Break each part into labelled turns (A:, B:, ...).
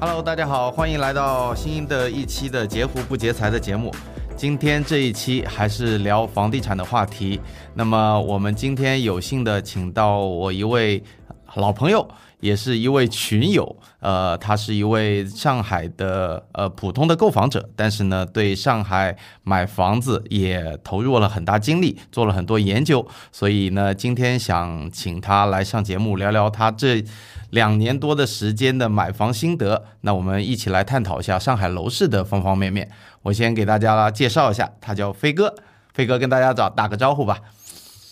A: Hello，大家好，欢迎来到新的一期的“截胡不截财”的节目。今天这一期还是聊房地产的话题。那么我们今天有幸的请到我一位老朋友，也是一位群友。呃，他是一位上海的呃普通的购房者，但是呢，对上海买房子也投入了很大精力，做了很多研究。所以呢，今天想请他来上节目聊聊他这两年多的时间的买房心得。那我们一起来探讨一下上海楼市的方方面面。我先给大家介绍一下，他叫飞哥，飞哥跟大家打打个招呼吧。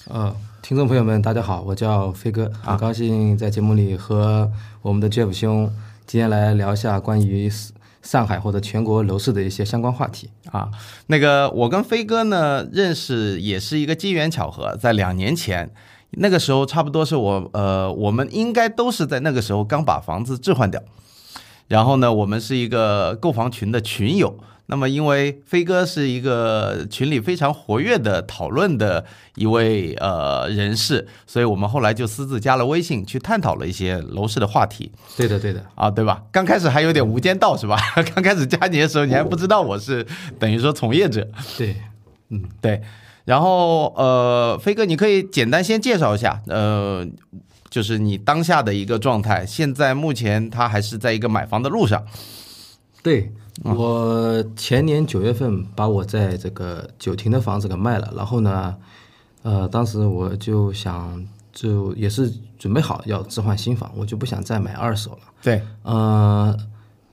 B: 啊，听众朋友们，大家好，我叫飞哥，很高兴在节目里和我们的 Jeff 兄今天来聊一下关于上海或者全国楼市的一些相关话题。
A: 啊，那个我跟飞哥呢认识也是一个机缘巧合，在两年前，那个时候差不多是我呃，我们应该都是在那个时候刚把房子置换掉，然后呢，我们是一个购房群的群友。那么，因为飞哥是一个群里非常活跃的讨论的一位呃人士，所以我们后来就私自加了微信去探讨了一些楼市的话题。
B: 对的，对的，
A: 啊，对吧？刚开始还有点无间道是吧？ 刚开始加你的时候，你还不知道我是等于说从业者，
B: 对，
A: 对。然后呃，飞哥，你可以简单先介绍一下，呃，就是你当下的一个状态。现在目前他还是在一个买房的路上，
B: 对我前年九月份把我在这个九亭的房子给卖了，然后呢，呃，当时我就想，就也是准备好要置换新房，我就不想再买二手了。
A: 对，
B: 呃，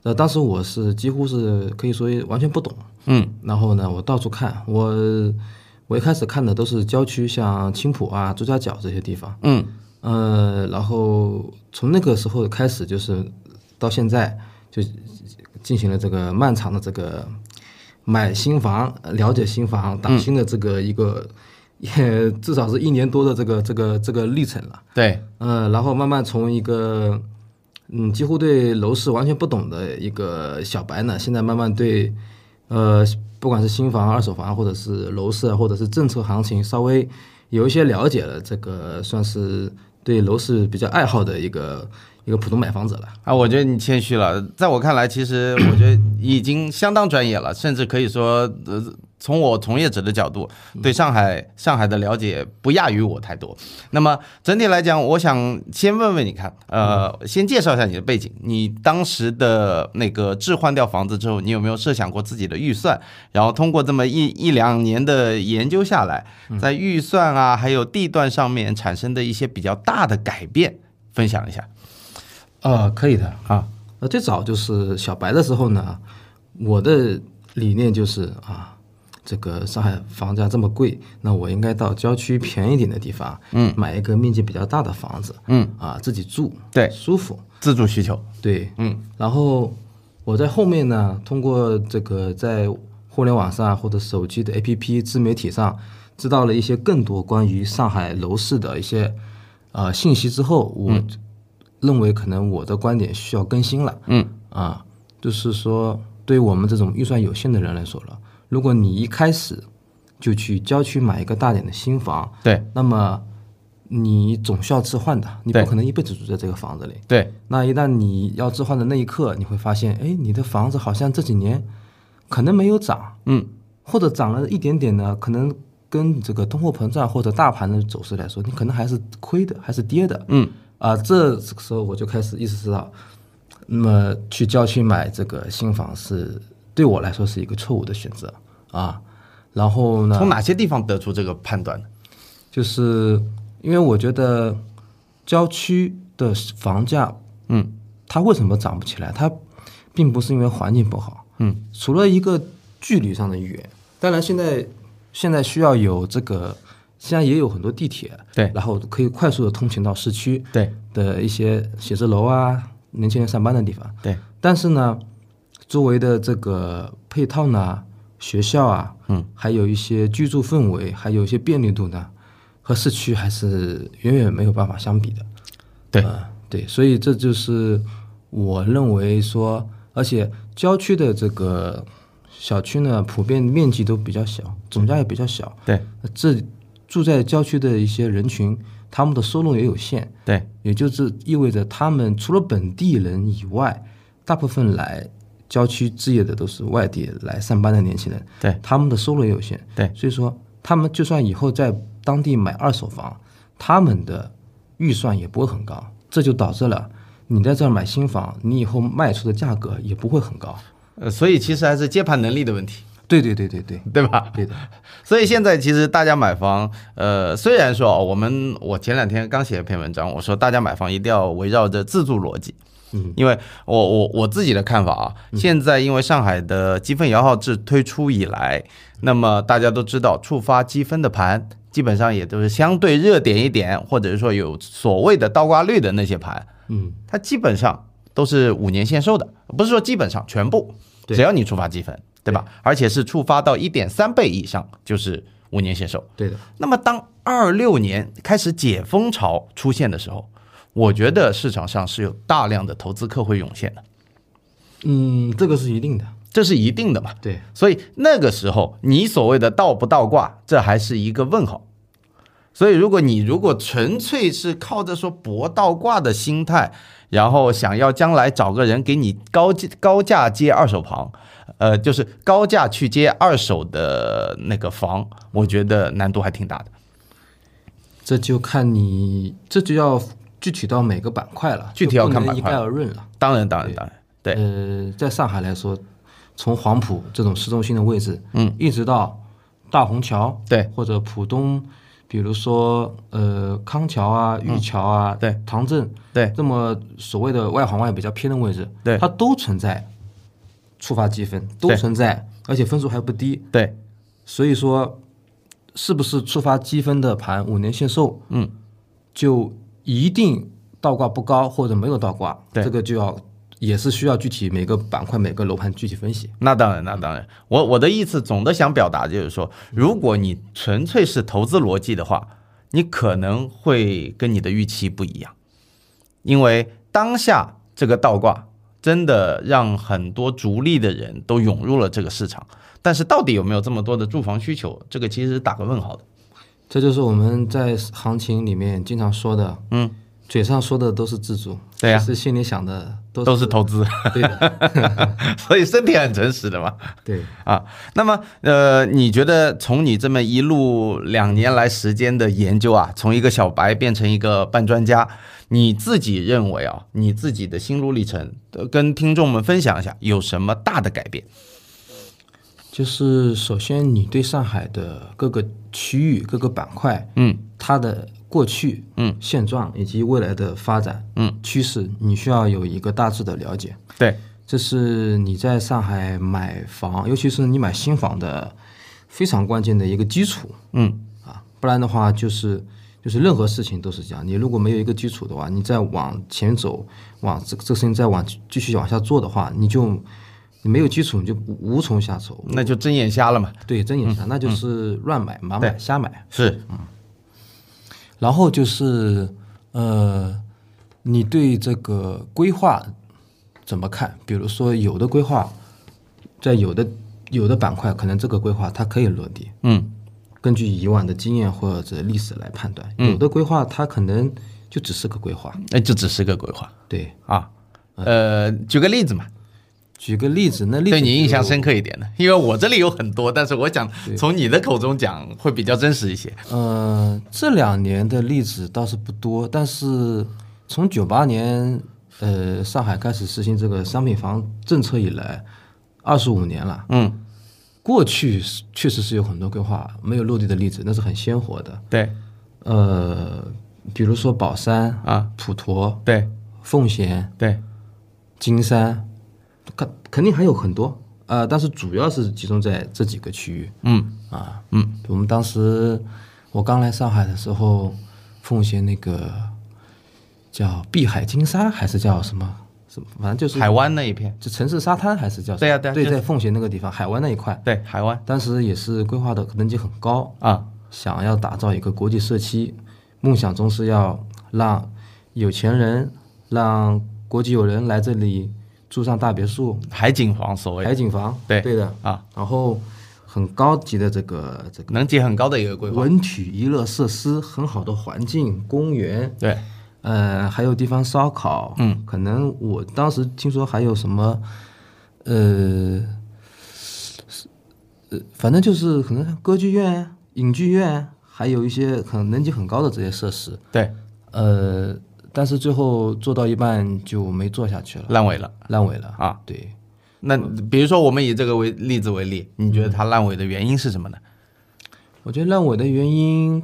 B: 呃，当时我是几乎是可以说完全不懂，
A: 嗯，
B: 然后呢，我到处看，我我一开始看的都是郊区，像青浦啊、朱家角这些地方，
A: 嗯，
B: 呃，然后从那个时候开始，就是到现在就进行了这个漫长的这个买新房、了解新房、打
A: 嗯
B: 新的这个一个，也至少是一年多的这个这个这个历程了。
A: 对，
B: 呃，然后慢慢从一个嗯几乎对楼市完全不懂的一个小白呢，现在慢慢对呃不管是新房、二手房，或者是楼市，啊或者是政策行情，稍微有一些了解了，这个算是对楼市比较爱好的一个一个普通买房者了。
A: 啊，我觉得你谦虚了。在我看来，其实我觉得已经相当专业了，甚至可以说，呃，从我从业者的角度，对上海上海的了解不亚于我太多。那么整体来讲，我想先问问你看，呃，先介绍一下你的背景。你当时的那个置换掉房子之后，你有没有设想过自己的预算？然后通过这么一一两年的研究下来，在预算啊，还有地段上面产生的一些比较大的改变，分享一下
B: 啊，可以的。
A: 啊。
B: 那最早就是小白的时候呢，我的理念就是啊，这个上海房价这么贵，那我应该到郊区便宜点的地方，嗯，买一个面积比较大的房子，嗯，啊，自己住，
A: 对
B: 舒服，
A: 自住需求，
B: 对，嗯。然后我在后面呢，通过这个在互联网上或者手机的 APP、自媒体上，知道了一些更多关于上海楼市的一些呃信息之后，我认为可能我的观点需要更新了。嗯，啊，就是说，对于我们这种预算有限的人来说了，如果你一开始就去郊区买一个大点的新房，
A: 对
B: 那么你总需要置换的，你不
A: 对
B: 可能一辈子住在这个房子里。
A: 对
B: 那一旦你要置换的那一刻，你会发现，哎，你的房子好像这几年可能没有涨，
A: 嗯，
B: 或者涨了一点点呢，可能跟这个通货膨胀或者大盘的走势来说，你可能还是亏的，还是跌的，嗯，啊，这时候我就开始意识到，那么去郊区买这个新房是对我来说是一个错误的选择啊，然后呢，
A: 从哪些地方得出这个判断呢？
B: 就是因为我觉得郊区的房价，嗯，它为什么涨不起来？它并不是因为环境不好，嗯，除了一个距离上的远，当然现在现在需要有这个，现在也有很多地铁，
A: 对
B: 然后可以快速的通勤到市区
A: 对
B: 的一些写字楼啊，年轻人上班的地方，
A: 对
B: 但是呢，周围的这个配套呢，学校啊，嗯，还有一些居住氛围，还有一些便利度呢，和市区还是远远没有办法相比的。
A: 对
B: 呃对，所以这就是我认为说，而且郊区的这个小区呢，普遍面积都比较小，总价也比较小，呃
A: 对
B: 这住在郊区的一些人群，他哎们的收入也有限，
A: 对
B: 也就是意味着他们除了本地人以外，大部分来郊区置业的都是外地来上班的年轻人，
A: 对
B: 他们的收入也有限，
A: 对
B: 所以说他们就算以后在当地买二手房，他们的预算也不会很高，这就导致了你在这儿买新房，你以后卖出的价格也不会很高。
A: 呃，所以其实还是接盘能力的问题，
B: 对对对对对，
A: 对吧？
B: 对的，
A: 所以现在其实大家买房，呃，虽然说哦我们我前两天刚写一篇文章，我说大家买房一定要围绕着自住逻辑，
B: 嗯，
A: 因为我我我自己的看法啊，现在因为上海的积分摇号制推出以来，那么大家都知道触发积分的盘。基本上也都是相对热点一点，或者是说有所谓的倒挂率的那些盘，
B: 嗯，
A: 它基本上都是五年限售的，不是说基本上全部，
B: 对
A: 只要你触发积分，对吧？而且是触发到一点三倍以上，就是五年限售。
B: 对的，
A: 那么当二六年开始解封潮出现的时候，我觉得市场上是有大量的投资客会涌现的，
B: 嗯，这个是一定的，
A: 这是一定的嘛。
B: 对，
A: 所以那个时候你所谓的倒不倒挂，这还是一个问号。所以如果你如果纯粹是靠着说博倒挂的心态，然后想要将来找个人给你高价高价接二手房，呃，就是高价去接二手的那个房，我觉得难度还挺大的。
B: 这就看你，这就要具体到每个板块了，
A: 具体要
B: 就不
A: 看
B: 能
A: 板块
B: 一概而论了。
A: 当然，当然，当然，对，
B: 呃，在上海来说，从黄浦这种市中心的位置，
A: 嗯，
B: 一直到大虹桥，
A: 对，
B: 或者浦东，比如说呃康桥啊、玉桥啊、
A: 嗯对，
B: 塘镇，
A: 对，
B: 这么所谓的外环外比较偏的位置，
A: 对
B: 它都存在触发积分，都
A: 对
B: 存在，而且分数还不低，
A: 对，
B: 所以说是不是触发积分的盘五年限售，
A: 嗯，
B: 就一定倒挂不高或者没有倒挂，
A: 对
B: 这个就要也是需要具体每个板块每个楼盘具体分析。
A: 那当然，那当然，我我的意思总的想表达就是说，如果你纯粹是投资逻辑的话，你可能会跟你的预期不一样，因为当下这个倒挂真的让很多逐利的人都涌入了这个市场，但是到底有没有这么多的住房需求，这个其实是打个问号的。
B: 这就是我们在行情里面经常说的，
A: 嗯，
B: 嘴上说的都是自住，
A: 对呀
B: 其实心里想的都
A: 都是投资，
B: 对的，
A: 所以身体很诚实的嘛。
B: 对。
A: 啊，那么呃，你觉得从你这么一路两年来时间的研究啊，从一个小白变成一个半专家，你自己认为啊，你自己的心路历程，呃跟听众们分享一下，有什么大的改变？
B: 就是首先，你对上海的各个区域、各个板块，
A: 嗯，
B: 它的过去、
A: 嗯、
B: 现状以及未来的发展、
A: 嗯、
B: 趋势，你需要有一个大致的了解。
A: 对，
B: 这是你在上海买房，尤其是你买新房的非常关键的一个基础
A: 嗯，
B: 啊，不然的话就是就是任何事情都是这样，你如果没有一个基础的话，你再往前走，往这这个事情再往继续往下做的话，你就你没有基础，你就无无从下手。
A: 那就睁眼瞎了嘛。
B: 对，真也是，那就是乱买、盲买、瞎买。
A: 是，
B: 然后就是，呃，你对这个规划怎么看？比如说，有的规划在有的有的板块，可能这个规划它可以落地，
A: 嗯，
B: 根据以往的经验或者历史来判断；有的规划它可能就只是个规划。
A: 那就只是个规划
B: 对，
A: 啊。呃，举个例子嘛，
B: 举个例子，那例子
A: 对你
B: 就
A: 印象深刻一点的，因为我这里有很多，但是我想从你的口中讲会比较真实一些。
B: 呃，这两年的例子倒是不多，但是从九八年呃上海开始实行这个商品房政策以来，二十五年了。
A: 嗯，
B: 过去是确实是有很多规划没有落地的例子，那是很鲜活的。
A: 对，
B: 呃，比如说宝山
A: 啊、
B: 普陀、
A: 对，
B: 奉贤、
A: 对，
B: 金山，肯肯定还有很多。呃，但是主要是集中在这几个区域。
A: 嗯。
B: 啊，
A: 嗯，
B: 我们当时我刚来上海的时候，奉贤那个叫碧海金沙还是叫什么什么，反正就是
A: 海湾那一片，
B: 就城市沙滩还是叫什么
A: 对呀对呀
B: 对，
A: 就是
B: 在奉贤那个地方海湾那一块，
A: 对，海湾
B: 当时也是规划的可能级很高，
A: 啊，
B: 想要打造一个国际社区，梦想中是要让有钱人、让国际友人来这里住上大别墅、
A: 海景房所谓
B: 海景房，
A: 对
B: 对的，
A: 啊，
B: 然后很高级的这个这个。
A: 能级很高的一个规划，
B: 文体娱乐设施、很好的环境、公园，
A: 对，
B: 呃，还有地方烧烤，
A: 嗯，
B: 可能我当时听说还有什么，呃，呃，反正就是可能歌剧院、影剧院，还有一些可能能级很高的这些设施，
A: 对，
B: 呃，但是最后做到一半就没做下去了，
A: 烂尾了。
B: 烂尾了
A: 啊！
B: 对，
A: 那比如说，我们以这个为例子为例，你觉得它烂尾的原因是什么呢？
B: 我觉得烂尾的原因，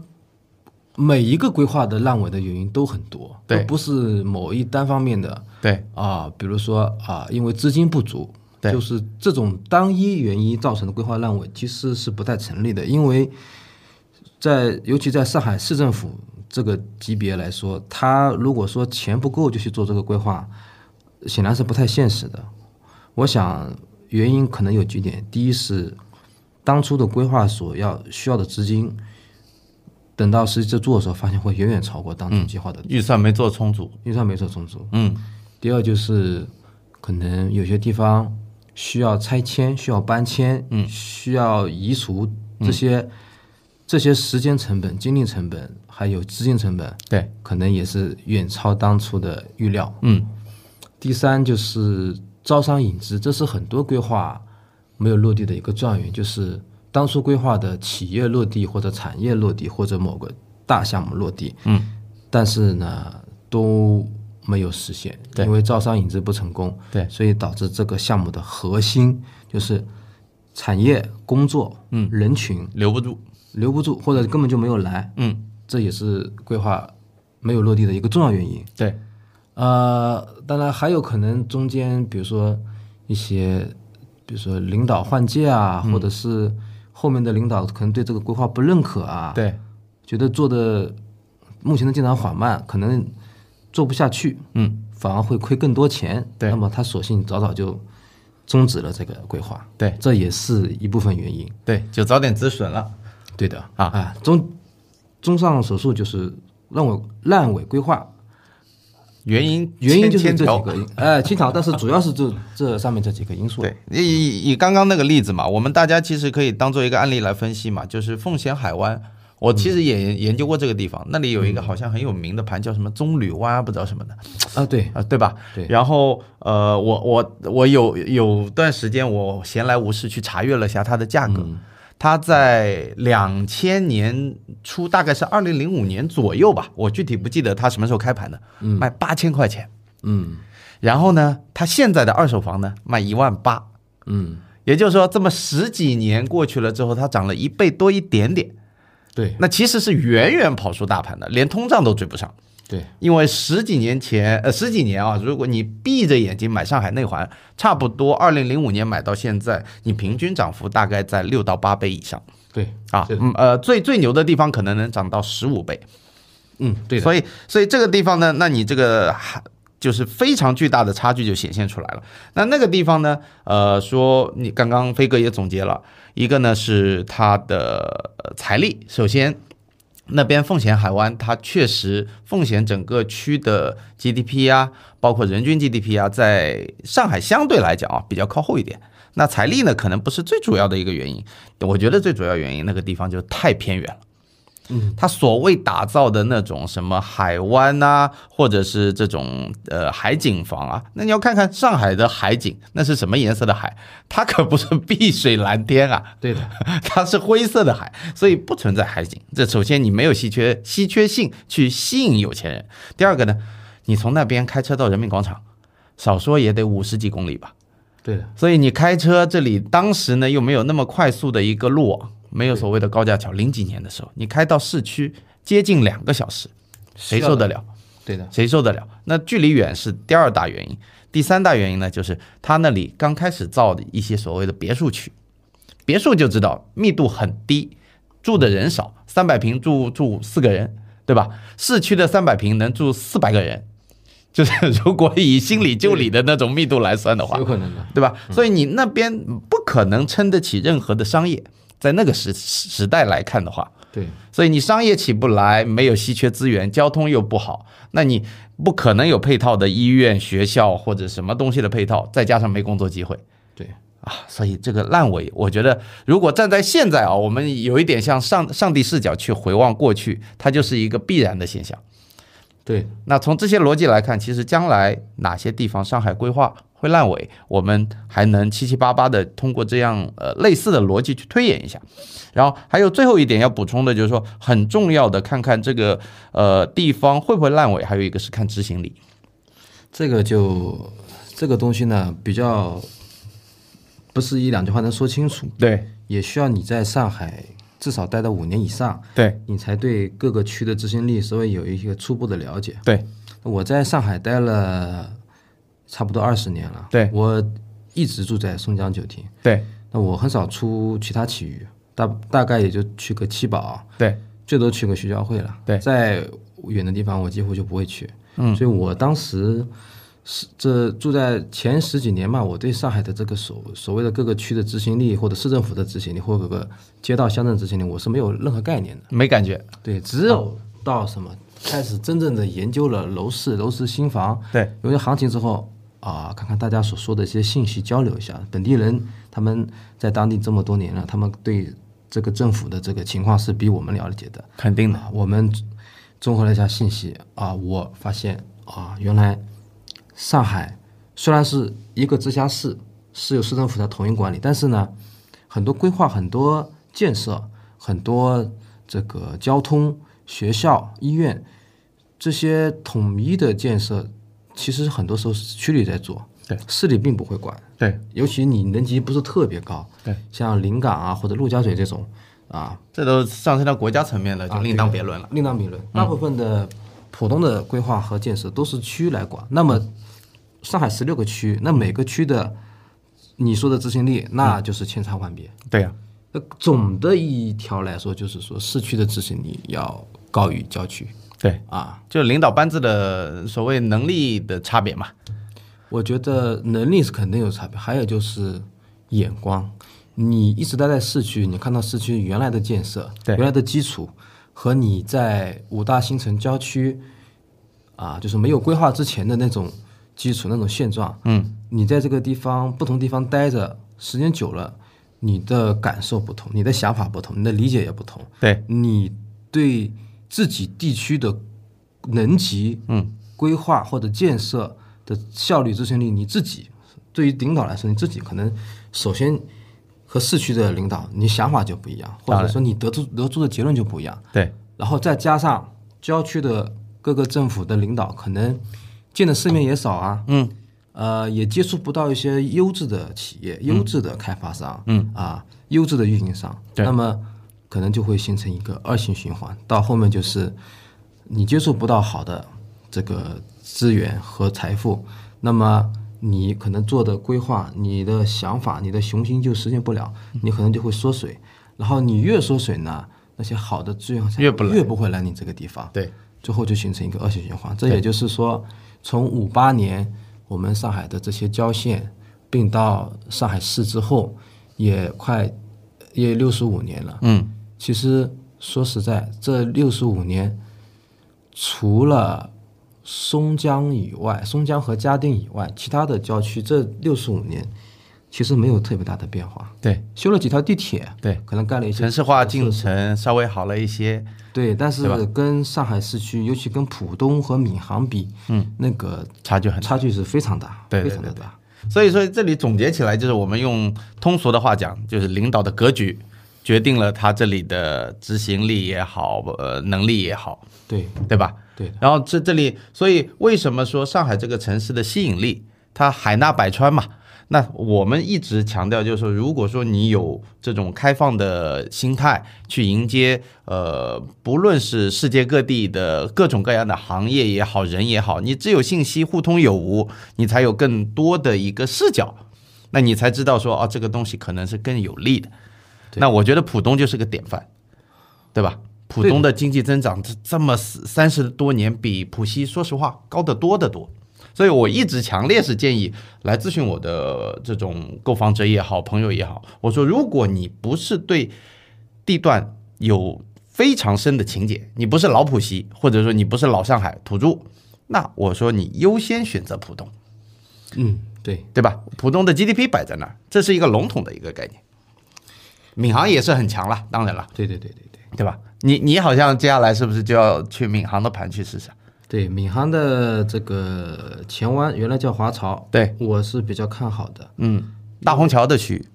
B: 每一个规划的烂尾的原因都很多，
A: 对
B: 都不是某一单方面的。
A: 对，
B: 啊，比如说啊，因为资金不足，
A: 对
B: 就是这种单一原因造成的规划烂尾，其实是不太成立的。因为在尤其在上海市政府这个级别来说，他如果说钱不够就去做这个规划，显然是不太现实的。我想原因可能有几点：第一是当初的规划所要需要的资金，等到实际在做的时候，发现会远远超过当
A: 嗯
B: 初计划的
A: 预算没做充足。
B: 预算没做充足。
A: 嗯，
B: 第二就是可能有些地方需要拆迁、需要搬迁、嗯，需要移除这些、这些时间成本、精力成本，还有资金成本，
A: 对，
B: 可能也是远超当初的预料。
A: 嗯，
B: 第三就是招商引资，这是很多规划没有落地的一个重要原因，就是当初规划的企业落地或者产业落地或者某个大项目落地，
A: 嗯，
B: 但是呢都没有实现，
A: 对
B: 因为招商引资不成功，
A: 对
B: 所以导致这个项目的核心就是产业、工作、嗯，人群
A: 留不住。
B: 留不住，或者根本就没有来，
A: 嗯，
B: 这也是规划没有落地的一个重要原因。
A: 对，
B: 呃，当然还有可能中间，比如说一些，比如说领导换届啊，
A: 嗯
B: 或者是后面的领导可能对这个规划不认可啊，
A: 对，
B: 觉得做的目前的进展缓慢，可能做不下去，
A: 嗯，
B: 反而会亏更多钱。
A: 对
B: 那么他索性早早就终止了这个规划，
A: 对，
B: 这也是一部分原因。
A: 对，就早点止损了。
B: 对的
A: 啊
B: 啊，综综上所述就是烂尾烂尾规划
A: 原因
B: 原因就是
A: 千千
B: 这几
A: 条
B: 个因，哎，清朝，但是主要是这这上面这几个因素。
A: 对，以以以刚刚那个例子嘛，我们大家其实可以当做一个案例来分析嘛，就是奉贤海湾。我其实也研研究过这个地方，那里有一个好像很有名的盘叫什么棕榈湾啊，不知道什么的
B: 啊，对，
A: 啊，对吧？
B: 对
A: 然后呃，我我我有有段时间我闲来无事去查阅了一下它的价格，它在两千年初，大概是二零零五年左右吧，我具体不记得它什么时候开盘的，卖八千块钱。
B: 嗯
A: 然后呢，它现在的二手房呢卖一万八，
B: 嗯，
A: 也就是说，这么十几年过去了之后，它涨了一倍多一点点，
B: 对
A: 那其实是远远跑输大盘的，连通胀都追不上。
B: 对
A: 因为十几年前，呃，十几年啊，如果你闭着眼睛买上海内环，差不多二零零五年买到现在，你平均涨幅大概在六到八倍以上
B: 对
A: 啊
B: 是，的
A: 嗯呃，最最牛的地方可能能涨到十五倍。
B: 嗯对的，
A: 所以所以这个地方呢，那你这个还就是非常巨大的差距就显现出来了。那那个地方呢，呃，说你刚刚飞哥也总结了，一个呢是它的呃财力，首先。那边奉贤海湾，它确实奉贤整个区的 GDP 啊，包括人均 GDP 啊，在上海相对来讲啊比较靠后一点。那财力呢，可能不是最主要的一个原因，我觉得最主要原因那个地方就太偏远了。它所谓打造的那种什么海湾呐、或者是这种呃海景房啊，那你要看看上海的海景，那是什么颜色的海？它可不是碧水蓝天啊，
B: 对的，
A: 它是灰色的海，所以不存在海景。这首先你没有稀缺稀缺性去吸引有钱人。第二个呢，你从那边开车到人民广场，少说也得五十几公里吧。
B: 对的，
A: 所以你开车这里，当时呢又没有那么快速的一个路网，没有所谓的高架桥。零几年的时候，你开到市区接近两个小时，谁受得了？
B: 对的，
A: 谁受得了？那距离远是第二大原因，第三大原因呢，就是它那里刚开始造的一些所谓的别墅区，别墅就知道密度很低，住的人少，三百平住住四个人，对吧？市区的三百平能住四百个人， 就是如果以心理就理的那种密度来算的话
B: 有，可能的，
A: 对吧？所以你那边不可能撑得起任何的商业，在那个时时时代来看的话，
B: 对
A: 所以你商业起不来，没有稀缺资源，交通又不好，那你不可能有配套的医院、学校或者什么东西的配套，再加上没工作机会
B: 对
A: 啊，所以这个烂尾，我觉得如果站在现在啊，我们有一点像上上帝视角去回望过去，它就是一个必然的现象。
B: 对，
A: 那从这些逻辑来看，其实将来哪些地方上海规划会烂尾，我们还能七七八八的通过这样呃类似的逻辑去推演一下。然后还有最后一点要补充的就是说，很重要的看看这个呃地方会不会烂尾，还有一个是看执行力。
B: 这个就这个东西呢，比较不是一两句话能说清楚，
A: 对
B: 也需要你在上海至少待到五年以上，
A: 对
B: 你才对各个区的执行力稍微有一些初步的了解。
A: 对
B: 我在上海待了差不多二十年了，
A: 对
B: 我一直住在松江酒店，
A: 对
B: 那我很少出其他区域，大大概也就去个七宝，
A: 对
B: 最多去个徐家汇了。
A: 对
B: 在远的地方我几乎就不会去，嗯，所以我当时是这住在前十几年嘛，我对上海的这个所所谓的各个区的执行力，或者市政府的执行力，或者各个街道乡镇执行力，我是没有任何概念的。
A: 没感觉，
B: 对，只有到什么开始真正的研究了楼市、楼市新房，
A: 对，
B: 有些行情之后啊，看看大家所说的一些信息交流一下，本地人他们在当地这么多年了，他们对这个政府的这个情况是比我们了解的。
A: 肯定的，
B: 啊，我们综合了一下信息啊，我发现啊，原来上海虽然是一个直辖市，是由市政府在统一管理，但是呢，很多规划、很多建设、很多这个交通、学校、医院这些统一的建设，其实很多时候是区里在做，
A: 对，
B: 市里并不会管。
A: 对
B: 尤其你能级不是特别高，
A: 对，
B: 像临港啊或者陆家嘴这种啊，
A: 这都上升到国家层面了，就另当别论了。
B: 另当别论。大部分的普通的规划和建设都是区来管。那么上海十六个区，那每个区的你说的执行力，那就是千差万别。
A: 对呀、
B: 那总的一条来说，就是说市区的执行力要高于郊区
A: 对，
B: 啊。
A: 就领导班子的所谓能力的差别嘛。
B: 我觉得能力是肯定有差别，还有就是眼光。你一直待在市区，你看到市区原来的建设、
A: 对
B: 原来的基础，和你在五大新城郊区，啊，就是没有规划之前的那种基础、那种现状，嗯，你在这个地方不同地方待着时间久了，你的感受不同，你的想法不同，你的理解也不同，
A: 对
B: 你对自己地区的能级、嗯规划或者建设的效率执行力，你自己对于领导来说，你自己可能首先和市区的领导，你想法就不一样，或者说你得出得出的结论就不一样，
A: 对
B: 然后再加上郊区的各个政府的领导，可能见的世面也少啊，嗯，呃，也接触不到一些优质的企业、
A: 嗯
B: 优质的开发商，嗯啊，优质的运营商，
A: 对
B: 那么可能就会形成一个恶性循环，到后面就是你接触不到好的这个资源和财富，那么。你可能做的规划、你的想法、你的雄心就实现不了，
A: 嗯
B: 你可能就会缩水。然后你越缩水呢，那些好的资源才
A: 越不来
B: 越不会来你这个地方，
A: 对
B: 最后就形成一个恶性循环。这也就是说，从五八年我们上海的这些郊县并到上海市之后，也快也六十五年了。
A: 嗯，
B: 其实说实在，这六十五年除了松江以外，松江和嘉定以外，其他的郊区这六十五年其实没有特别大的变化，
A: 对
B: 修了几条地铁，
A: 对，
B: 可能干了一些
A: 城市化进程稍微好了一些。
B: 对，但是跟上海市区，尤其跟浦东和闵行比，嗯，那个
A: 差距很
B: 差距是非常大，
A: 对对
B: 非常的大。
A: 所以说，这里总结起来就是，我们用通俗的话讲，就是领导的格局决定了他这里的执行力也好，呃，能力也好，
B: 对
A: 对吧？
B: 对
A: 然后这这里，所以为什么说上海这个城市的吸引力，它海纳百川嘛？那我们一直强调就是说，如果说你有这种开放的心态去迎接，呃，不论是世界各地的各种各样的行业也好，人也好，你只有信息互通有无，你才有更多的一个视角，那你才知道说，哦，这个东西可能是更有利的。
B: 对
A: 那我觉得浦东就是个典范，对吧？浦东的经济增长这这么三十多年，比浦西说实话高得多得多。所以我一直强烈是建议来咨询我的这种购房者也好，朋友也好，我说如果你不是对地段有非常深的情结，你不是老浦西，或者说你不是老上海土著，那我说你优先选择浦东，
B: 嗯，对
A: 对吧？浦东的 GDP 摆在那儿，这是一个笼统的一个概念。闵行也是很强了，当然了。
B: 对对对对对，
A: 对吧？你你好像接下来是不是就要去闵行的盘去试试？
B: 对，闵行的这个前湾原来叫华漕，
A: 对，
B: 我是比较看好的。
A: 嗯，大虹桥的区域，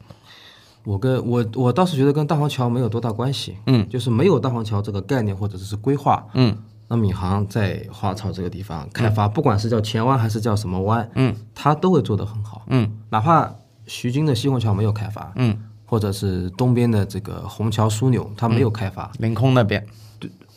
B: 我跟我我倒是觉得跟大虹桥没有多大关系，
A: 嗯，
B: 就是没有大虹桥这个概念或者是规划，
A: 嗯，
B: 那闵行在华漕这个地方开发，不管是叫前湾还是叫什么湾，
A: 嗯，
B: 它都会做得很好，
A: 嗯，
B: 哪怕徐泾的西虹桥没有开发，
A: 嗯，
B: 或者是东边的这个虹桥枢纽它
A: 嗯
B: 没有开发，
A: 凌空那边，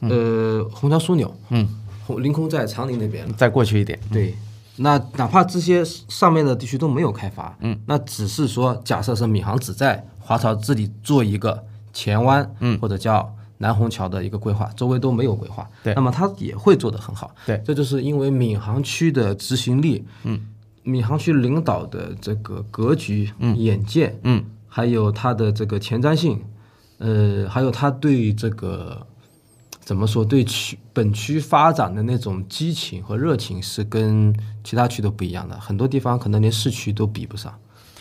B: 呃，虹桥枢纽，
A: 嗯，
B: 虹凌空在长宁那边了，
A: 再过去一点，
B: 对。那哪怕这些上面的地区都没有开发，嗯，那只是说，假设是闵行只在华漕这里做一个前湾，嗯，或者叫南虹桥的一个规划，周围都没有规划，
A: 对
B: 那么它也会做得很好，
A: 对
B: 这就是因为闵行区的执行力，嗯，闵行区领导的这个格局、嗯、眼界，
A: 嗯，
B: 还有它的这个前瞻性，呃，还有他对这个怎么说对区本区发展的那种激情和热情是跟其他区都不一样的，很多地方可能连市区都比不上。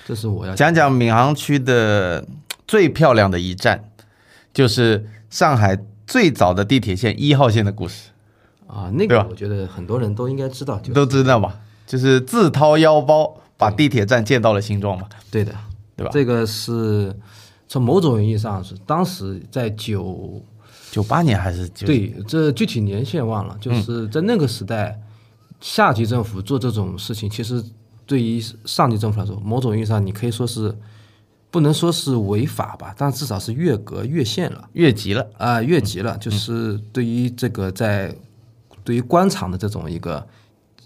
B: 这是我要
A: 讲讲闵行区的最漂亮的一站，就是上海最早的地铁线一号线的故事，
B: 啊，那
A: 对
B: 个
A: 吧
B: 我觉得很多人都应该知道，就是
A: 都知道吧？就是自掏腰包把地铁站建到了新庄嘛，
B: 对的，
A: 对吧
B: 这个是从某种意义上是当时在九
A: 九八年还是九
B: 对这具体年限忘了，就是在那个时代，下级政府做这种事情，其实对于上级政府来说，某种意义上你可以说是不能说是违法吧，但至少是越格越线了。
A: 越级了，
B: 啊、越级
A: 嗯
B: 了，就是对于这个在对于官场的这种一个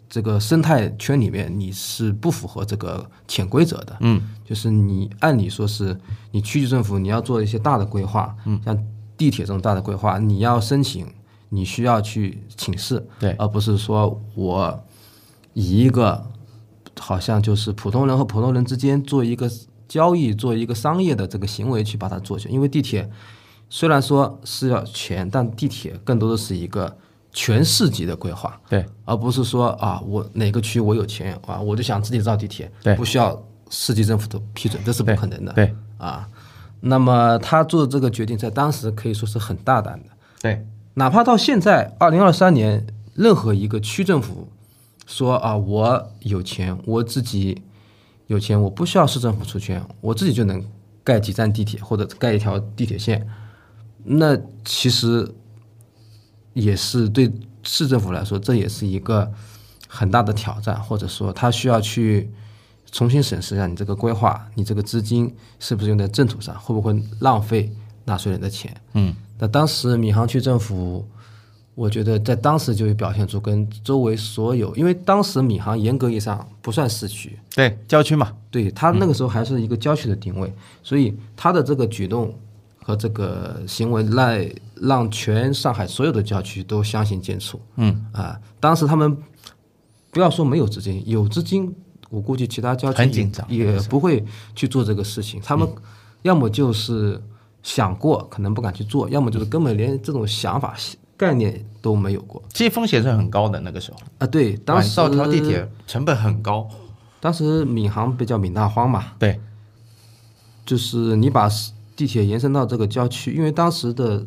B: 这个生态圈里面，你是不符合这个潜规则的。
A: 嗯，
B: 就是你按理说是你区级政府你要做一些大的规划，嗯，像地铁这种大的规划，你要申请，你需要去请示，
A: 对
B: 而不是说我以一个好像就是普通人和普通人之间做一个交易、做一个商业的这个行为去把它做去。因为地铁虽然说是要钱，但地铁更多的是一个全市级的规划，
A: 对
B: 而不是说啊，我哪个区我有钱啊，我就想自己造地铁，
A: 对
B: 不需要市级政府的批准，这是不可能的。
A: 对
B: 啊，那么他做这个决定在当时可以说是很大胆的。
A: 对
B: 哪怕到现在二零二三年，任何一个区政府说啊，我有钱，我自己有钱，我不需要市政府出钱，我自己就能盖几站地铁或者盖一条地铁线，那其实也是对市政府来说，这也是一个很大的挑战，或者说他需要去。重新审视一下你这个规划，你这个资金是不是用在正途上，会不会浪费纳税人的钱？
A: 嗯，
B: 那当时闵行区政府，我觉得在当时就表现出跟周围所有，因为当时闵行严格意义上不算市区，
A: 对，郊区嘛，
B: 对它
A: 嗯
B: 那个时候还是一个郊区的定位，所以它的这个举动和这个行为让让全上海所有的郊区都相形见绌。
A: 嗯
B: 啊，当时他们不要说没有资金，有资金，我估计其他郊区
A: 很紧张嗯
B: 也不会去做这个事情。他们要么就是想过，可能不敢去做；要么
A: 嗯
B: 就是根本连这种想法概念都没有过
A: 其实风险是很高的那个时候，
B: 啊。对，当时
A: 造条地，铁成本很高，
B: 当时闵行被叫闵大荒嘛，
A: 对
B: 就是你把地铁延伸到这个郊区，因为当时的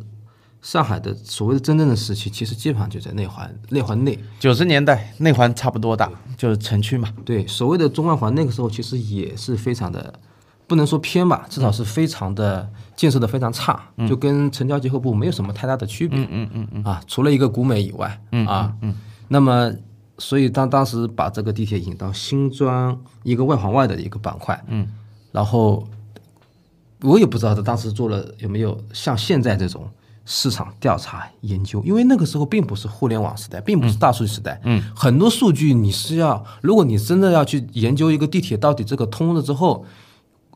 B: 上海的所谓的真正的市区，其实基本上就在内环内环内。
A: 九十年代内环差不多大，就是城区嘛。
B: 对，所谓的中外环那个时候其实也是非常的，不能说偏吧，至少是非常的建设的非常差，就跟城郊结合部没有什么太大的区嗯别。嗯嗯嗯嗯啊，除了一个古美以外，啊，嗯，那么。所以当当时把这个地铁引到新庄一个外环外的一个板块，嗯，然后我也不知道他当时做了有没有像现在这种市场调查研究，因为那个时候并不是互联网时代，并不是大数据时代。嗯，很多数据你是要，如果你真的要去研究一个地铁到底这个通了之后，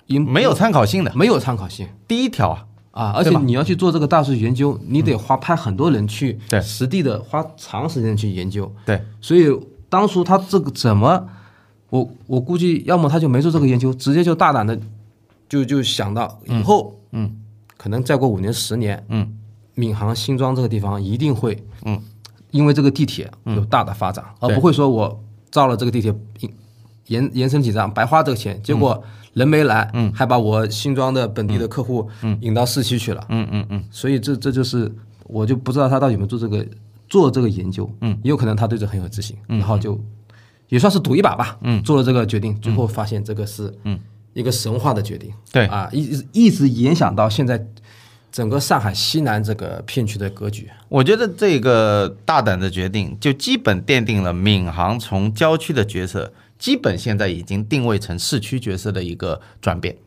B: 也
A: 没有参考性的。
B: 没有参考性
A: 第一条啊，
B: 啊，而且你要去做这个大数据研究，你得花派很多人去
A: 对
B: 实地的花长时间去研究。
A: 对，
B: 所以当初他这个怎么，我我估计要么他就没做这个研究，直接就大胆的就就想到以后，嗯，可能再过五年十年，
A: 嗯，
B: 闵行新庄这个地方一定会，嗯，因为这个地铁有大的发展，而不会说我造了这个地铁延延伸几站，白花这个钱，结果人没来，嗯，还把我新庄的本地的客户引到市区去了，
A: 嗯嗯嗯，
B: 所以这这就是我就不知道他到底有没有做这个做这个研究，嗯，也有可能他对这很有自信，然后就也算是赌一把吧，嗯，做了这个决定，最后发现这个是嗯一个神话的决定，
A: 对
B: 啊，一直一直影响到现在整个上海西南这个片区的格局，
A: 我觉得这个大胆的决定，就基本奠定了闵行从郊区的角色，基本现在已经定位成市区角色的一个转变。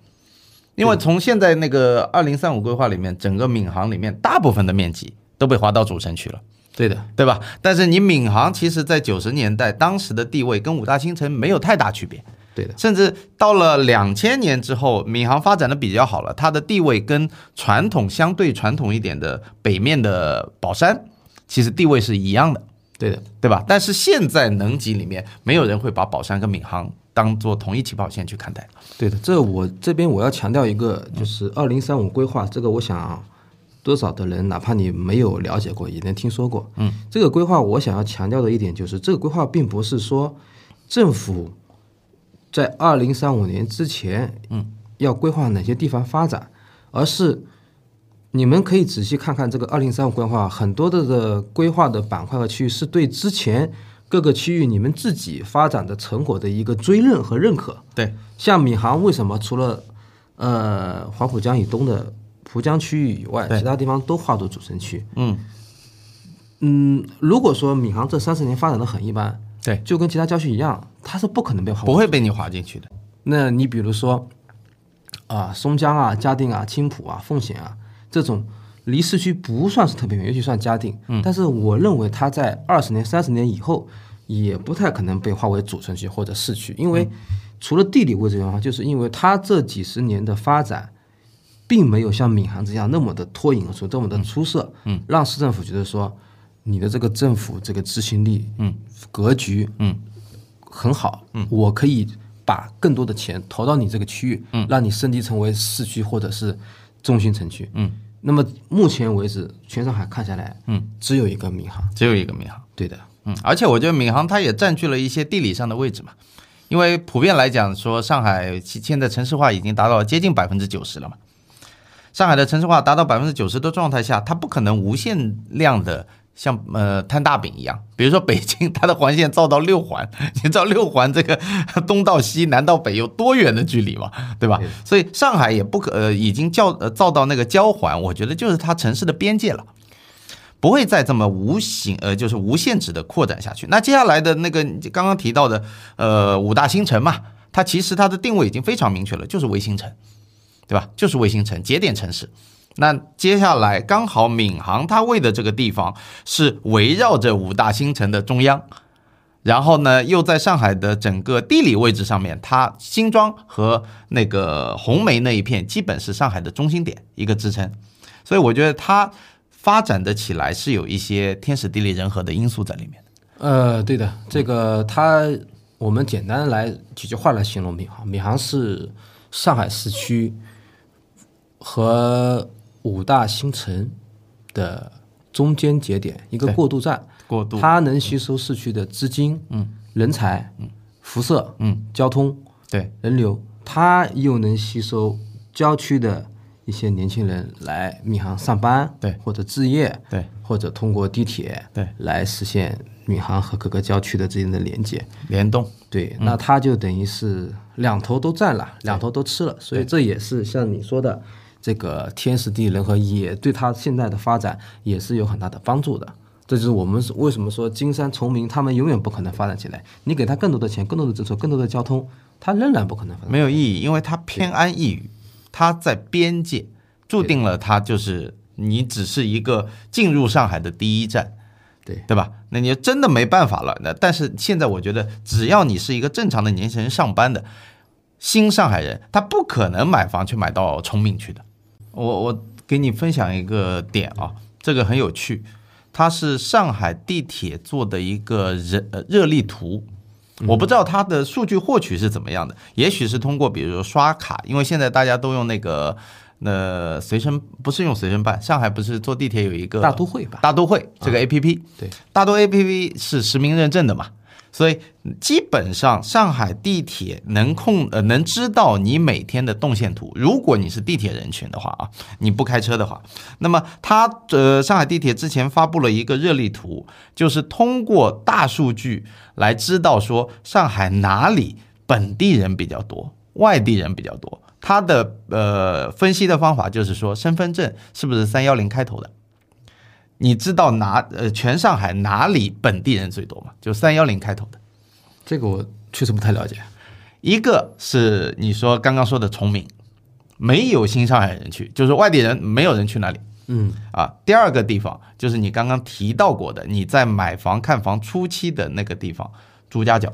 A: 因为从现在那个二零三五规划里面，整个闵行里面大部分的面积都被划到主城区了，
B: 对的，
A: 对吧？但是你闵行其实在九十年代当时的地位跟五大新城没有太大区别，
B: 对的，
A: 甚至到了两千年之后，闵行发展的比较好了，它的地位跟传统相对传统一点的北面的宝山，其实地位是一样的，
B: 对的，
A: 对吧？但是现在能级里面，没有人会把宝山跟闵行当做同一起跑线去看待。
B: 对的。这我这边我要强调一个，就是二零三五规划，这个我想多少的人，哪怕你没有了解过，也能听说过。嗯，这个规划我想要强调的一点就是，这个规划并不是说政府在二零三五年之前，嗯，要规划哪些地方发展，而是你们可以仔细看看这个二零三五规划，很多的的规划的板块和区域是对之前各个区域你们自己发展的成果的一个追认和认可。
A: 对，
B: 像闵行为什么除了呃黄浦江以东的浦江区域以外，
A: 对
B: 其他地方都划入主城区？
A: 嗯，
B: 嗯，如果说闵行这三十年发展的很一般，
A: 对，
B: 就跟其他郊区一样，它是不可能被划入
A: 不会被你划进去的。
B: 那你比如说啊，松江啊、嘉定啊、青浦啊、奉贤啊这种离市区不算是特别远，尤其算嘉定，但是我认为它在二十年、三十年以后也不太可能被划为主城区或者市区，因为除了地理位置原因，就是因为它这几十年的发展。并没有像闵行这样那么的脱颖而出，那么的出色，嗯，让市政府觉得说你的这个政府这个执行力，嗯，格局，嗯，很好，嗯，我可以把更多的钱投到你这个区域，嗯，让你升级成为市区或者是中心城区，嗯，那么目前为止，全上海看下来，嗯，只有一个闵行，
A: 只有一个闵行。
B: 对的，
A: 嗯，而且我觉得闵行它也占据了一些地理上的位置嘛，因为普遍来讲说，上海其现在城市化已经达到接近百分之九十了嘛。上海的城市化达到百分之九十的状态下，它不可能无限量的像呃摊大饼一样。比如说北京，它的环线造到六环， 你知道六环这个东到西、南到北有多远的距离嘛，对吧？所以上海也不可呃已经叫呃造到那个交环，我觉得就是它城市的边界了。不会再这么无形呃，就是无限制的扩展下去。那接下来的那个你刚刚提到的呃五大新城嘛，它其实它的定位已经非常明确了，就是卫星城，对吧？就是卫星城节点城市。那接下来刚好闵行它位的这个地方是围绕着五大新城的中央，然后呢又在上海的整个地理位置上面，它新庄和那个红梅那一片基本是上海的中心点一个支撑，所以我觉得它发展的起来是有一些天时地利人和的因素在里面的。
B: 呃，对的，这个它我们简单来几句话来形容闵行，闵行是上海市区和五大新城的中间节点，一个过渡站。
A: 过渡，
B: 它能吸收市区的资金、嗯、人才、嗯、辐射、嗯、交通、
A: 对
B: 人流，它又能吸收郊区的一些年轻人来闵行上班，
A: 对，
B: 或者置业，
A: 对，
B: 或者通过地铁，
A: 对，
B: 来实现闵行和各个郊区的之间的连接。
A: 联动，
B: 对，那它就等于是两头都占了，两头都吃了，所以这也是像你说的。这个天时地利人和也对它现在的发展也是有很大的帮助的，这就是我们是为什么说金山崇明他们永远不可能发展起来。你给他更多的钱、更多的政策、更多的交通，它仍然不可能发展。
A: 没有意义，因为它偏安一隅，它在边界，注定了它就是你只是一个进入上海的第一站，
B: 对
A: 对吧？那你真的没办法了。那但是现在我觉得，只要你是一个正常的年轻人上班的新上海人，他不可能买房去买到崇明去的。我我给你分享一个点啊，这个很有趣，它是上海地铁做的一个人呃热力图。我不知道它的数据获取是怎么样的，也许是通过比如说刷卡，因为现在大家都用那个呃随身不是用随身办，上海不是坐地
B: 啊
A: 铁有一个
B: 大都会吧？
A: 大都会这个 A P P，、
B: 对，
A: 大都 A P P 是实名认证的嘛，所以基本上上海地铁能控呃能知道你每天的动线图。如果你是地铁人群的话啊，你不开车的话，那么它呃上海地铁之前发布了一个热力图，就是通过大数据来知道说上海哪里本地人比较多，外地人比较多。它的呃分析的方法就是说身份证是不是三幺零开头的。你知道哪呃全上海哪里本地人最多吗？就三幺零开头的，
B: 这个我确实不太了解。
A: 一个是你说刚刚说的崇明，没有新上海人去，就是外地人没有人去那里
B: 嗯，
A: 啊。第二个地方就是你刚刚提到过的，你在买房看房初期的那个地方，朱家角，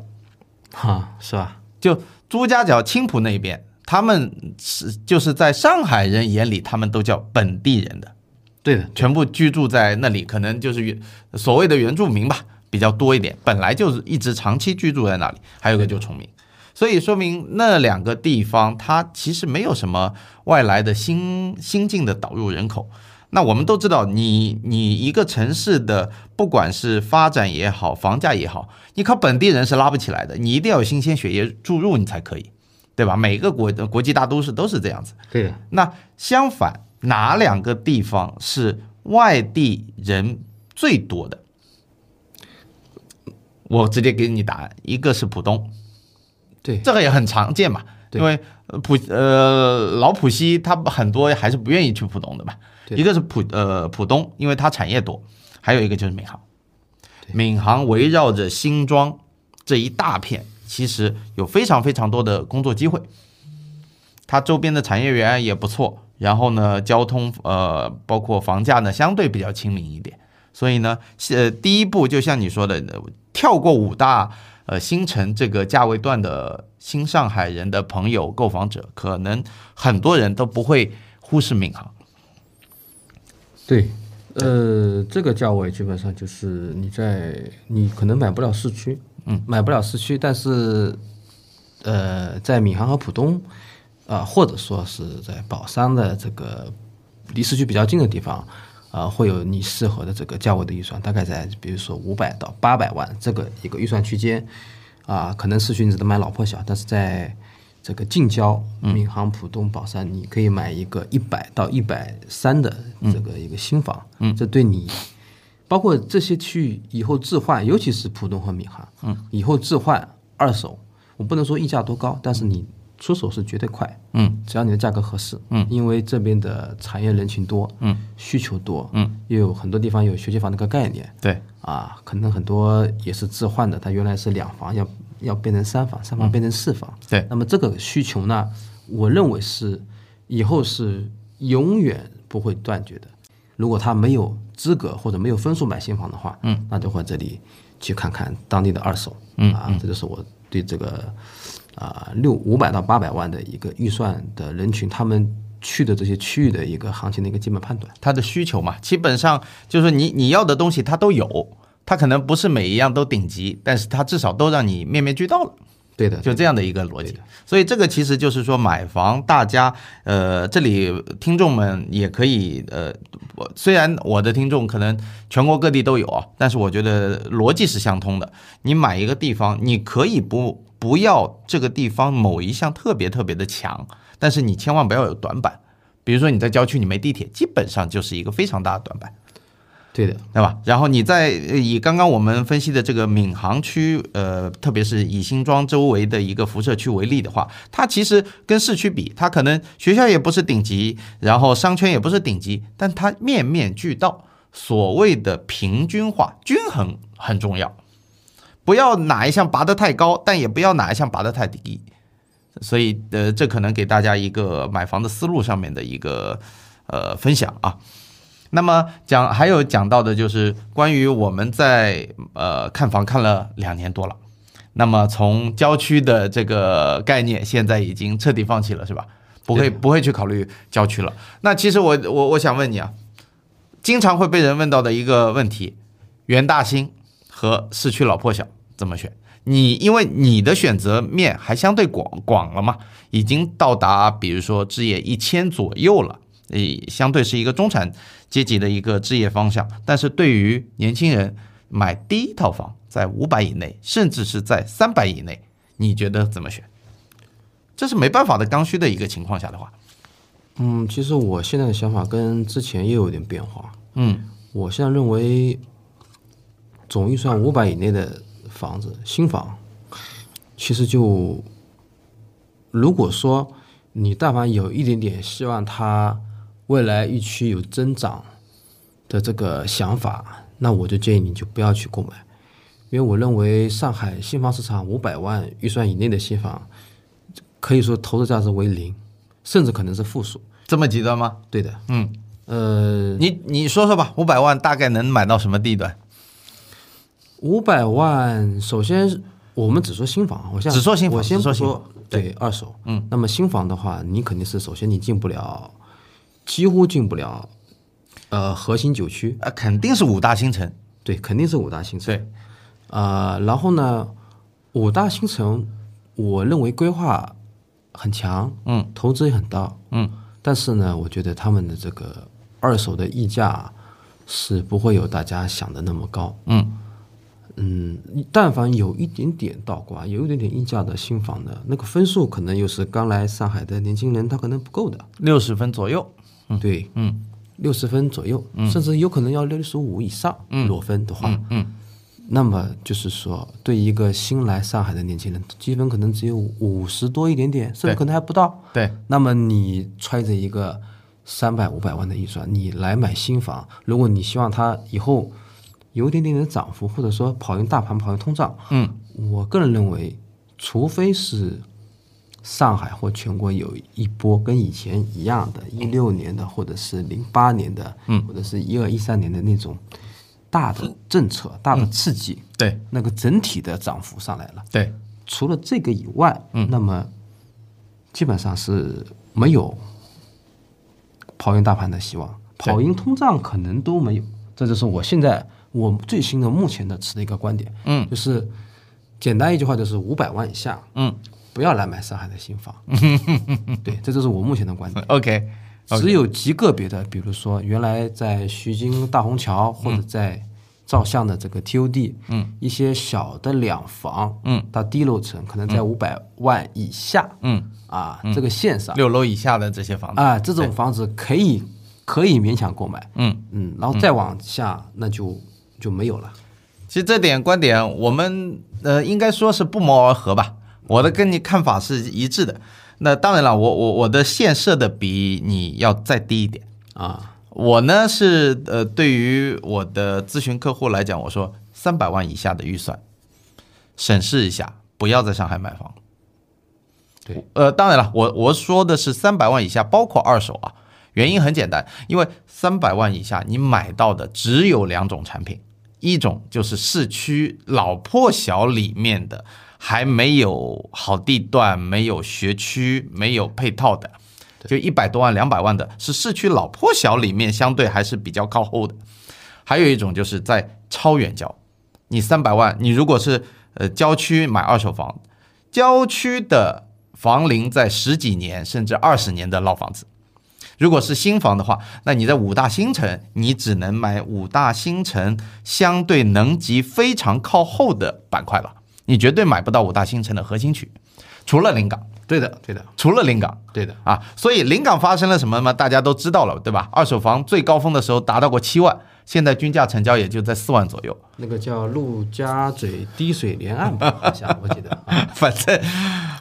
B: 哈，是吧？
A: 就朱家角青浦那边，他们是就是在上海人眼里，他们都叫本地人的。
B: 对的，
A: 全部居住在那里，可能就是原所谓的原住民吧，比较多一点，本来就是一直长期居住在那里。还有一个就崇明，所以说明那两个地方它其实没有什么外来的新新进的导入人口。那我们都知道你，你一个城市的不管是发展也好，房价也好，你靠本地人是拉不起来的，你一定要有新鲜血液注入你才可以，对吧？每个国国际大都市都是这样子。
B: 对的，
A: 那相反，哪两个地方是外地人最多的？我直接给你答案，一个是浦东，
B: 对，
A: 这个也很常见嘛，
B: 对
A: 因为呃浦呃老浦西他很多还是不愿意去浦东的嘛。
B: 对
A: 一个是浦呃浦东，因为它产业多，还有一个就是闵行。
B: 对
A: 闵行围绕着新庄这一大片，其实有非常非常多的工作机会，它周边的产业园也不错，然后呢，交通呃包括房价呢相对比较亲民一点，所以呢，呃第一步就像你说的，呃跳过五大呃新城这个价位段的新上海人的朋友购房者，可能很多人都不会忽视闵行。
B: 对，呃，这个价位基本上就是你在你可能买不了市区，嗯，买不了市区，但是，呃，在闵行和浦东，啊、或者说是在宝山的这个离市区比较近的地方，啊、会有你适合的这个价位的预算，大概在比如说五百到八百万这个一个预算区间，啊、可能市区你只能买老破小，但是在这个近郊，闵行、浦东、宝山，你可以买一个一百到一百三的这个一个新房，嗯，这对你，包括这些区域以后置换，尤其是浦东和闵行，嗯，以后置换二手，我不能说溢价多高，但是你出手是绝对快，
A: 嗯，
B: 只要你的价格合适，嗯，因为这边的产业人群多，嗯，需求多，嗯，又有很多地方有学区房这个概念，
A: 对，
B: 啊，可能很多也是置换的，它原来是两房，要要变成三房，三房变成四房。
A: 对
B: 那么这个需求呢，我认为是以后是永远不会断绝的。如果他没有资格或者没有分数买新房的话，嗯，那就会这里去看看当地的二手，嗯啊，这就是我对这个啊六五百到八百万的一个预算的人群，他们去的这些区域的一个行情的一个基本判断。
A: 它的需求嘛，基本上就是你你要的东西它都有，它可能不是每一样都顶级，但是它至少都让你面面俱到了。
B: 对的，
A: 就这样的一个逻辑。所以这个其实就是说，买房大家呃，这里听众们也可以呃，我虽然我的听众可能全国各地都有啊，但是我觉得逻辑是相通的。你买一个地方，你可以不不要这个地方某一项特别特别的强，但是你千万不要有短板。比如说你在郊区你没地铁，基本上就是一个非常大的短板。
B: 对的，
A: 对吧？然后你再呃以刚刚我们分析的这个闵行区，呃，特别是以新庄周围的一个辐射区为例的话，它其实跟市区比，它可能学校也不是顶级，然后商圈也不是顶级，但它面面俱到。所谓的平均化、均衡很重要，不要哪一项拔得太高，但也不要哪一项拔得太低。所以，呃，这可能给大家一个买房的思路上面的一个呃分享啊。那么讲还有讲到的就是关于我们在呃看房看了两年多了，那么从郊区的这个概念现在已经彻底放弃了，是吧？不会不会去考虑郊区了。那其实我我我想问你啊，经常会被人问到的一个问题，元大兴和市区老破小怎么选？你因为你的选择面还相对广广了嘛，已经到达比如说置业一千左右了，呃，相对是一个中产阶级的一个置业方向。但是对于年轻人，买第一套房在五百以内，甚至是在三百以内，你觉得怎么选？这是没办法的刚需的一个情况下的话，
B: 嗯，其实我现在的想法跟之前也有点变化。
A: 嗯，
B: 我现在认为，总预算五百以内的房子，新房，其实就，如果说你但凡有一点点希望它未来预期有增长的这个想法，那我就建议你就不要去购买，因为我认为上海新房市场五百万预算以内的新房，可以说投资价值为零，甚至可能是负数。
A: 这么极端吗？
B: 对的，
A: 嗯，
B: 呃，
A: 你你说说吧，五百万大概能买到什么地段？
B: 五百万，首先我们只说新房，我现在
A: 只说新房
B: 我先
A: 只
B: 不
A: 说新
B: 说对二手。嗯，那么新房的话，你肯定是首先你进不了，几乎进不了，呃，核心九区，
A: 啊，肯定是五大新城。
B: 对，肯定是五大新城。
A: 对，
B: 呃，然后呢，五大新城，我认为规划很强，
A: 嗯，
B: 投资也很大，
A: 嗯，
B: 但是呢，我觉得他们的这个二手的溢价是不会有大家想的那么高，
A: 嗯
B: 嗯，但凡有一点点倒挂，有一点点溢价的新房的那个分数，可能又是刚来上海的年轻人他可能不够的，
A: 六十分左右。
B: 对，
A: 嗯
B: 六十分左右，甚至有可能要六十五以上裸分的话，
A: 嗯
B: 那么就是说，对一个新来上海的年轻人，积分可能只有五十多一点点，甚至可能还不到。
A: 对，
B: 那么你揣着一个三百五百万的预算，你来买新房，如果你希望它以后有一点点的涨幅，或者说跑赢大盘、跑赢通胀，
A: 嗯
B: 我个人认为，除非是上海或全国有一波跟以前一样的，一六年的，或者是零八年的，嗯，或者是一二一三年的那种大的政策、大的刺激，
A: 对
B: 那个整体的涨幅上来了。
A: 对，
B: 除了这个以外，嗯，那么基本上是没有跑赢大盘的希望，
A: 对
B: 跑赢通胀可能都没有。这就是我现在我最新的目前的持的一个观点，
A: 嗯，
B: 就是简单一句话就是五百万以下
A: 嗯
B: 不要来买上海的新 房。对，这就是我目前的观点。
A: 嗯，OK，
B: 只有极个别的，比如说原来在徐泾大虹桥或者在照相的这个 TOD，嗯，一些小的两房，
A: 嗯，
B: 到低楼层可能在五百万以下，
A: 嗯，
B: 啊，这个线上
A: 六楼以下的这些房子，
B: 啊，这种房子可以可以勉强购买，
A: 嗯，
B: 嗯，然后再往下那就就没有了。
A: 其实这点观点我们呃应该说是不谋而合吧。我的跟你看法是一致的。那当然了，我我我的线设的比你要再低一点。
B: 啊，
A: 我呢是呃，对于我的咨询客户来讲，我说三百万以下的预算，审视一下，不要在上海买房。
B: 对，
A: 呃，当然了，我我说的是三百万以下，包括二手啊。原因很简单，因为三百万以下你买到的只有两种产品，一种就是市区老破小里面的还没有好地段、没有学区、没有配套的，就一百多万、两百万的，是市区老破小里面相对还是比较靠后的。还有一种就是在超远郊，你三百万，你如果是呃郊区买二手房，郊区的房龄在十几年甚至二十年的老房子。如果是新房的话，那你在五大新城，你只能买五大新城相对能级非常靠后的板块了，你绝对买不到五大新城的核心区，除了临港，
B: 对的，对的，
A: 除了临港，
B: 对的，
A: 啊，所以临港发生了什么嘛？大家都知道了，对吧？二手房最高峰的时候达到过七万，现在均价成交也就在四万左右。
B: 那个叫陆家嘴滴水连岸吧，好像我记得 啊，
A: 反正，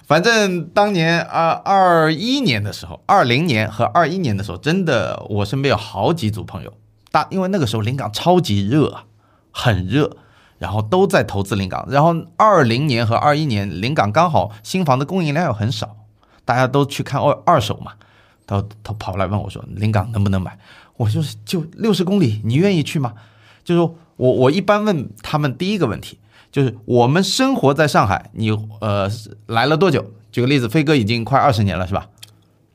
A: 反正当年啊，二一年的时候，二零年和二一年的时候，真的我身边有好几组朋友，大因为那个时候临港超级热啊，很热。然后都在投资临港，然后二零年和二一年临港刚好新房的供应量又很少，大家都去看二二手嘛，他他跑来问我说：“临港能不能买？”我说：“就六十公里，你愿意去吗？”就是说我我一般问他们第一个问题就是我们生活在上海，你呃是来了多久？举个例子，飞哥已经快二十年了，是吧？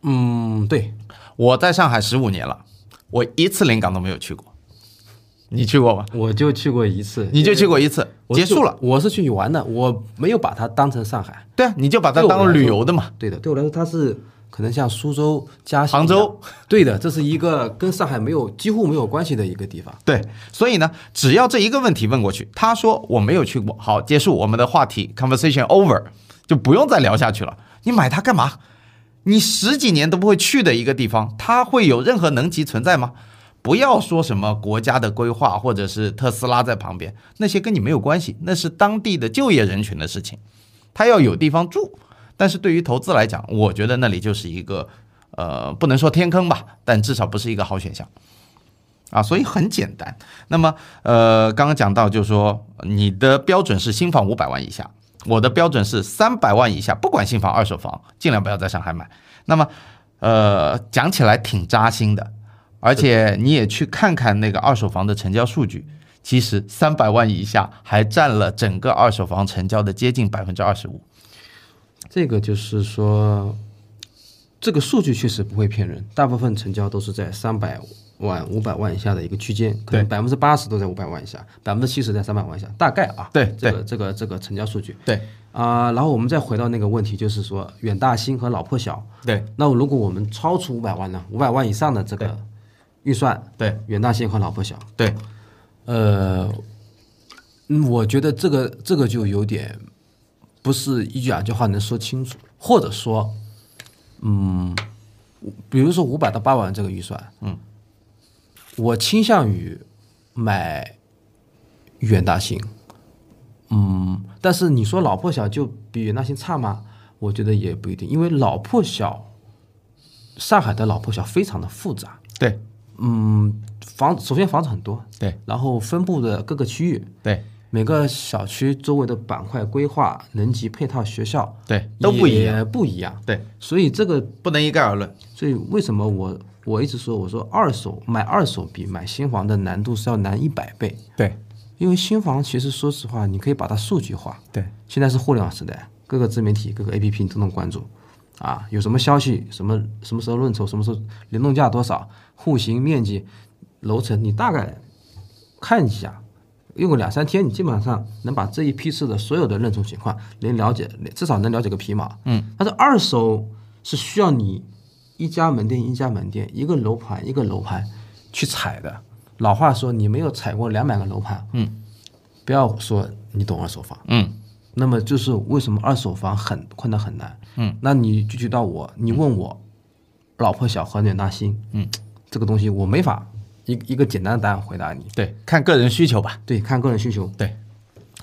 B: 嗯，对，
A: 我在上海十五年了，我一次临港都没有去过，你去过吗？
B: 我就去过一次，
A: 你就去过一次，
B: 我
A: 结
B: 是
A: 束了。
B: 我是去玩的，我没有把它当成上海。
A: 对啊，你就把它
B: 对我来
A: 当
B: 说
A: 旅游的嘛。
B: 对的，对我来说它是可能像苏州、嘉兴、
A: 杭州，
B: 对的，这是一个跟上海没有几乎没有关系的一个地方。
A: 对，所以呢，只要这一个问题问过去，他说我没有去过，好，结束我们的话题，conversation over，就不用再聊下去了。你买它干嘛？你十几年都不会去的一个地方，它会有任何能级存在吗？不要说什么国家的规划或者是特斯拉在旁边，那些跟你没有关系，那是当地的就业人群的事情，他要有地方住。但是对于投资来讲，我觉得那里就是一个，呃，不能说天坑吧，但至少不是一个好选项。啊，所以很简单。那么，呃，刚刚讲到，就是说你的标准是新房五百万以下，我的标准是三百万以下，不管新房二手房，尽量不要在上海买。那么，呃，讲起来挺扎心的，而且你也去看看那个二手房的成交数据，其实三百万以下还占了整个二手房成交的接近百分之二十五。
B: 这个就是说，这个数据确实不会骗人，大部分成交都是在三百万、五百万以下的一个区间，可能百分之八十都在五百万以下，百分之七十在三百万以下，大概啊。
A: 对
B: 这个这个这个成交数据
A: 对
B: 啊、然后我们再回到那个问题，就是说远大新和老破小，
A: 对
B: 那如果我们超出五百万呢？五百万以上的这个预算，
A: 对
B: 远大新和老破小，
A: 对，
B: 呃，嗯我觉得这个这个就有点不是一句两句话能说清楚，或者说，嗯，比如说五百到八万这个预算，嗯，我倾向于买远大型，嗯，但是你说老破小就比远大型差吗？我觉得也不一定，因为老破小，上海的老破小非常的复杂，
A: 对
B: 嗯，房首先房子很多，
A: 对
B: 然后分布的各个区域，
A: 对
B: 每个小区周围的板块规划、能级配套、学校
A: 对，都不一样，
B: 样，不一样。
A: 对，
B: 所以这个，
A: 不能一概而论。
B: 所以为什么我我一直说，我说二手买二手比买新房的难度是要难一百倍，
A: 对
B: 因为新房其实说实话，你可以把它数据化。
A: 对
B: 现在是互联网时代，各个自媒体、各个 APP 你都能关注，啊，有什么消息，什么什么时候论筹，什么时候联动价多少，户型面积、楼层，你大概看一下，用个两三天，你基本上能把这一批次的所有的认筹情况能了解，至少能了解个皮毛。嗯，但是二手是需要你一家门店一家门店，一个楼盘一个楼盘去踩的。老话说，你没有踩过两百个楼盘，嗯，不要说你懂二手房，
A: 嗯，
B: 那么就是为什么二手房很困难很难？嗯，那你具体到我，你问我，老婆小和远大新，嗯，这个东西我没法一一个简单的答案回答你。
A: 对，看个人需求吧。
B: 对，看个人需求。
A: 对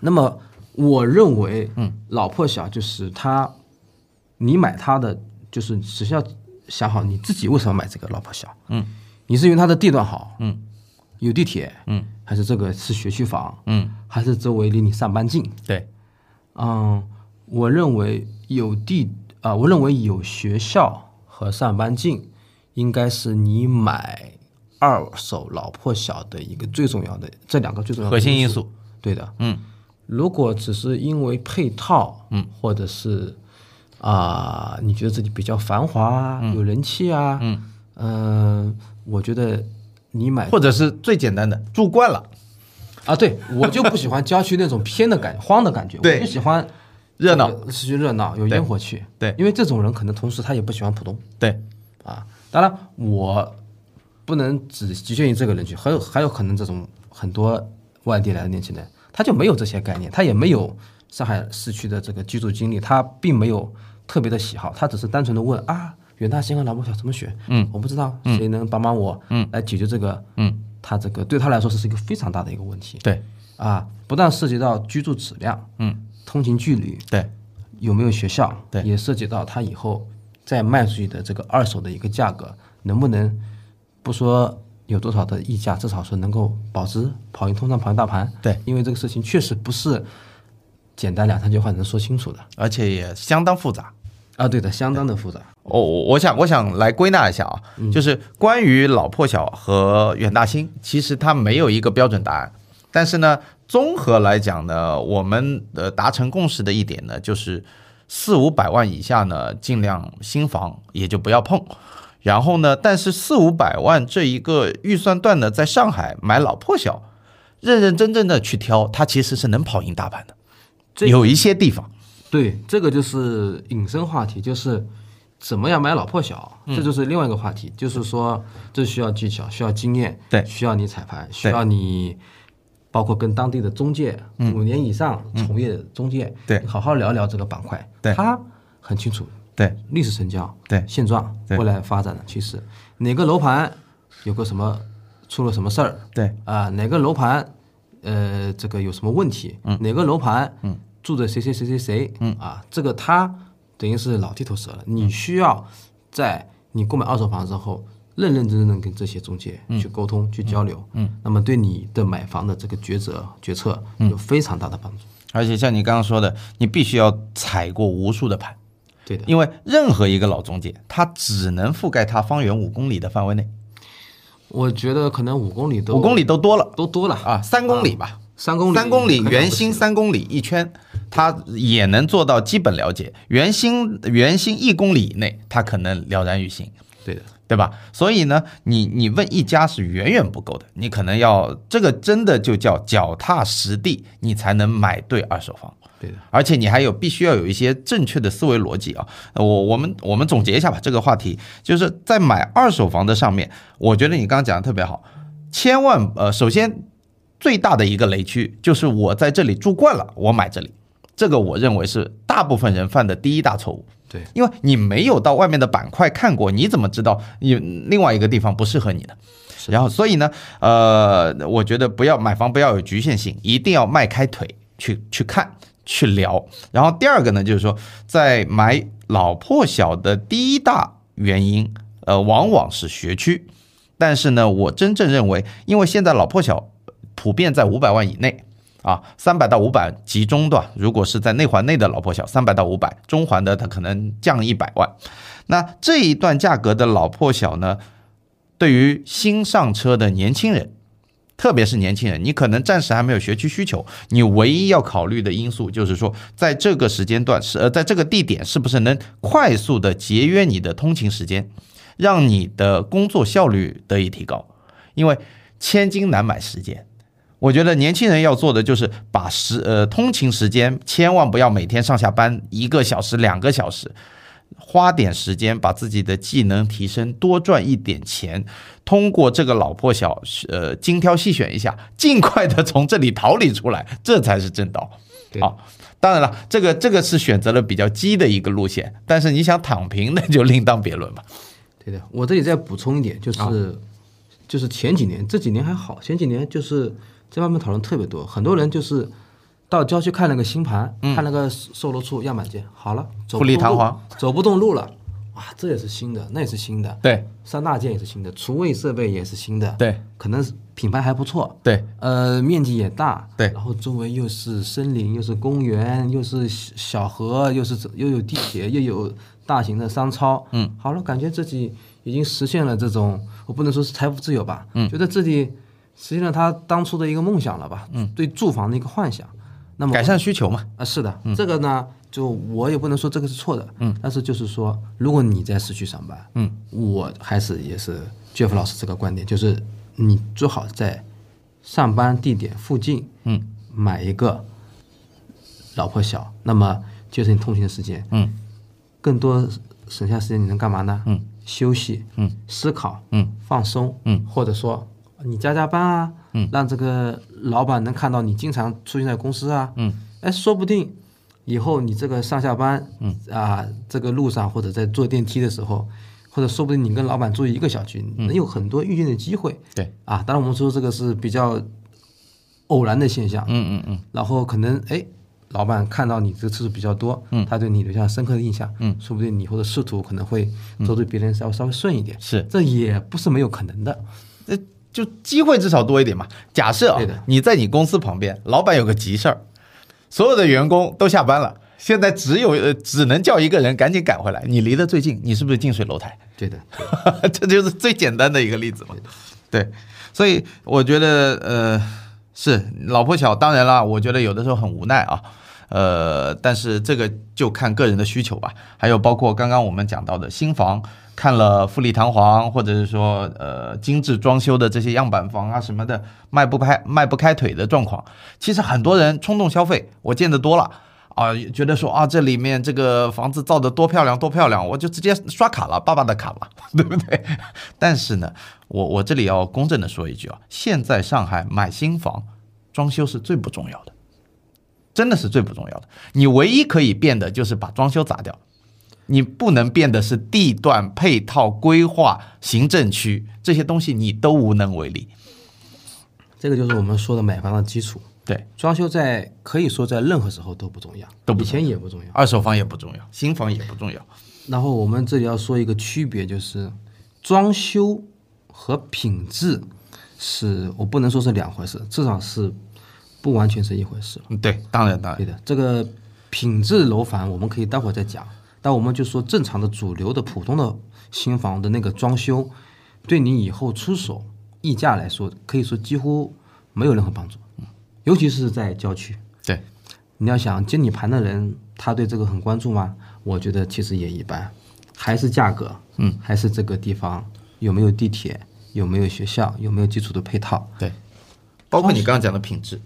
B: 那么我认为，嗯，老破小就是它，你买它的就是只需要想好你自己为什么买这个老破小，嗯，你是因为它的地段好，嗯，有地铁，嗯，还是这个是学区房，
A: 嗯，
B: 还是周围离你上班近，
A: 对
B: 嗯，我认为有地啊、我认为有学校和上班近，应该是你买二手老破小的一个最重要的这两个最重要的
A: 核心因
B: 素。
A: 素。
B: 对的，
A: 嗯，
B: 如果只是因为配套，嗯，或者是啊、你觉得自己比较繁华啊，有人气啊，嗯，
A: 嗯
B: 呃，我觉得你买
A: 或者是最简单的住惯了，
B: 啊，对我就不喜欢郊区那种偏的感觉、荒的感觉，
A: 对
B: 我就喜欢
A: 热闹
B: 这个市区热闹，有烟火气。
A: 对
B: 因为这种人可能同时他也不喜欢浦东
A: 对
B: 啊。当然，我不能只局限于这个人群，还有还有可能这种很多外地来的年轻人，他就没有这些概念，他也没有上海市区的这个居住经历，他并没有特别的喜好，他只是单纯的问啊，远大新和老母小怎么选？嗯，我不知道，谁能帮帮我？嗯，来解决这个，嗯，他这个对他来说这是一个非常大的一个问题。
A: 对
B: 啊，不但涉及到居住质量，嗯，通勤距离
A: 对
B: 有没有学校，
A: 对
B: 也涉及到它以后再卖出去的这个二手的一个价格，能不能不说有多少的溢价，至少说能够保值，跑赢通胀，跑赢大盘。
A: 对，
B: 因为这个事情确实不是简单两三句话能说清楚的
A: 而且也相当复杂。
B: 啊，对的，相当的复杂。
A: 我、哦我我想我想来归纳一下啊，就是关于老破小和远大新，其实它没有一个标准答案，但是呢，综合来讲呢，我们呃达成共识的一点呢，就是四五百万以下呢，尽量新房也就不要碰。然后呢，但是四五百万这一个预算段呢，在上海买老破小，认认真真的去挑，它其实是能跑赢大盘的，
B: 这
A: 有一些地方。
B: 对，这个就是引申话题，就是怎么样买老破小，
A: 嗯
B: 这就是另外一个话题，就是说这需要技巧，需要经验，
A: 对
B: 需要你彩排，需要你包括跟当地的中介，五年以上从业的中介，
A: 嗯对
B: 好好聊一聊这个板块，
A: 对
B: 他很清楚
A: 对
B: 历史成交，
A: 对
B: 现状，
A: 对
B: 未来发展的趋势，哪个楼盘有个什么出了什么事儿，
A: 对
B: 啊，哪个楼盘，呃，这个有什么问题？哪个楼盘，住着谁谁谁谁谁，啊，这个他等于是老地头蛇了。你需要在你购买二手房之后，认认真真的跟这些中介去沟通、去交流，那么对你的买房的这个抉择、决策有非常大的帮助。
A: 而且像你刚刚说的，你必须要踩过无数的盘，
B: 对的，
A: 因为任何一个老中介，他只能覆盖他方圆五公里的范围内，
B: 我觉得可能五公里都
A: 五公里都多了
B: 都多了，
A: 啊，三公里吧，
B: 三公里，
A: 三公里圆心三公里一圈，他也能做到基本了解。圆心圆心一公里以内，他可能了然于心，
B: 对的，
A: 对吧？所以呢，你你问一家是远远不够的，你可能要这个真的就叫脚踏实地，你才能买对二手房。
B: 对的，
A: 而且你还有必须要有一些正确的思维逻辑啊。呃我我们我们总结一下吧，这个话题就是在买二手房的上面，我觉得你刚刚讲的特别好，千万呃，首先最大的一个雷区就是我在这里住惯了，我买这里，这个我认为是大部分人犯的第一大错误。
B: 对，
A: 因为你没有到外面的板块看过，你怎么知道有另外一个地方不适合你呢？然后，所以呢，呃，我觉得不要买房不要有局限性，一定要迈开腿去去看去聊。然后第二个呢，就是说，在买老破小的第一大原因，呃，往往是学区。但是呢，我真正认为，因为现在老破小普遍在五百万以内啊，三百到五百集中的，如果是在内环内的老破小，三百到五百，中环的它可能降一百万。那这一段价格的老破小呢，对于新上车的年轻人，特别是年轻人，你可能暂时还没有学区需求，你唯一要考虑的因素就是说，在这个时间段是呃，在这个地点是不是能快速的节约你的通勤时间，让你的工作效率得以提高，因为千金难买时间。我觉得年轻人要做的就是把时呃通勤时间千万不要每天上下班一个小时两个小时，花点时间把自己的技能提升，多赚一点钱，通过这个老破小，呃，精挑细选一下，尽快的从这里逃离出来，这才是正道。
B: 对
A: 好、当然了，这个这个是选择了比较激的一个路线，但是你想躺平，那就另当别论吧。
B: 对的，我这里再补充一点，就是、
A: 啊
B: 就是前几年，这几年还好，前几年就是这方面讨论特别多，很多人就是到郊区看了个新盘，看了个售楼处样板间，好了，走
A: 嗯富
B: 不
A: 丽
B: 动
A: 堂
B: 路
A: 皇，
B: 走不动路了，哇，这也是新的，那也是新的，
A: 对
B: 三大件也是新的，厨卫设备也是新的，
A: 对，
B: 可能是品牌还不错，
A: 对
B: 呃，面积也大，
A: 对
B: 然后周围又是森林，又是公园，又是小小河，又是又有地铁，又有大型的商超，嗯，好了，感觉自己已经实现了这种，我不能说是财富自由吧，嗯，觉得自己实现了他当初的一个梦想了吧，嗯，对住房的一个幻想，那么
A: 改善需求嘛，
B: 啊，是的，这个呢，就我也不能说这个是错的，嗯，但是就是说，如果你在市区上班，嗯，我还是也是 Jeff 老师这个观点，就是你最好在上班地点附近，嗯，买一个老破小，那么节省你通勤的时间，
A: 嗯，
B: 更多省下时间你能干嘛呢？嗯，休息，嗯，思考，嗯，放松，嗯，或者说你加加班啊，嗯，让这个老板能看到你经常出现在公司啊，嗯，哎，说不定以后你这个上下班，嗯啊，这个路上或者在坐电梯的时候。或者说不定你跟老板住一个小区，能有很多遇见的机会。
A: 对
B: 啊，当然我们说这个是比较偶然的现象，
A: 嗯嗯嗯，
B: 然后可能哎，老板看到你这个次数比较多，嗯，他对你留下深刻的印象，嗯，说不定你以后的仕途可能会都对别人稍稍微顺一点，
A: 是
B: 这也不是没有可能的，
A: 呃，就机会至少多一点嘛。假设啊
B: 对的，
A: 你在你公司旁边，老板有个急事儿，所有的员工都下班了，现在只有呃只能叫一个人赶紧赶回来，你离得最近，你是不是近水楼台？
B: 对的，
A: 这就是最简单的一个例子嘛。对，所以我觉得呃是老婆小，当然啦，我觉得有的时候很无奈啊。呃，但是这个就看个人的需求吧，还有包括刚刚我们讲到的新房，看了富丽堂皇，或者是说呃精致装修的这些样板房啊什么的，迈不开迈不开腿的状况，其实很多人冲动消费，我见得多了。啊，觉得说啊这里面这个房子造的多漂亮多漂亮，我就直接刷卡了，爸爸的卡嘛， 对不对？但是呢，我我这里要公正的说一句啊，现在上海买新房，装修是最不重要的。真的是最不重要的。你唯一可以变的就是把装修砸掉，你不能变的是地段配套规划、行政区这些东西，你都无能为力。
B: 这个就是我们说的买房的基础。
A: 对，
B: 装修在可以说在任何时候都不重要，
A: 都不
B: 以
A: 重
B: 前也不重要。
A: 二手房也不重要，新房也不重要。
B: 然后我们这里要说一个区别，就是装修和品质是我不能说是两回事，至少是不完全是一回事。
A: 嗯，对，当然当然，
B: 对的，这个品质楼房我们可以待会儿再讲，但我们就说正常的主流的普通的新房的那个装修，对你以后出手溢价来说，可以说几乎没有任何帮助，尤其是在郊区。
A: 对，
B: 你要想接你盘的人，他对这个很关注吗？我觉得其实也一般，还是价格，嗯，还是这个地方有没有地铁，有没有学校，有没有基础的配套，
A: 对，包括你刚刚讲的品质，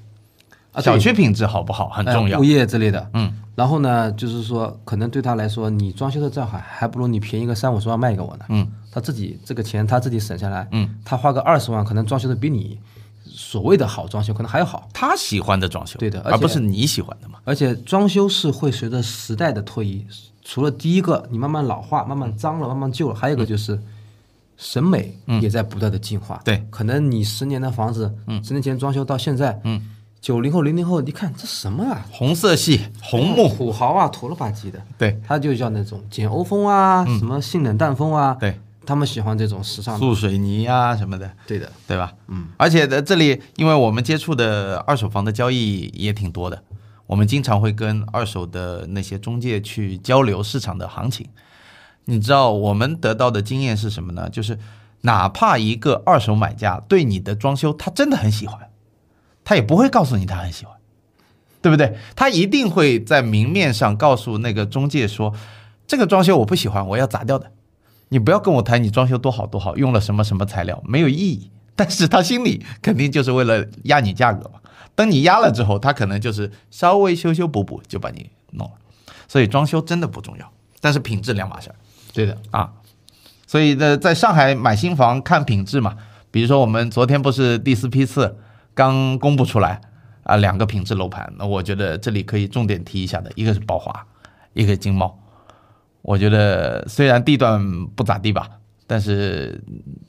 B: 啊对
A: 小区品质好不好很重
B: 呃
A: 要。
B: 物业之类的，
A: 嗯。
B: 然后呢，就是说，可能对他来说，你装修的再好，还不如你便宜个三五十万卖给我呢。
A: 嗯，
B: 他自己这个钱他自己省下来，
A: 嗯，
B: 他花个二十万，可能装修的比你所谓的好装修可能还要好。
A: 他喜欢的装修，
B: 对的而
A: 而不
B: 且
A: 是你喜欢的嘛。
B: 而且装修是会随着时代的推移，除了第一个你慢慢老化、慢慢脏了、慢慢旧了，还有一个就是审美也在不断的进化。
A: 嗯对嗯
B: 可能你十年的房子，十年前装修到现在，嗯，九零后、零零后，你看这什么啊？
A: 红色系，红木，
B: 土豪啊，土了吧唧的，
A: 对
B: 他就叫那种简欧风啊，什么性冷淡风啊，
A: 对，
B: 他们喜欢这种时尚的。
A: 素水泥啊什么的。
B: 对的，
A: 对吧？嗯，而且在这里，因为我们接触的二手房的交易也挺多的，我们经常会跟二手的那些中介去交流市场的行情。你知道我们得到的经验是什么呢？就是哪怕一个二手买家对你的装修他真的很喜欢，他也不会告诉你他很喜欢，对不对？他一定会在明面上告诉那个中介说，这个装修我不喜欢，我要砸掉的。你不要跟我谈你装修多好多好，用了什么什么材料，没有意义。但是他心里肯定就是为了压你价格嘛。等你压了之后，他可能就是稍微修修补补就把你弄了。所以装修真的不重要，但是品质两码事儿
B: 对的，
A: 啊。所以呢，在上海买新房看品质嘛，比如说我们昨天不是第四批次刚公布出来啊，两个品质楼盘，那我觉得这里可以重点提一下的，一个是宝华，一个是金茂。我觉得虽然地段不咋地吧，但是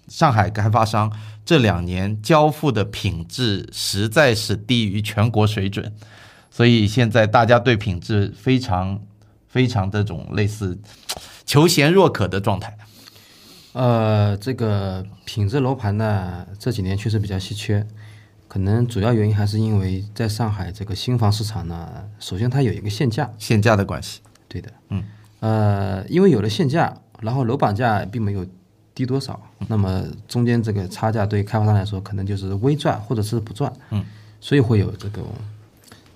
A: 上海开发商这两年交付的品质实在是低于全国水准，所以现在大家对品质非常非常这种类似求贤若渴的状态。
B: 呃，这个品质楼盘呢，这几年确实比较稀缺，可能主要原因还是因为在上海这个新房市场呢，首先它有一个限价，
A: 限价的关系，
B: 对的，
A: 嗯，
B: 呃，因为有了限价，然后楼板价并没有低多少，那么中间这个差价对开发商来说可能就是微赚或者是不赚，嗯，所以会有这种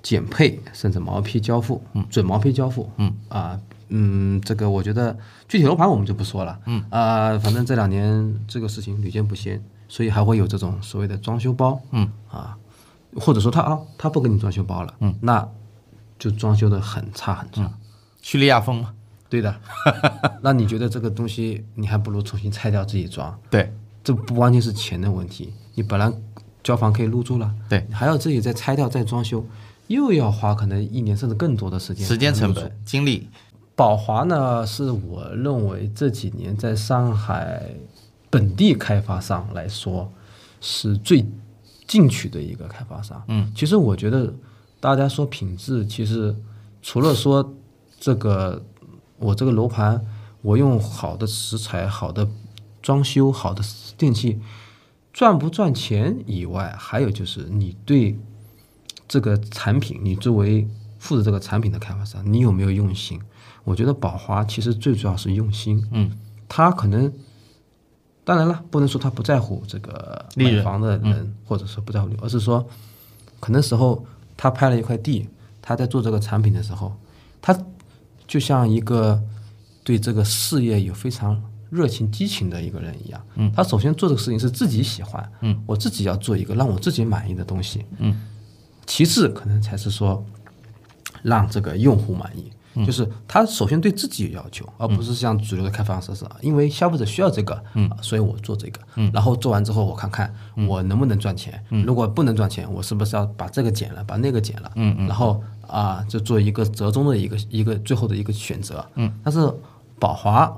B: 减配甚至毛坯交付，嗯，准毛坯交付，嗯啊。嗯，这个我觉得具体楼盘我们就不说了，嗯啊、反正这两年这个事情屡见不鲜，所以还会有这种所谓的装修包，嗯啊，或者说他啊他不给你装修包了，嗯，那就装修的很差很差，
A: 叙利亚风嘛，
B: 对的， 那你觉得这个东西，你还不如重新拆掉自己装，
A: 对
B: 这不完全是钱的问题，你本来交房可以入住了，
A: 对，
B: 你还要自己再拆掉再装修，又要花可能一年甚至更多的时间，
A: 时间成。本、精力，
B: 宝华呢，是我认为这几年在上海本地开发商来说是最进取的一个开发商。嗯，其实我觉得大家说品质，其实除了说这个我这个楼盘，我用好的食材、好的装修、好的电器，赚不赚钱以外，还有就是你对这个产品，你作为负责这个产品的开发商，你有没有用心？我觉得宝华其实最主要是用心，
A: 嗯，
B: 他可能，当然了，不能说他不在乎这个
A: 利润
B: 买房的人，或者说不在乎利润，而是说，可能时候他拍了一块地，他在做这个产品的时候，他就像一个对这个事业有非常热情激情的一个人一样。嗯，他首先做这个事情是自己喜欢，嗯，我自己要做一个让我自己满意的东西，嗯，其次可能才是说让这个用户满意。就是他首先对自己有要求，而不是像主流的开放式市场，因为消费者需要这个，啊所以我做这个，然后做完之后我看看我能不能赚钱，如果不能赚钱，我是不是要把这个减了，把那个减了，然后啊就做一个折中的一个一个最后的一个选择，但是宝华。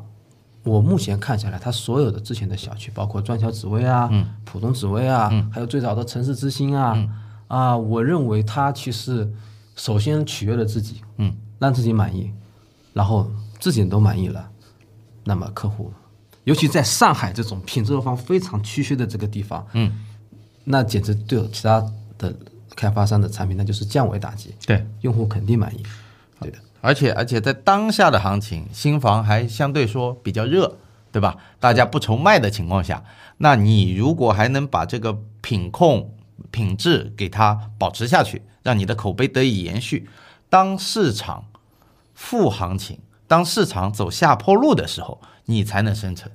B: 我目前看下来，它所有的之前的小区，包括砖桥紫薇啊、浦东紫薇啊，还有最早的城市之星啊，啊，我认为它其实首先取悦了自己，嗯，让自己满意，然后自己都满意了，那么客户，尤其在上海这种品质楼房非常稀缺的这个地方，嗯，那简直对其他的开发商的产品那就是降维打击，
A: 对，
B: 用户肯定满意，对的。
A: 而且而且在当下的行情，新房还相对说比较热，对吧？大家不愁卖的情况下，那你如果还能把这个品控品质给它保持下去，让你的口碑得以延续，当市场负行情，当市场走下坡路的时候，你才能生存。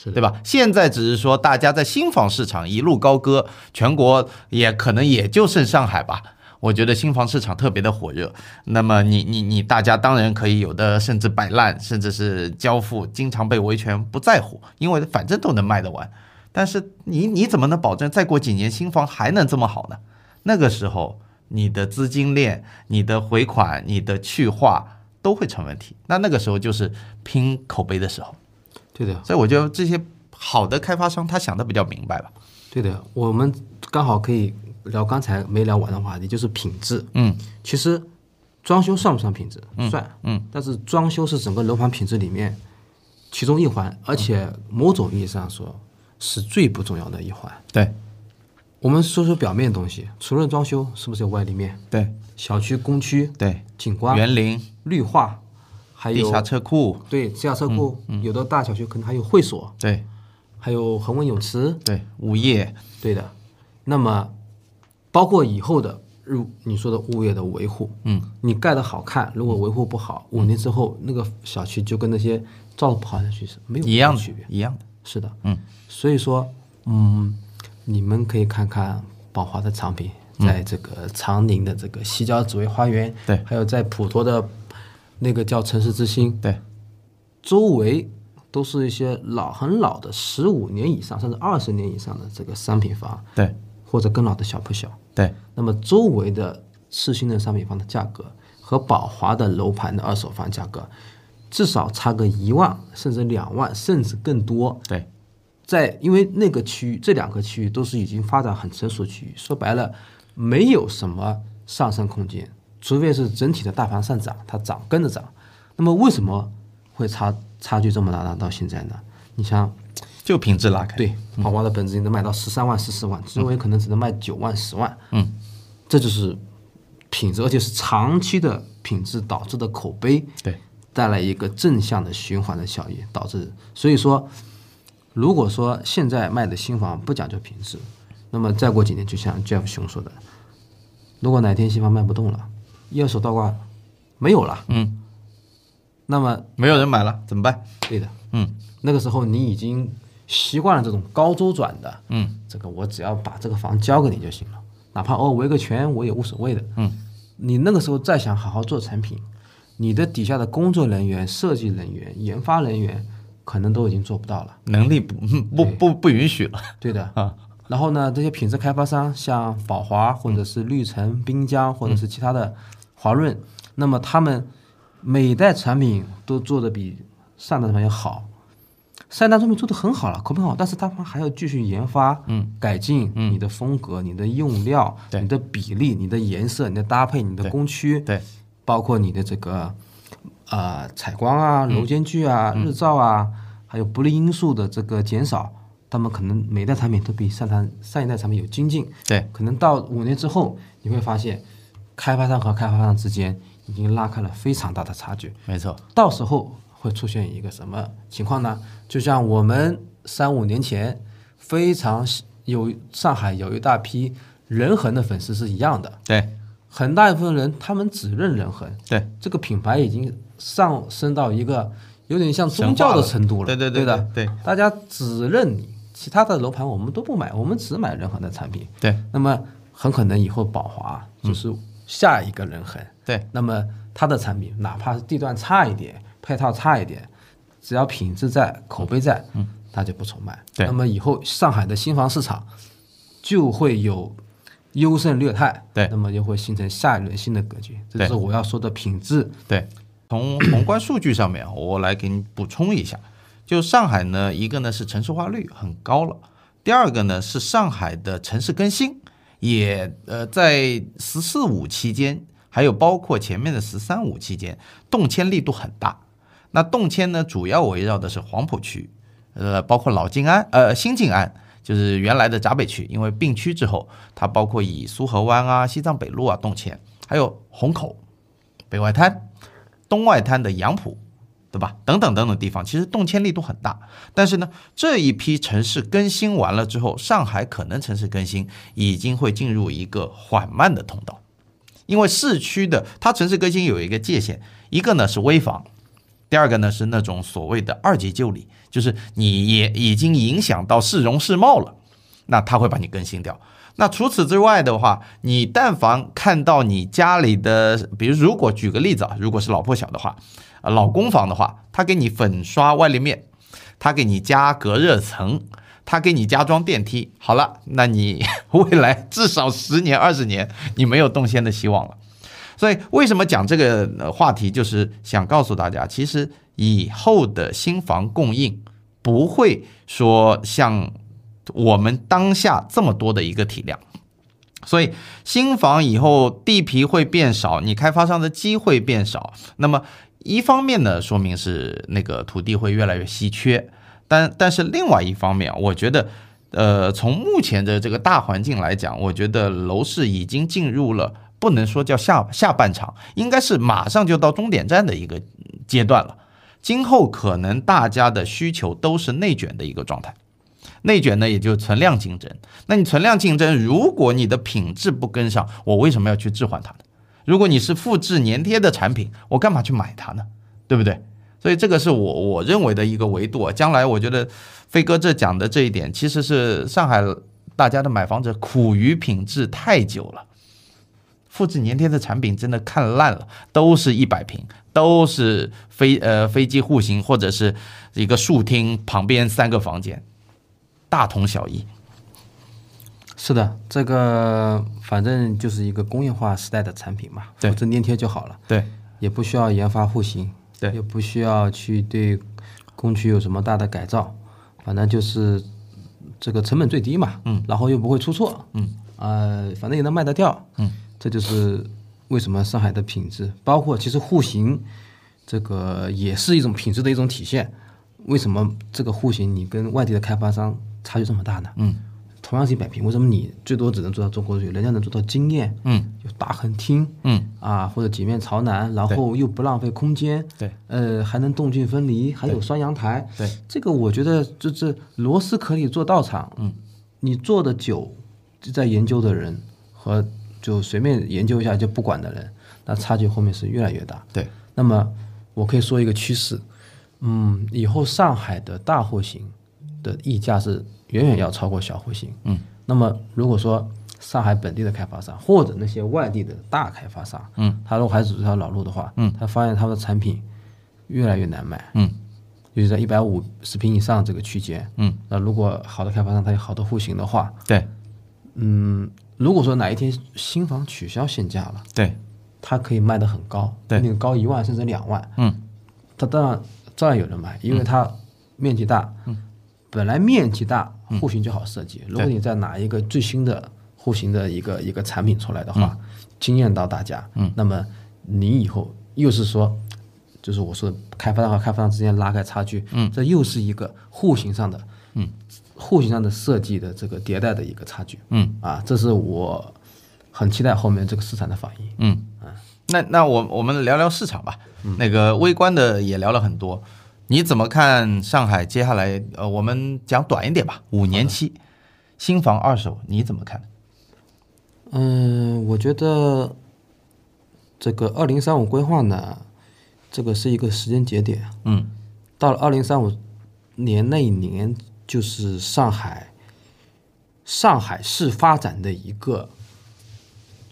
B: 是
A: 对吧？现在只是说大家在新房市场一路高歌，全国也可能也就剩上海吧。我觉得新房市场特别的火热，那么你你你大家当然可以有的甚至摆烂，甚至是交付，经常被维权不在乎，因为反正都能卖得完。但是你你怎么能保证再过几年新房还能这么好呢？那个时候你的资金链、你的回款、你的去化都会成问题。那那个时候就是拼口碑的时候。
B: 对的，
A: 所以我觉得这些好的开发商他想的比较明白吧。
B: 对的，我们刚好可以聊刚才没聊完的话题，就是品质。
A: 嗯，
B: 其实装修算不算品质？算。嗯，但是装修是整个楼盘品质里面其中一环，而且某种意义上说是最不重要的一环。
A: 对
B: 我们说说表面的东西，除了装修，是不是有外立面？
A: 对
B: 小区、工区、
A: 对，
B: 景观、
A: 园林、
B: 绿化，还
A: 嗯地
B: 有
A: 下嗯车库，
B: 对地下车库，有的大小区可能还有会所，
A: 对
B: 还有恒温泳池，
A: 对，物业，
B: 对的，那么包括以后的入你说的物业的维护，嗯，你盖的好看，如果维护不好，
A: 嗯
B: 五年之后那个小区就跟那些造的不好的小区是没有
A: 一样的
B: 区别，，
A: 一样的。
B: 是的，
A: 嗯，
B: 所以说，嗯，你们可以看看宝华的产品，在这个长宁的这个西郊紫薇花园，
A: 嗯对
B: 还有在普陀的那个叫城市之星，
A: 对
B: 周围都是一些老很老的十五年以上甚至二十年以上的这个商品房，
A: 对
B: 或者更老的小铺小。
A: 对
B: 那么周围的次新的商品房的价格和宝华的楼盘的二手房价格，至少差个一万甚至两万甚至更多。
A: 对
B: 在因为那个区域，这两个区域都是已经发展很成熟区域，说白了，没有什么上升空间，除非是整体的大盘上涨，它涨跟着涨。那么为什么会差差距这么大呢？到现在呢？你像
A: 就品质拉开。
B: 对，宝华的本子你能卖到十三万、十四万，周围可能只能卖九万、十万。
A: 嗯，
B: 这就是品质，而且是长期的品质导致的口碑
A: 对
B: 带来一个正向的循环的效应，导致。所以说，如果说现在卖的新房不讲究品质，那么再过几年，就像 Jeff 熊说的，如果哪天新房卖不动了，一二手倒挂没有了，
A: 嗯，
B: 那么
A: 没有人买了怎么办？
B: 对的，
A: 嗯，
B: 那个时候你已经习惯了这种高周转的，
A: 嗯，
B: 这个我只要把这个房交给你就行了，哪怕偶尔维个权我也无所谓的，嗯，你那个时候再想好好做产品，你的底下的工作人员、设计人员、研发人员可能都已经做不到了，
A: 能力不不不不允许了。
B: 对的，
A: 啊
B: 然后呢，这些品质开发商，像宝华或者是绿城、滨江，或者是其他的华润，那么他们每一代产品都做的比上代产品要好。上代产品做的很好了，口碑很好，但是他们还要继续研发、嗯、改进你的风格、你的用料、
A: 对
B: 你的比例、你的颜色、你的搭配、你的工区，
A: 对
B: 包括你的这个呃采光啊、楼间距啊、日照啊，还有不利因素的这个减少，他们可能每代产品都比上台上一代产品有精进。
A: 对
B: 可能到五年之后，你会发现，开发商和开发商之间已经拉开了非常大的差距。
A: 没错。
B: 到时候会出现一个什么情况呢？就像我们三五年前非常喜有上海有一大批人恒的粉丝是一样的，
A: 对
B: 很大一部分人他们只认人恒，
A: 对，
B: 这个品牌已经上升到一个有点像宗教的程度了。
A: 对对
B: 对
A: 对
B: 的，
A: 对对
B: 大家只认你，其他的楼盘我们都不买，我们只买仁恒的产品。
A: 对
B: 嗯那么很可能以后宝华就是下一个仁恒，
A: 对，
B: 那么它的产品哪怕是地段差一点，配套差一点，只要品质在、口碑在，嗯，它就不愁卖。
A: 对
B: 那么以后上海的新房市场就会有优胜劣汰，
A: 对
B: 那么就会形成下一轮新的格局。这就是我要说的品质。
A: 对，从宏观数据上面啊，我来给你补充一下，就上海呢，一个呢是城市化率很高了，第二个呢是上海的城市更新也呃在“十四五”期间，还有包括前面的“十三五”期间，动迁力度很大。那动迁呢，主要围绕的是黄浦区，呃，包括老静安，呃，新静安，就是原来的闸北区，因为并区之后，它包括以苏河湾啊、西藏北路啊动迁，还有虹口、北外滩、东外滩的杨浦，对吧？等等等等地方，其实动迁力度很大。但是呢，这一批城市更新完了之后，上海可能城市更新已经会进入一个缓慢的通道，因为市区的它城市更新有一个界限，一个呢是危房。第二个呢是那种所谓的二级就里，就是你也已经影响到市容市貌了，那它会把你更新掉。那除此之外的话，你但凡看到你家里的，比如如果举个例子啊，如果是老破小的话，呃，老公房的话，他给你粉刷外立面，他给你加隔热层，他给你加装电梯，好了，那你 未来至少十年二十年，你没有动迁的希望了。所以为什么讲这个呃话题，就是想告诉大家，其实以后的新房供应不会说像我们当下这么多的一个体量。所以新房以后地皮会变少，你开发商的机会变少。那么一方面呢，说明是那个土地会越来越稀缺，但但是另外一方面，我觉得，呃，从目前的这个大环境来讲，我觉得楼市已经进入了不能说叫下下半场，应该是马上就到终点站的一个阶段了。今后可能大家的需求都是内卷的一个状态。内卷呢，也就存量竞争。那你存量竞争，如果你的品质不跟上，我为什么要去置换它呢？如果你是复制粘贴的产品，我干嘛去买它呢？对不对？所以这个是我我认为的一个维度啊。将来我觉得飞哥这讲的这一点，其实是上海大家的买房者苦于品质太久了。复制粘贴的产品真的看烂了，都是一百平，都是飞呃飞机户型或者是一个树厅旁边三个房间，大同小异。
B: 是的，这个反正就是一个工业化时代的产品嘛，
A: 对
B: 复制粘贴就好了。
A: 对
B: 也不需要研发户型，
A: 对
B: 也不需要去对工区有什么大的改造，反正就是这个成本最低嘛，嗯，然后又不会出错，嗯，呃，反正也能卖得掉，嗯，这就是为什么上海的品质，包括其实户型这个也是一种品质的一种体现。为什么这个户型你跟外地的开发商差距这么大呢？嗯，同样是一百平，为什么你最多只能做到中国水，人家能做到经验？
A: 嗯，
B: 有大横厅，
A: 嗯
B: 啊，或者几面朝南，然后又不浪费空间，
A: 对，
B: 呃，还能动静分离，还有双阳台，
A: 对，
B: 这个我觉得就是螺丝壳里做道场，嗯，你做的久，就在研究的人和就随便研究一下就不管的人，那差距后面是越来越大。
A: 对，
B: 那么我可以说一个趋势，嗯，以后上海的大户型的溢价是远远要超过小户型。嗯，那么如果说上海本地的开发商或者那些外地的大开发商，嗯，他如果还走这条老路的话，嗯，他发现他的产品越来越难卖，
A: 嗯，
B: 尤其在一百五十平以上这个区间，
A: 嗯，
B: 那如果好的开发商他有好的户型的话，
A: 对
B: 嗯，如果说哪一天新房取消限价了。
A: 对
B: 它可以卖得很高，
A: 对
B: 那个高一万甚至两万，
A: 嗯，
B: 它当然照样有人买，因为它面积大，嗯，本来面积大，户型就好设计。如果你再拿一个最新的户型的一个一个产品出来的话，惊艳到大家，嗯，那么你以后又是说。就是我说的开发商和开发商之间拉开差距，嗯，这又是一个户型上的，嗯，户型上的设计的这个迭代的一个差距，
A: 嗯，
B: 啊，这是我很期待后面这个市场的反应。
A: 嗯，那那我我们聊聊市场吧。那个微观的也聊了很多，你怎么看上海接下来？呃，我们讲短一点吧，五年期新房二手你怎么看？
B: 嗯，我觉得这个二零三五规划呢，这个是一个时间节点。
A: 嗯，
B: 到了二零三五年那一年，就是上海上海市发展的一个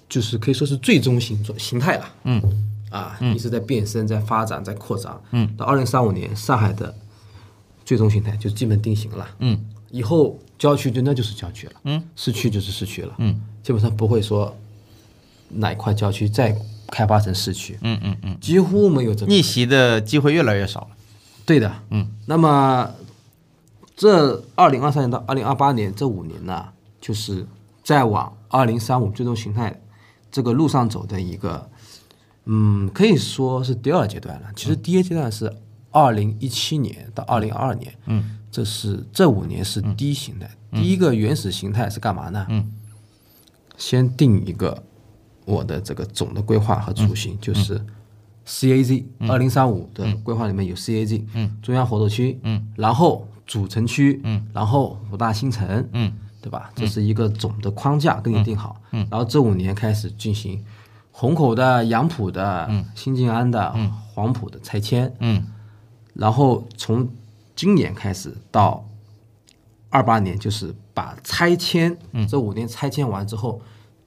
B: 就是可以说是最终形状形态了。
A: 嗯，
B: 啊，一直在变身、在发展、在扩张。嗯，到二零三五年，上海的最终形态就基本定型了。
A: 嗯，
B: 以后郊区就那就是郊区了。
A: 嗯，
B: 市区就是市区了。
A: 嗯，
B: 基本上不会说哪一块郊区再开发成市区，
A: 嗯嗯嗯，
B: 几乎没有这个。
A: 逆袭的机会越来越少了。
B: 对的，嗯。那么这二零二三年到二零二八年这五年呢，就是在往二零三五最终形态这个路上走的一个，嗯，可以说是第二阶段了。其实第一阶段是二零一七年到二零二二年，嗯，这是这五年是第一形态。第一个原始形态是干嘛呢？
A: 嗯，
B: 先定一个我的这个总的规划和雏形，就是 CAZ 二零三五的规划里面有 CAZ，嗯，中央活动区，嗯，然后主城区，嗯，然后五大新城，
A: 嗯，
B: 对吧？这是一个总的框架给你定好，嗯，然后这五年开始进行虹口的、杨浦的、新静安的、黄埔的拆迁，
A: 嗯
B: 然后从今年开始到二八年，就是把拆迁、
A: 嗯
B: 这五年拆迁完之后，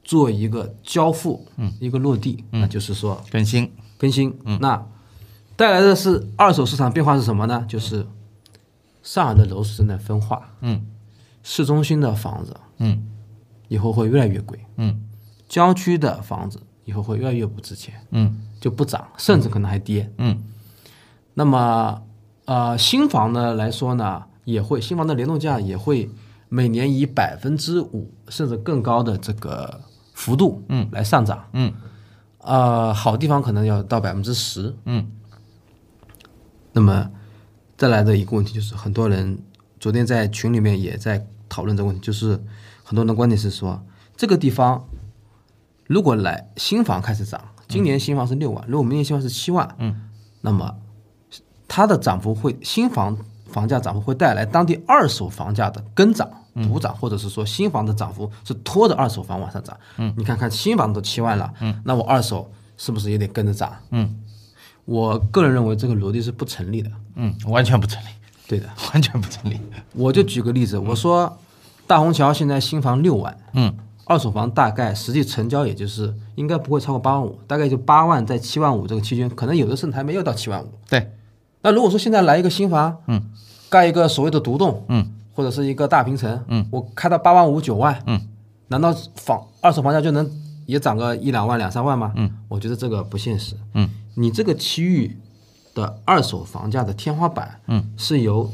B: 做一个交付，
A: 嗯
B: 一个落地，那就是说
A: 更新，
B: 更新。
A: 嗯
B: 那带来的是二手市场变化是什么呢？就是上海的楼市正在分化，
A: 嗯
B: 市中心的房子
A: 嗯
B: 以后会越来越贵，
A: 嗯
B: 郊区的房子以后会越来越不值钱，
A: 嗯
B: 就不涨，甚至可能还跌。
A: 嗯
B: 那么，呃，新房呢来说呢，也会新房的联动价也会每年以百分之五甚至更高的这个幅度，嗯，来上涨。
A: 嗯
B: 呃，好地方可能要到百分之十。
A: 嗯
B: 那么，再来的一个问题就是，很多人昨天在群里面也在讨论这个问题，就是很多人的观点是说，这个地方如果来新房开始涨，今年新房是六万，如果明年新房是七万，
A: 嗯，
B: 那么它的涨幅会新房房价涨幅会带来当地二手房价的跟涨、补涨，或者是说新房的涨幅是拖着二手房往上涨。嗯，你看看新房都七万了，嗯，那我二手是不是也得跟着涨？
A: 嗯
B: 我个人认为这个逻辑是不成立的。
A: 嗯，完全不成立，
B: 对的，
A: 完全不成立。
B: 我就举个例子，我说大虹桥现在新房六万，
A: 嗯
B: 二手房大概实际成交也就是应该不会超过八万五，大概就八万在七万五这个区间，可能有的甚至还没有到七万五。
A: 对，
B: 那如果说现在来一个新房，
A: 嗯，
B: 盖一个所谓的独栋，
A: 嗯，
B: 或者是一个大平层，嗯，我开到八万五九万，
A: 嗯，
B: 难道房二手房价就能也涨个一两万两三万吗？嗯，我觉得这个不现实。
A: 嗯，
B: 你这个区域的二手房价的天花板，
A: 嗯，
B: 是由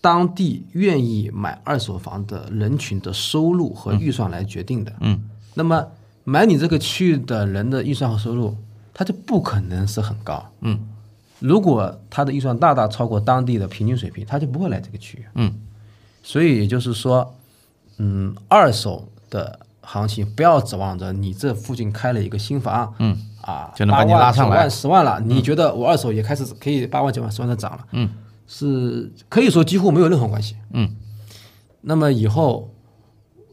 B: 当地愿意买二手房的人群的收入和预算来决定的。
A: 嗯
B: 那么买你这个区域的人的预算和收入，他就不可能是很高。
A: 嗯
B: 如果他的预算大大超过当地的平均水平，他就不会来这个区域。
A: 嗯
B: 所以也就是说，嗯，二手的行情不要指望着你这附近开了一个新房，嗯啊，
A: 就能把你拉上来嗯
B: 八万、十万了，你觉得我二手也开始可以八万、九万、十万的涨了，嗯，是可以说几乎没有任何关系。
A: 嗯
B: 那么以后，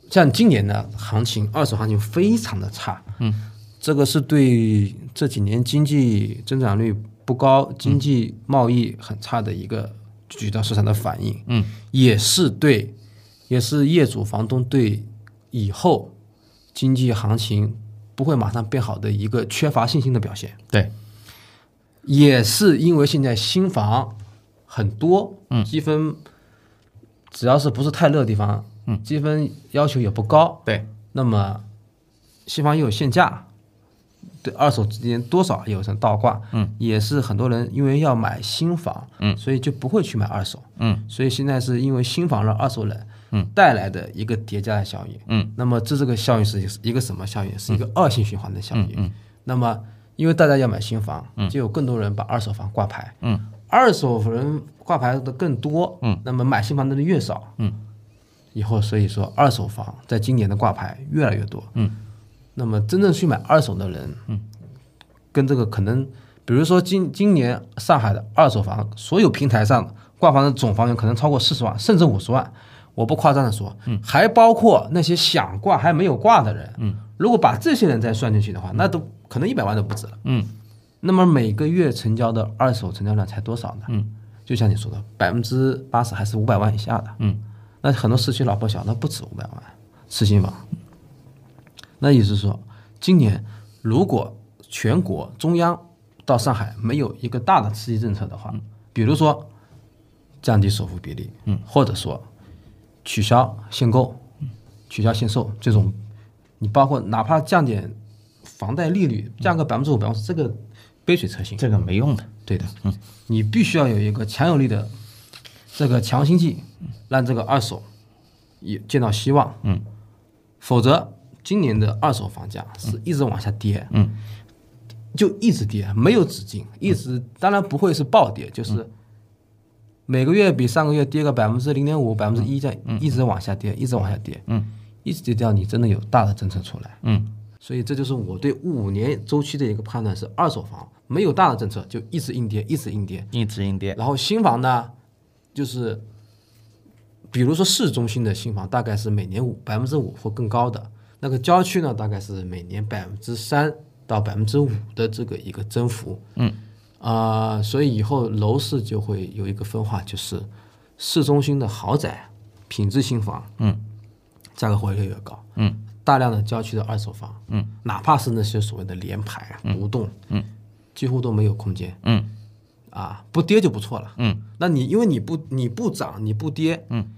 B: 像今年的行情，二手行情非常的差，
A: 嗯，
B: 这个是对这几年经济增长率不高、
A: 嗯
B: 经济贸易很差的一个举到市场的反应，
A: 嗯，
B: 也是对，也是业主房东对以后经济行情不会马上变好的一个缺乏信心的表现。
A: 对，
B: 也是因为现在新房很多，嗯，积分只要是不是太热的地方，嗯，积分要求也不高，
A: 对，
B: 那么新房又有限价，对二手之间多少也有层倒挂，嗯，也是很多人因为要买新房，嗯，所以就不会去买二手，
A: 嗯
B: 所以现在是因为新房让二手人。嗯，带来的一个叠加的效应。
A: 嗯，
B: 那么这这个效应是一个什么效应？是一个恶性循环的效应。嗯，那么因为大家要买新房，就有更多人把二手房挂牌。
A: 嗯，
B: 二手人挂牌的更多。
A: 嗯，
B: 那么买新房的人越少。
A: 嗯，
B: 以后所以说二手房在今年的挂牌越来越多。
A: 嗯，
B: 那么真正去买二手的人，嗯，跟这个可能，比如说今今年上海的二手房，所有平台上挂房的总房源可能超过四十万，甚至五十万。我不夸张的说，嗯，还包括那些想挂还没有挂的人，嗯，如果把这些人再算进去的话，那都可能一百万都不止了。
A: 嗯
B: 那么每个月成交的二手成交量才多少呢？嗯，就像你说的，百分之八十还是五百万以下的。
A: 嗯，
B: 那很多市区老破小，那不止五百万，次新房。那也就是说，今年如果全国中央到上海没有一个大的刺激政策的话，比如说降低首付比例，嗯，或者说取消限购、取消限售这种，你包括哪怕降点房贷利率，降个百分之五、百分之这个杯水车薪，
A: 这个没用的。
B: 对的，嗯，你必须要有一个强有力的这个强心剂，让这个二手也见到希望，嗯，否则今年的二手房价是一直往下跌，嗯，就一直跌，没有止境，一直当然不会是暴跌，就是每个月比上个月跌个百分之零点五、百分之一这样，一直往下跌，一直往下跌，嗯，一直跌掉，你真的有大的政策出来，
A: 嗯，
B: 所以这就是我对五年周期的一个判断，是二手房没有大的政策就一直硬跌，一直硬跌。
A: 一直硬跌。
B: 然后新房呢，就是比如说市中心的新房大概是每年五百分之五或更高的，那个郊区呢大概是每年百分之三到百分之五的这个一个增幅。嗯，啊、所以以后楼市就会有一个分化，就是市中心的豪宅、品质新房，
A: 嗯，
B: 价格会越来越高。
A: 嗯，
B: 大量的郊区的二手房，嗯，哪怕是那些所谓的联排啊、独栋，嗯，几乎都没有空间。
A: 嗯
B: 啊，不跌就不错了。
A: 嗯，
B: 那你因为你不你不涨，你不跌，嗯，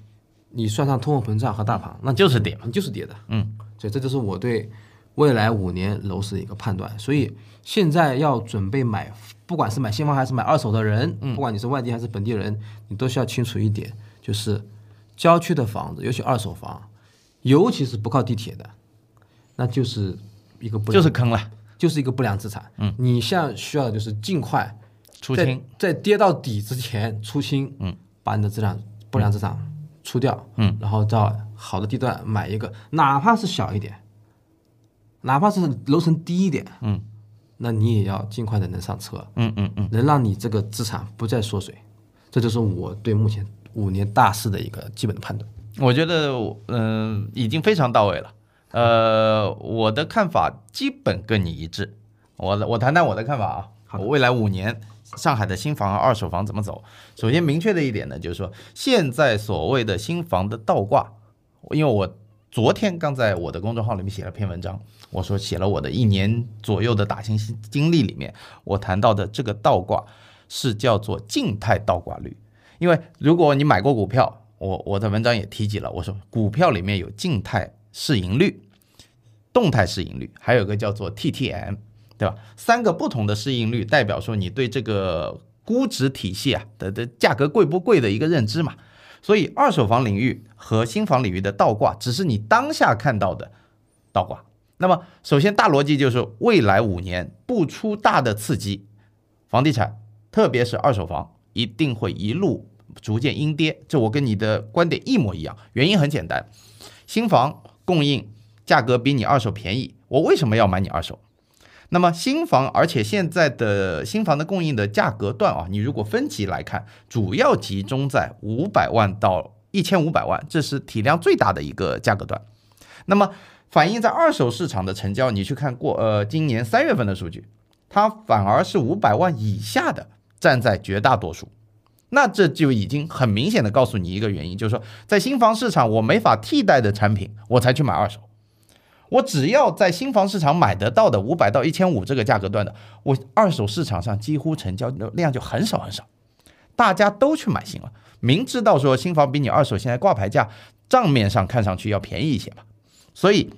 B: 你算上通货膨胀和大盘，那就
A: 就是跌嘛。
B: 你就是跌的。
A: 嗯，
B: 所以这就是我对未来五年楼市的一个判断。所以现在要准备买，不管是买新房还是买二手的人，不管你是外地还是本地人，你都需要清楚一点，就是郊区的房子，尤其二手房，尤其是不靠地铁的，那就是一个不良
A: 就是坑了，
B: 就是一个不良资产。嗯，你现在需要的就是尽快
A: 出
B: 在
A: 清。
B: 在跌到底之前出清，嗯，把你的资产不良资产出掉，嗯，然后到好的地段买一个，哪怕是小一点，哪怕是楼层低一点，
A: 嗯，
B: 那你也要尽快的能上车，
A: 嗯嗯嗯，
B: 能让你这个资产不再缩水，这就是我对目前五年大势的一个基本的判断。
A: 我觉得嗯、呃已经非常到位了。呃，我的看法基本跟你一致。我的我谈谈我的看法啊。我未来五年上海的新房和二手房怎么走？首先明确的一点呢，就是说现在所谓的新房的倒挂，因为我昨天刚在我的公众号里面写了篇文章，我说写了我的一年左右的打新经经历里面，我谈到的这个倒挂是叫做静态倒挂率。因为如果你买过股票，我我的文章也提及了，我说股票里面有静态市盈率、动态市盈率，还有一个叫做 TTM，对吧？三个不同的市盈率代表说你对这个估值体系啊的的价格贵不贵的一个认知嘛。所以二手房领域和新房领域的倒挂，只是你当下看到的倒挂。那么，首先大逻辑就是未来五年不出大的刺激，房地产，特别是二手房，一定会一路逐渐阴跌。这我跟你的观点一模一样，原因很简单，新房供应价格比你二手便宜，我为什么要买你二手？那么新房，而且现在的新房的供应的价格段啊，你如果分级来看，主要集中在五百万到一千五百万，这是体量最大的一个价格段。那么反映在二手市场的成交，你去看过呃今年三月份的数据，它反而是五百万以下的占在绝大多数。那这就已经很明显的告诉你一个原因，就是说在新房市场我没法替代的产品，我才去买二手。我只要在新房市场买得到的五百到一千五这个价格段的，我二手市场上几乎成交量就很少很少，大家都去买新了。明知道说新房比你二手现在挂牌价账面上看上去要便宜一些嘛，所以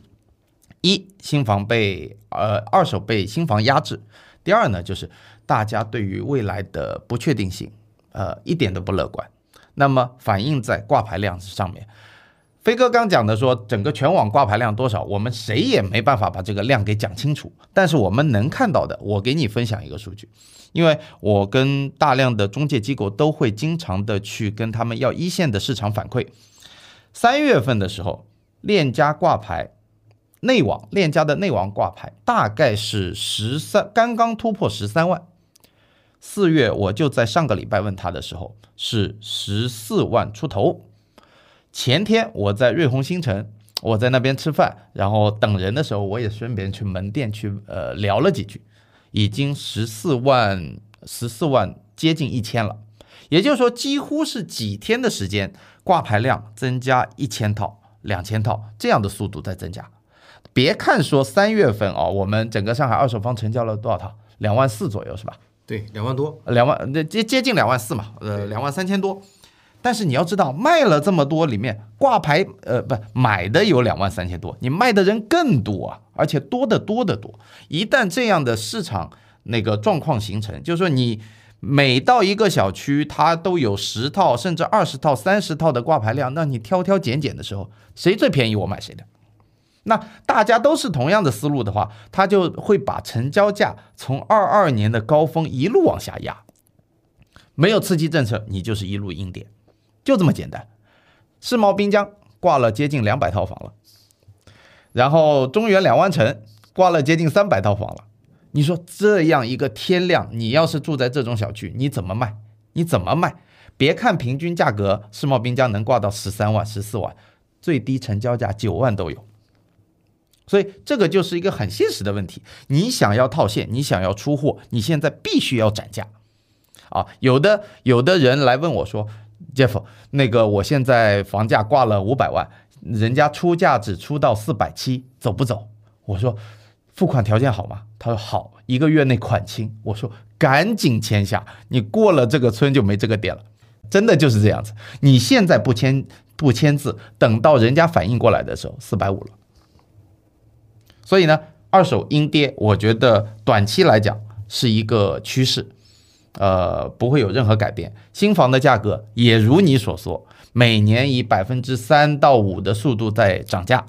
A: 一新房被呃二手被新房压制，第二呢就是大家对于未来的不确定性，呃一点都不乐观，那么反映在挂牌量上面。飞哥刚讲的说，整个全网挂牌量多少，我们谁也没办法把这个量给讲清楚。但是我们能看到的，我给你分享一个数据，因为我跟大量的中介机构都会经常的去跟他们要一线的市场反馈。三月份的时候，链家挂牌内网，链家的内网挂牌大概是十三，刚刚突破十三万。四月我就在上个礼拜问他的时候是十四万出头，前天我在瑞虹新城，我在那边吃饭，然后等人的时候，我也顺便去门店去呃聊了几句，已经十四万十四万接近一千了，也就是说几乎是几天的时间，挂牌量增加一千套、两千套这样的速度在增加。别看说三月份啊、我们整个上海二手房成交了多少套？两万四左右是吧？
B: 对，两万多，
A: 两万，那接接近两万四嘛，呃，两万三千多。但是你要知道，卖了这么多里面，挂牌呃不买的有两万三千多，你卖的人更多啊，而且多得多得多。一旦这样的市场那个状况形成，就是说你每到一个小区，它都有十套甚至二十套、三十套的挂牌量，那你挑挑拣拣的时候，谁最便宜我买谁的。那大家都是同样的思路的话，它就会把成交价从二二年的高峰一路往下压。没有刺激政策，你就是一路硬点，就这么简单。世贸滨江挂了接近两百套房了，然后中原两湾城挂了接近三百套房了。你说这样一个天量，你要是住在这种小区，你怎么卖？你怎么卖？别看平均价格，世贸滨江能挂到十三万、十四万，最低成交价九万都有。所以这个就是一个很现实的问题。你想要套现，你想要出货，你现在必须要涨价啊！有的有的人来问我说，Jeff，那个我现在房价挂了五百万，人家出价只出到四百七，走不走？我说付款条件好吗？他说好，一个月内款清。我说赶紧签下，你过了这个村就没这个店了。真的就是这样子，你现在不签不签字，等到人家反应过来的时候，四百五了。所以呢，二手阴跌，我觉得短期来讲是一个趋势，呃，不会有任何改变。新房的价格也如你所说，每年以百分之三到五的速度在涨价。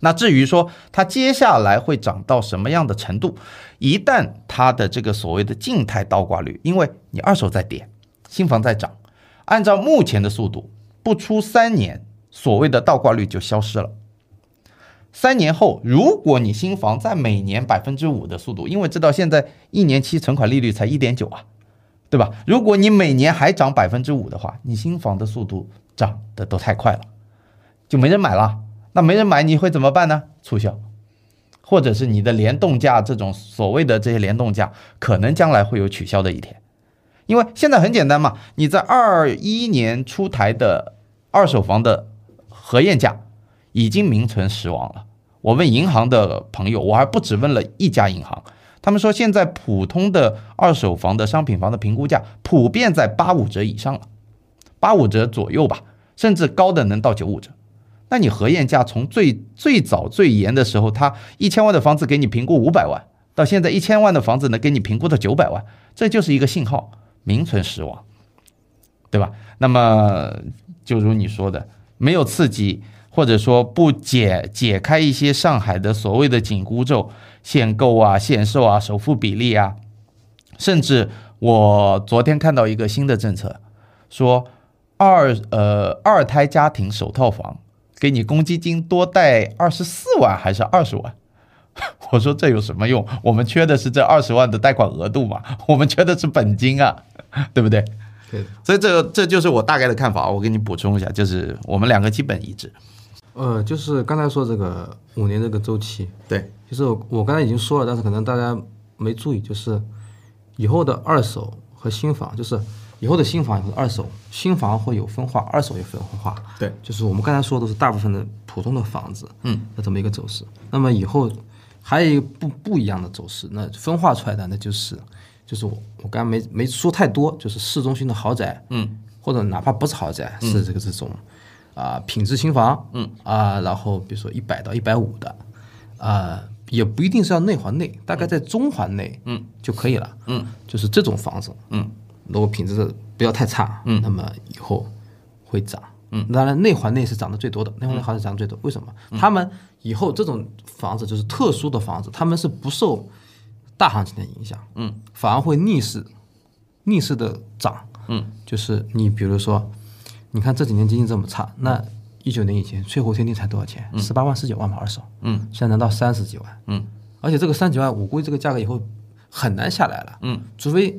A: 那至于说它接下来会涨到什么样的程度，一旦它的这个所谓的静态倒挂率，因为你二手在跌，新房在涨，按照目前的速度，不出三年，所谓的倒挂率就消失了。三年后，如果你新房在每年百分之五的速度，因为知道现在一年期存款利率才一点九啊，对吧？如果你每年还涨百分之五的话，你新房的速度涨得都太快了，就没人买了。那没人买，你会怎么办呢？促销，或者是你的联动价这种所谓的这些联动价，可能将来会有取消的一天，因为现在很简单嘛，你在二一年出台的二手房的核验价已经名存实亡了。我问银行的朋友，我还不只问了一家银行，他们说现在普通的二手房的商品房的评估价普遍在八五折以上了，八五折左右吧，甚至高的能到九五折。那你核验价从最最早最严的时候，他一千万的房子给你评估五百万，到现在一千万的房子能给你评估到九百万，这就是一个信号，名存实亡，对吧？那么就如你说的，没有刺激，或者说不解解开一些上海的所谓的紧箍咒，限购啊、限售啊、首付比例啊，甚至我昨天看到一个新的政策，说二呃二胎家庭首套房给你公积金多贷二十四万还是二十万？ 我说这有什么用？我们缺的是这二十万的贷款额度嘛， 我们缺的是本金啊， 对不对？
B: 对的。
A: 所以这这就是我大概的看法，啊我给你补充一下，就是我们两个基本一致。
B: 呃，就是刚才说这个五年这个周期，
A: 对，
B: 其实我我刚才已经说了，但是可能大家没注意，就是以后的二手和新房，就是以后的新房和二手，新房会有分化，二手也分化。
A: 对，
B: 就是我们刚才说的是大部分的普通的房子，
A: 嗯，
B: 那这么一个走势。那么以后还有一个不不一样的走势，那分化出来的那就是就是我我刚才没没说太多，就是市中心的豪宅，
A: 嗯，
B: 或者哪怕不是豪宅，是这个这种啊、品质新房，嗯啊、然后比如说一百到一百五的，啊、也不一定是要内环内，大概在中环内，嗯就可以了，嗯，就是这种房子，
A: 嗯，
B: 如果品质不要太差，嗯，那么以后会涨。嗯，当然内环内是涨得最多的，内环内好像涨得最多。为什么？他们以后这种房子就是特殊的房子，他们是不受大行情的影响，嗯，反而会逆势逆势的涨，嗯，就是你比如说，你看这几年经济这么差，那一九年以前翠湖天地才多少钱？十八万、十九万吧，二手，嗯，现在能到三十几万，
A: 嗯，
B: 而且这个三十几万，我估计这个价格以后很难下来了，嗯，除非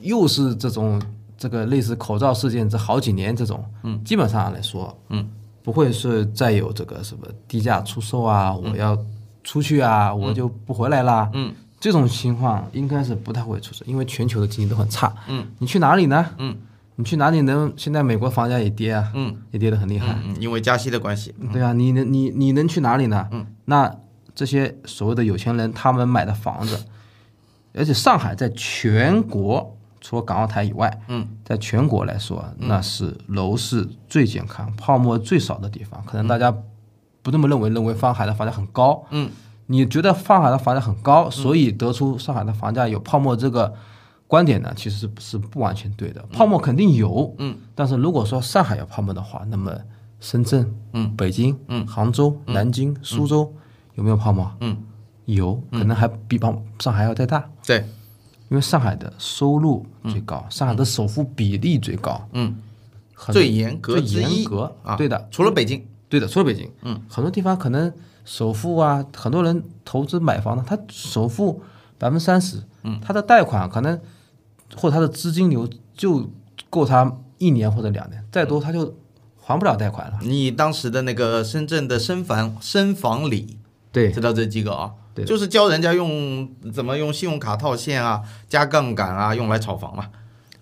B: 又是这种这个类似口罩事件这好几年这种，嗯，基本上来说，嗯，不会是再有这个什么低价出售啊，我要出去啊，我就不回来啦，嗯。这种情况应该是不太会出现，因为全球的经济都很差。嗯，你去哪里呢？嗯，你去哪里能？现在美国房价也跌啊，
A: 嗯
B: 也跌得很厉害。
A: 嗯嗯，因为加息的关系，
B: 对啊，你能你你能去哪里呢？
A: 嗯，
B: 那这些所谓的有钱人他们买的房子，而且上海在全国除了港澳台以外，
A: 嗯，
B: 在全国来说，那是楼市最健康、泡沫最少的地方。可能大家不那么认为，认为上海的房价很高。
A: 嗯，
B: 你觉得上海的房价很高，所以得出上海的房价有泡沫这个观点呢，其实是是不完全对的。泡沫肯定有，
A: 嗯，
B: 但是如果说上海有泡沫的话，那么深圳、
A: 嗯、
B: 北京、
A: 嗯、
B: 杭州、南京、苏州有没有泡沫？
A: 嗯，
B: 有，可能还比上上海要再大。
A: 对，
B: 因为上海的收入最高，上海的首付比例最高，
A: 嗯，
B: 很
A: 最严格
B: 最
A: 之
B: 严
A: 一
B: 格
A: 啊，
B: 对的，
A: 除了北京，
B: 对的，除了北京，嗯，很多地方可能首付啊，很多人投资买房呢，他首付百分之三十，嗯，他的贷款可能或者他的资金流就够他一年或者两年，再
A: 嗯
B: 多他就还不了贷款了。
A: 你当时的那个深圳的深房深房里，
B: 对
A: 知道这几个啊，
B: 对的
A: 就是教人家用怎么用信用卡套现啊，加杠杆啊，用来炒房嘛，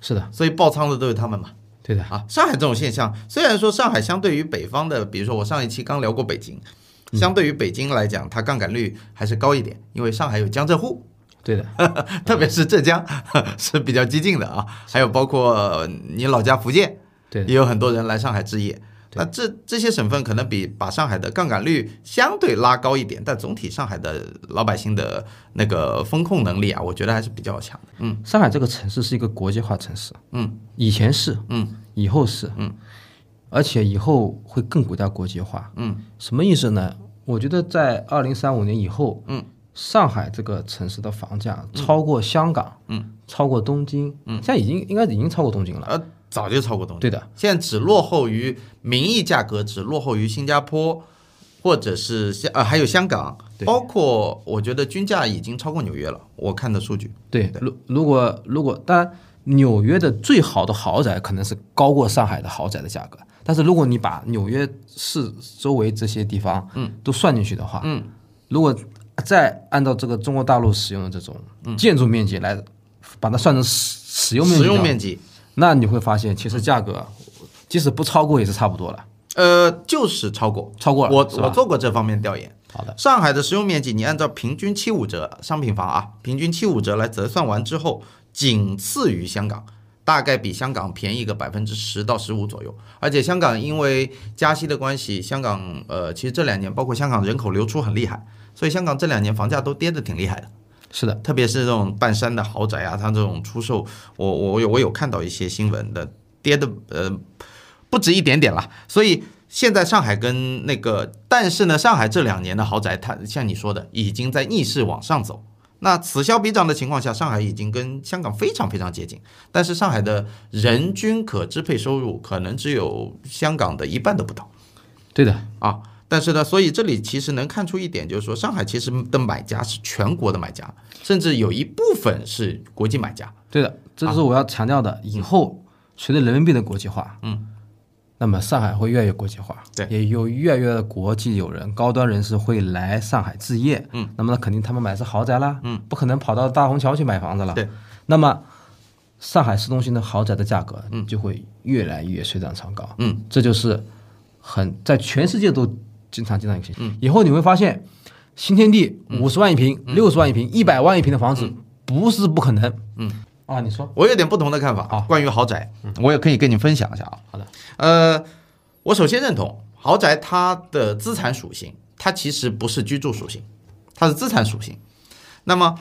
B: 是的，
A: 所以爆仓的都是他们嘛。
B: 嗯对的，
A: 啊，上海这种现象，虽然说上海相对于北方的，比如说我上一期刚聊过北京，
B: 嗯
A: 相对于北京来讲，它杠杆率还是高一点，因为上海有江浙沪，
B: 对的，
A: 特别是浙江 是比较激进的啊，还有包括呃你老家福建，
B: 对的，
A: 也有很多人来上海置业。那这这些省份可能比把上海的杠杆率相对拉高一点，但总体上海的老百姓的那个风控能力啊，我觉得还是比较强的。嗯
B: 上海这个城市是一个国际化城市，
A: 嗯
B: 以前是，
A: 嗯
B: 以后是，
A: 嗯，
B: 而且以后会更加国际化。
A: 嗯
B: 什么意思呢？我觉得在二零三五年以后，
A: 嗯，
B: 上海这个城市的房价超过香港，
A: 嗯，
B: 超过东京，嗯，现在已经应该已经超过东京了。
A: 呃，早就超过东京。
B: 对的，
A: 现在只落后于名义价格，只落后于新加坡，或者是香呃还有香港，
B: 对
A: 包括我觉得均价已经超过纽约了。我看的数据，
B: 对，如如果如果当然。纽约的最好的豪宅可能是高过上海的豪宅的价格，但是如果你把纽约市周围这些地方，嗯，都算进去的话，
A: 嗯，
B: 如果再按照这个中国大陆使用的这种
A: 嗯
B: 建筑面积来，把它算成使使用面积啊
A: 使
B: 的话，
A: 用面积，
B: 那你会发现，其实价格即使不超过也是差不多了，
A: 呃，就是超过，
B: 超过了
A: 我
B: 是吧
A: 我做过这方面调研，
B: 好的，
A: 上海的实用面积，你按照平均七五折商品房啊，平均七五折来折算完之后，仅次于香港，大概比香港便宜个百分之十到十五左右。而且香港因为加息的关系，香港呃，其实这两年包括香港人口流出很厉害，所以香港这两年房价都跌得挺厉害的。
B: 是的，
A: 特别是这种半山的豪宅啊，它这种出售，我我有我有看到一些新闻的，跌的呃不止一点点了。所以现在上海跟那个，但是呢，上海这两年的豪宅，它像你说的，已经在逆势往上走。那此消彼长的情况下，上海已经跟香港非常非常接近，但是上海的人均可支配收入可能只有香港的一半都不到。
B: 对的，
A: 啊。但是呢，所以这里其实能看出一点，就是说上海其实的买家是全国的买家，甚至有一部分是国际买家。
B: 对的，这就是我要强调的。以后随着人民币的国际化，
A: 啊嗯，
B: 那么上海会越来越国际化，
A: 对
B: 也有越来越的国际友人、高端人士会来上海置业，
A: 嗯，
B: 那么肯定他们买的是豪宅啦，
A: 嗯，
B: 不可能跑到大虹桥去买房子了，
A: 对，
B: 那么。上海市中心的豪宅的价格就会越来越水涨船高，
A: 嗯，
B: 这就是很在全世界都经常经常有现象。
A: 嗯
B: 以后你会发现，新天地五十万一平、六十万一
A: 嗯
B: 平、一百万一平的房子不是不可能。嗯，啊，你说
A: 我有点不同的看法
B: 好，
A: 关于豪宅，嗯我也可以跟你分享一下啊。
B: 好的，
A: 呃，我首先认同豪宅它的资产属性，它其实不是居住属性，它是资产属性。那么，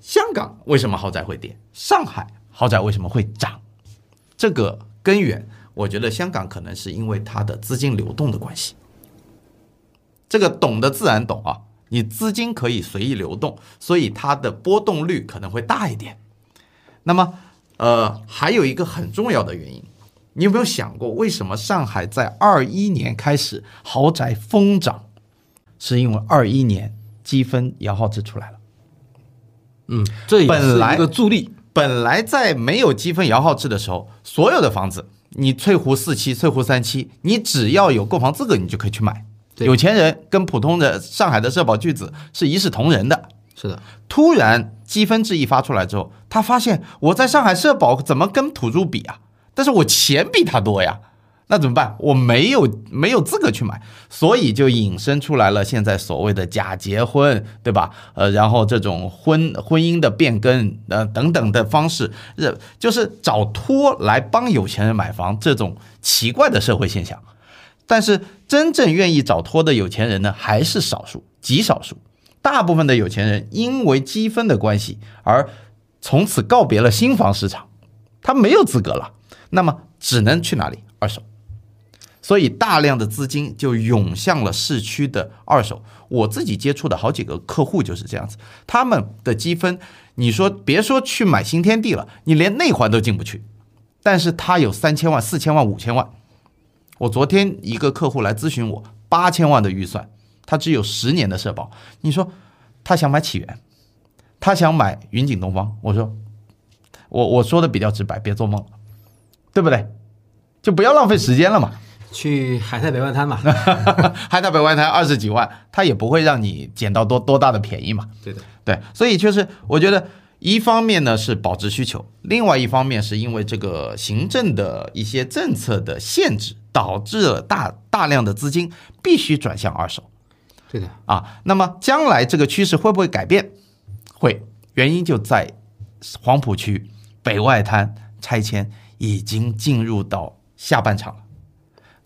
A: 香港为什么豪宅会跌？上海豪宅为什么会涨？这个根源，我觉得香港可能是因为它的资金流动的关系。这个懂的自然懂啊，你资金可以随意流动，所以它的波动率可能会大一点。那么，呃，还有一个很重要的原因，你有没有想过，为什么上海在二一年开始豪宅疯涨？是因为二一年积分摇号制出来了。
B: 嗯，这也是
A: 本来
B: 一个助力，
A: 本来在没有积分摇号制的时候，所有的房子，你翠湖四期、翠湖三期，你只要有购房资格，你就可以去买。
B: 对
A: 有钱人跟普通的上海的社保巨子是一视同仁的。
B: 是的，
A: 突然积分制一发出来之后，他发现我在上海社保怎么跟土著比啊？但是我钱比他多呀，那怎么办？我没有没有资格去买，所以就引申出来了现在所谓的假结婚，对吧？呃，然后这种婚婚姻的变更，呃等等的方式，呃，就是找托来帮有钱人买房这种奇怪的社会现象。但是真正愿意找托的有钱人呢，还是少数，极少数。大部分的有钱人因为积分的关系，而从此告别了新房市场，他没有资格了，那么只能去哪里？二手。所以大量的资金就涌向了市区的二手。我自己接触的好几个客户就是这样子，他们的积分，你说别说去买新天地了，你连内环都进不去，但是他有三千万、四千万、五千万。我昨天一个客户来咨询我，八千万的预算，他只有十年的社保。你说他想买起源，他想买云锦东方，我说我我说的比较直白，别做梦了，对不对？就不要浪费时间了嘛。
B: 去海泰北外滩嘛。
A: 啊海大北外滩二十几万，他也不会让你捡到多多大的便宜嘛。
B: 对的，
A: 对，所以就是我觉得，一方面呢是保值需求，另外一方面是因为这个行政的一些政策的限制，导致了大大量的资金必须转向二手
B: 对的，
A: 啊。那么将来这个趋势会不会改变？会，原因就在黄浦区北外滩拆迁已经进入到下半场了。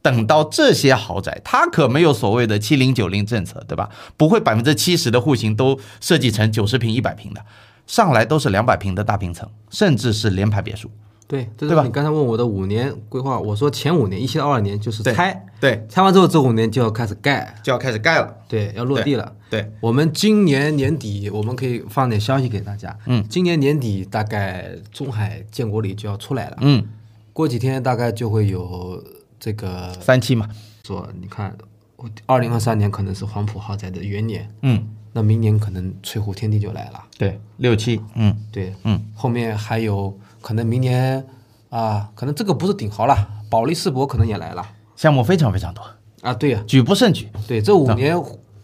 A: 等到这些豪宅，它可没有所谓的七零九零政策，对吧？不会百分之七十的户型都设计成九十平、一百平的，上来都是两百平的大平层，甚至是联排别墅。
B: 对，这
A: 对
B: 是
A: 吧
B: 你刚才问我的五年规划，我说前五年一七到二年就是
A: 对
B: 拆，
A: 对，
B: 拆完之后这五年就要开始盖，
A: 就要开始盖了。
B: 对，要落地了。
A: 对，
B: 我们今年年底我们可以放点消息给大家，
A: 嗯，
B: 今年年底大概中海建国里就要出来了，
A: 嗯，
B: 过几天大概就会有这个
A: 三期嘛，
B: 说，你看，我二零二三年可能是黄埔豪宅的元年，
A: 嗯，
B: 那明年可能翠湖天地就来了，
A: 对，六期，嗯
B: 对，
A: 嗯，
B: 后面还有可能明年啊，可能这个不是顶豪了，保利世博可能也来了
A: 项目非常非常多，
B: 啊，对呀、
A: 举不胜举。
B: 对，这五年，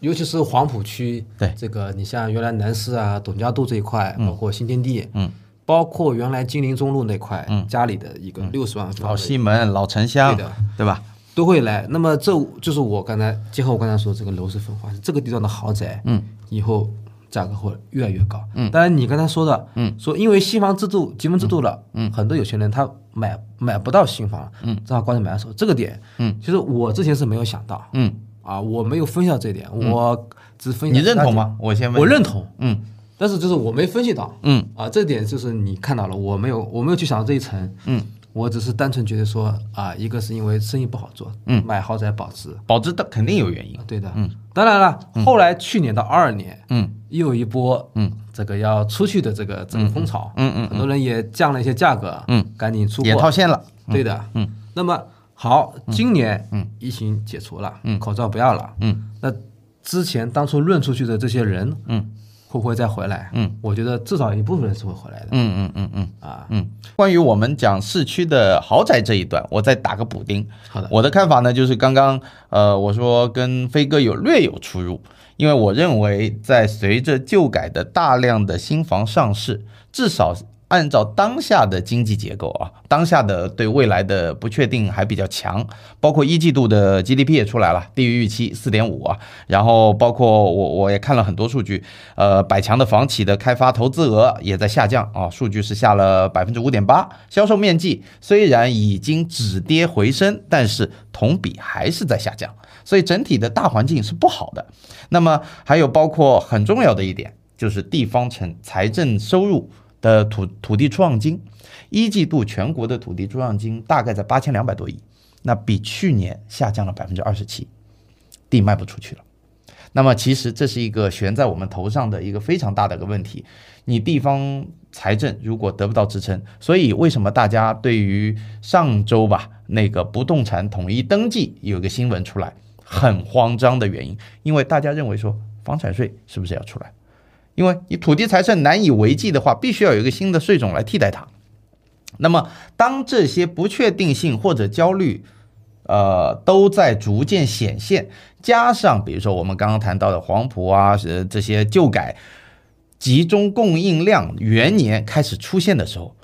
B: 尤其是黄浦区，
A: 对
B: 这个你像原来南市啊、董家渡这一块，包括新天地，
A: 嗯，
B: 包括原来金陵中路那块，家里的一个
A: 嗯
B: 六十万
A: 老
B: 房子
A: 哦西门、老城乡
B: 对的，
A: 对吧？
B: 都会来。那么这就是我刚才结合我刚才说这个楼市分化，这个地段的豪宅，嗯，以后价格会越来越高。嗯，当然你刚才说的，嗯，说因为新房制度、积分制度了，嗯，很多有钱人他买买不到新房，嗯，正好光着买二手，这个点，嗯，其实我之前是没有想到，
A: 嗯，
B: 啊，我没有分析到这一点，我只分析
A: 你
B: 到
A: 认
B: 大
A: 同
B: 点？
A: 吗？我先问，
B: 我，认同，
A: 嗯
B: 但是就是我没分析到，
A: 嗯
B: 啊，这点就是你看到了，我没有，我没有去想到这一层，
A: 嗯，
B: 我只是单纯觉得说啊，一个是因为生意不好做，嗯，买豪宅保值，
A: 保值的肯定有原因
B: 啊。对的，嗯，当然了，后来去年到二年，
A: 嗯
B: 又有一波，嗯，这个要出去的这个这个风潮，
A: 嗯嗯
B: 很多人也降了一些价格，
A: 嗯，
B: 赶紧出
A: 也
B: 货，
A: 套现了。
B: 对的，嗯，那么好，今年嗯疫情解除了，嗯，口罩不要了，嗯，那之前当初论出去的这些人，嗯，会不会再回来？嗯，我觉得至少一部分人是会回来的
A: 嗯嗯嗯嗯。
B: 啊。
A: 嗯，关于我们讲市区的豪宅这一段，我再打个补丁。
B: 好的，
A: 我的看法呢，就是刚刚呃，我说跟飞哥有略有出入，因为我认为在随着旧改的大量的新房上市，至少按照当下的经济结构啊，当下的对未来的不确定还比较强，包括一季度的 GDP 也出来了，低于预期四点五啊，然后包括我我也看了很多数据，呃，百强的房企的开发投资额也在下降啊，数据是下了百分之五点八，销售面积虽然已经止跌回升，但是同比还是在下降，所以整体的大环境是不好的。那么还有包括很重要的一点，就是地方城财政收入的土土地出让金，一季度全国的土地出让金大概在八千两百多亿，那比去年下降了百分之二十七，地卖不出去了。那么其实这是一个悬在我们头上的一个非常大的一个问题。你地方财政如果得不到支撑，所以为什么大家对于上周吧那个不动产统一登记有一个新闻出来很慌张的原因，因为大家认为说房产税是不是要出来？因为你土地财政难以为继的话，必须要有一个新的税种来替代它。那么，当这些不确定性或者焦虑呃，都在逐渐显现。加上比如说我们刚刚谈到的黄埔啊，呃这些旧改，集中供应量元年开始出现的时候，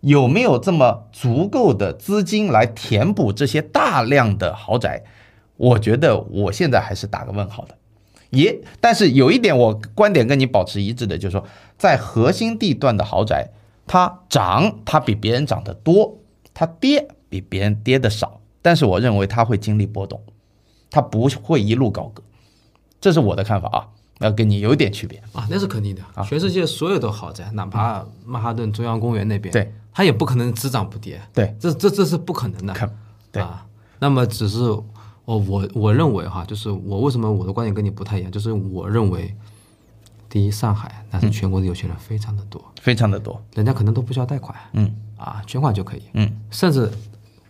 A: 有没有这么足够的资金来填补这些大量的豪宅？我觉得我现在还是打个问号的。也，但是有一点我观点跟你保持一致的，就是说，在核心地段的豪宅，它涨它比别人涨得多，它跌比别人跌的少。但是我认为它会经历波动，它不会一路高歌，这是我的看法啊。那跟你有一点区别。
B: 啊，那是肯定的。全世界所有的豪宅，哪怕曼哈顿中央公园那边，
A: 对，
B: 它也不可能只涨不跌。
A: 对，
B: 这这这是不可能的。
A: 看，对
B: 啊，那么只是哦，我我认为哈，就是我为什么我的观点跟你不太一样，就是我认为，第一，上海那是全国的有钱人非常的多，
A: 非常的多。
B: 人家可能都不需要贷款
A: 嗯
B: 啊，捐款就可以，
A: 嗯
B: 甚至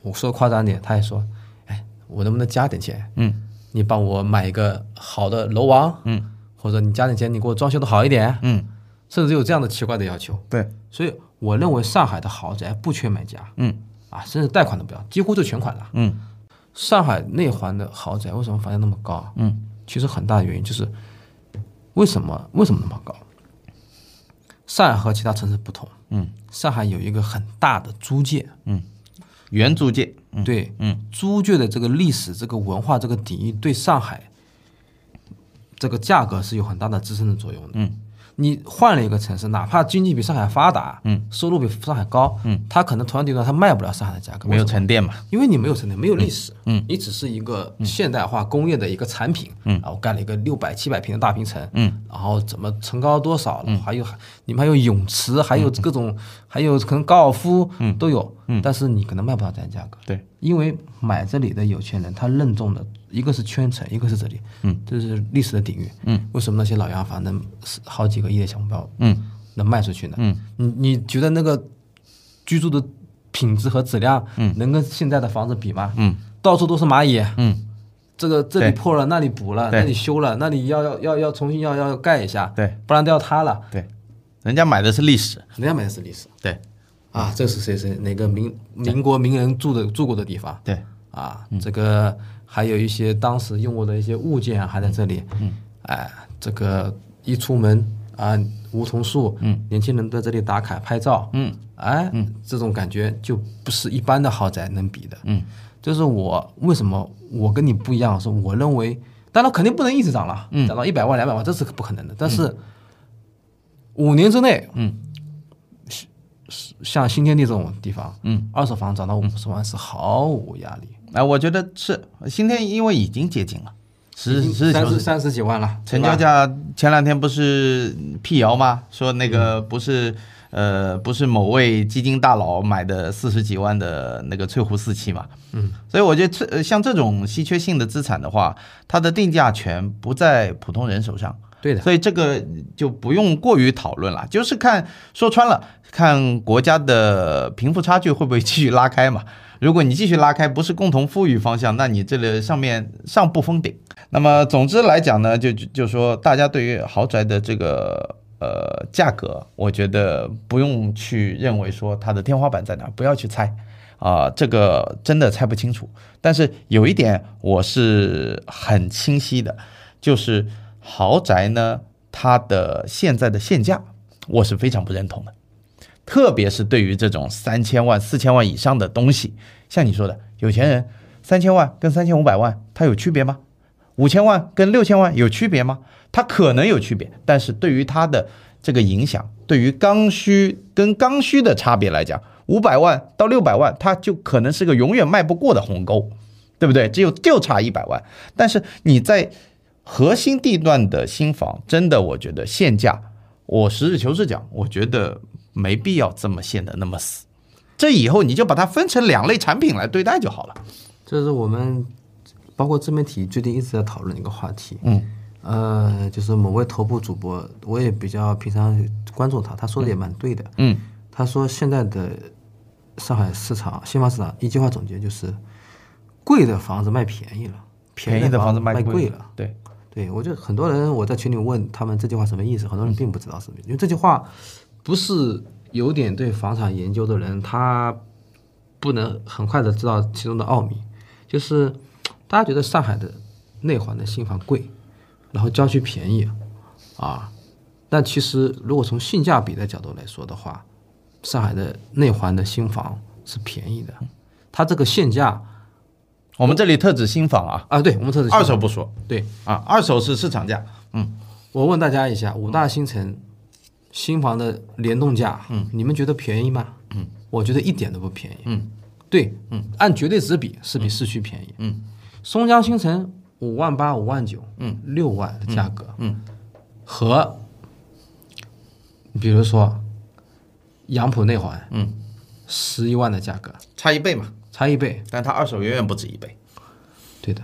B: 我说夸张点，他还说，哎，我能不能加点钱，
A: 嗯
B: 你帮我买一个好的楼王，
A: 嗯
B: 或者你加点钱，你给我装修的好一点，
A: 嗯，
B: 甚至有这样的奇怪的要求。
A: 对，
B: 所以我认为上海的豪宅不缺买家
A: 嗯
B: 啊，甚至贷款都不要，几乎就全款了。
A: 嗯
B: 上海内环的豪宅为什么房价那么高？啊
A: 嗯
B: 其实很大的原因就是为什么为什么那么高？上海和其他城市不同，
A: 嗯
B: 上海有一个很大的租界，
A: 嗯，原租界。嗯
B: 对，
A: 嗯
B: 租界的这个历史、这个文化、这个底蕴对上海这个价格是有很大的支撑的作用的。
A: 嗯
B: 你换了一个城市，哪怕经济比上海发达，
A: 嗯，
B: 收入比上海高，嗯，它可能同样地段它卖不了上海的价格，
A: 没有
B: 为什么，
A: 沉淀嘛。
B: 因为你没有沉淀，没有历史，
A: 嗯嗯
B: 你只是一个现代化工业的一个产品，
A: 嗯
B: 啊，我干了一个六百七百平的大平层，
A: 嗯
B: 然后怎么层高多少，还有你们还有泳池，还
A: 嗯
B: 有各种，还有可能高尔夫，嗯，都有，嗯，但是你可能卖不到这样价格，
A: 对，
B: 因为买这里的有钱人，他认中的一个是圈层，一个是这里，
A: 嗯，
B: 这是历史的底蕴，
A: 嗯，
B: 为什么那些老洋房能好几个亿的小目标
A: 嗯
B: 能卖出去呢？
A: 嗯，
B: 你你觉得那个居住的品质和质量，嗯，能跟现在的房子比吗？
A: 嗯，
B: 到处都是蚂蚁，
A: 嗯，
B: 这个这
A: 对
B: 里破了，那里补了，
A: 对
B: 那里修了，那里要要要要重新要要盖一下，
A: 对
B: 不然都要塌了。
A: 对，人家买的是历史。
B: 人家买的是历史
A: 对
B: 啊，这是谁谁哪个民民国名人住的住过的地方，
A: 对，
B: 啊，这个还有一些当时用过的一些物件啊还在这里。嗯，哎，这个一出门啊，梧桐树，嗯，年轻人在这里打卡拍照，嗯，哎，这种感觉就不是一般的豪宅能比的。
A: 嗯，
B: 这是我为什么我跟你不一样，是我认为，当然肯定不能一直涨了，嗯，涨到一百万、两百万这是不可能的，但是五年之内，嗯。像新天地这种地方，嗯，二手房涨到五十万是毫无压力，
A: 哎，我觉得是新天，因为已经接近了，实实事
B: 三
A: 求
B: 十
A: 是。
B: 三十几万了，
A: 成
B: 对
A: 交
B: 吧
A: 价前两天不是辟谣吗？说那个不是、呃不是某位基金大佬买的四十几万的那个翠湖四期嘛？嗯，所以我觉得这呃像这种稀缺性的资产的话，它的定价权不在普通人手上。
B: 对的，
A: 所以这个就不用过于讨论了，就是看说穿了，看国家的贫富差距会不会继续拉开嘛。如果你继续拉开，不是共同富裕方向，那你这里上面上不封顶。那么总之来讲呢，就就就说大家对于豪宅的这个呃价格，我觉得不用去认为说它的天花板在哪儿，不要去猜。啊、这个真的猜不清楚。但是有一点我是很清晰的，就是豪宅呢，它的现在的现价，我是非常不认同的。特别是对于这种三千万、四千万以上的东西，像你说的，有钱人三千万跟三千五百万，它有区别吗？五千万跟六千万有区别吗？它可能有区别，但是对于它的这个影响，对于刚需跟刚需的差别来讲，五百万到六百万，它就可能是个永远迈不过的鸿沟，对不对？只有就差一百万，但是你在核心地段的新房，真的，我觉得限价，我实事求是讲，我觉得没必要这么限的那么死。这以后你就把它分成两类产品来对待就好了。
B: 这是我们包括自媒体最近一直在讨论一个话题，
A: 嗯
B: 呃，就是某位头部主播，我也比较平常关注他，他说的也蛮对的，
A: 嗯
B: 他说现在的上海市场新房市场一句话总结就是，贵的房子卖便宜了，
A: 便宜的房
B: 房
A: 子卖贵
B: 贵
A: 了
B: 了。
A: 对，
B: 对，我觉得很多人我在群里问他们这句话什么意思，很多人并不知道什么意思，因为这句话不是有点对房产研究的人，他不能很快的知道其中的奥秘。就是大家觉得上海的内环的新房贵，然后郊区便宜啊，但其实如果从性价比的角度来说的话，上海的内环的新房是便宜的，它这个限价
A: 我们这里特指新房啊，
B: 啊，对我们特指
A: 二手不说
B: 对，
A: 啊，二手是市场价。嗯，
B: 我问大家一下，五大新城新房的联动价，嗯，你们觉得便宜吗？嗯，我觉得一点都不便宜。
A: 嗯，
B: 对，嗯，按绝对值比是比市区便宜。
A: 嗯，
B: 松江新城五万八、五万九，嗯，六万的价格，
A: 嗯，
B: 和比如说杨浦内环，
A: 嗯，
B: 十一万的价格
A: 差一倍嘛，
B: 差一倍。
A: 但它二手远远不止一倍。
B: 对的，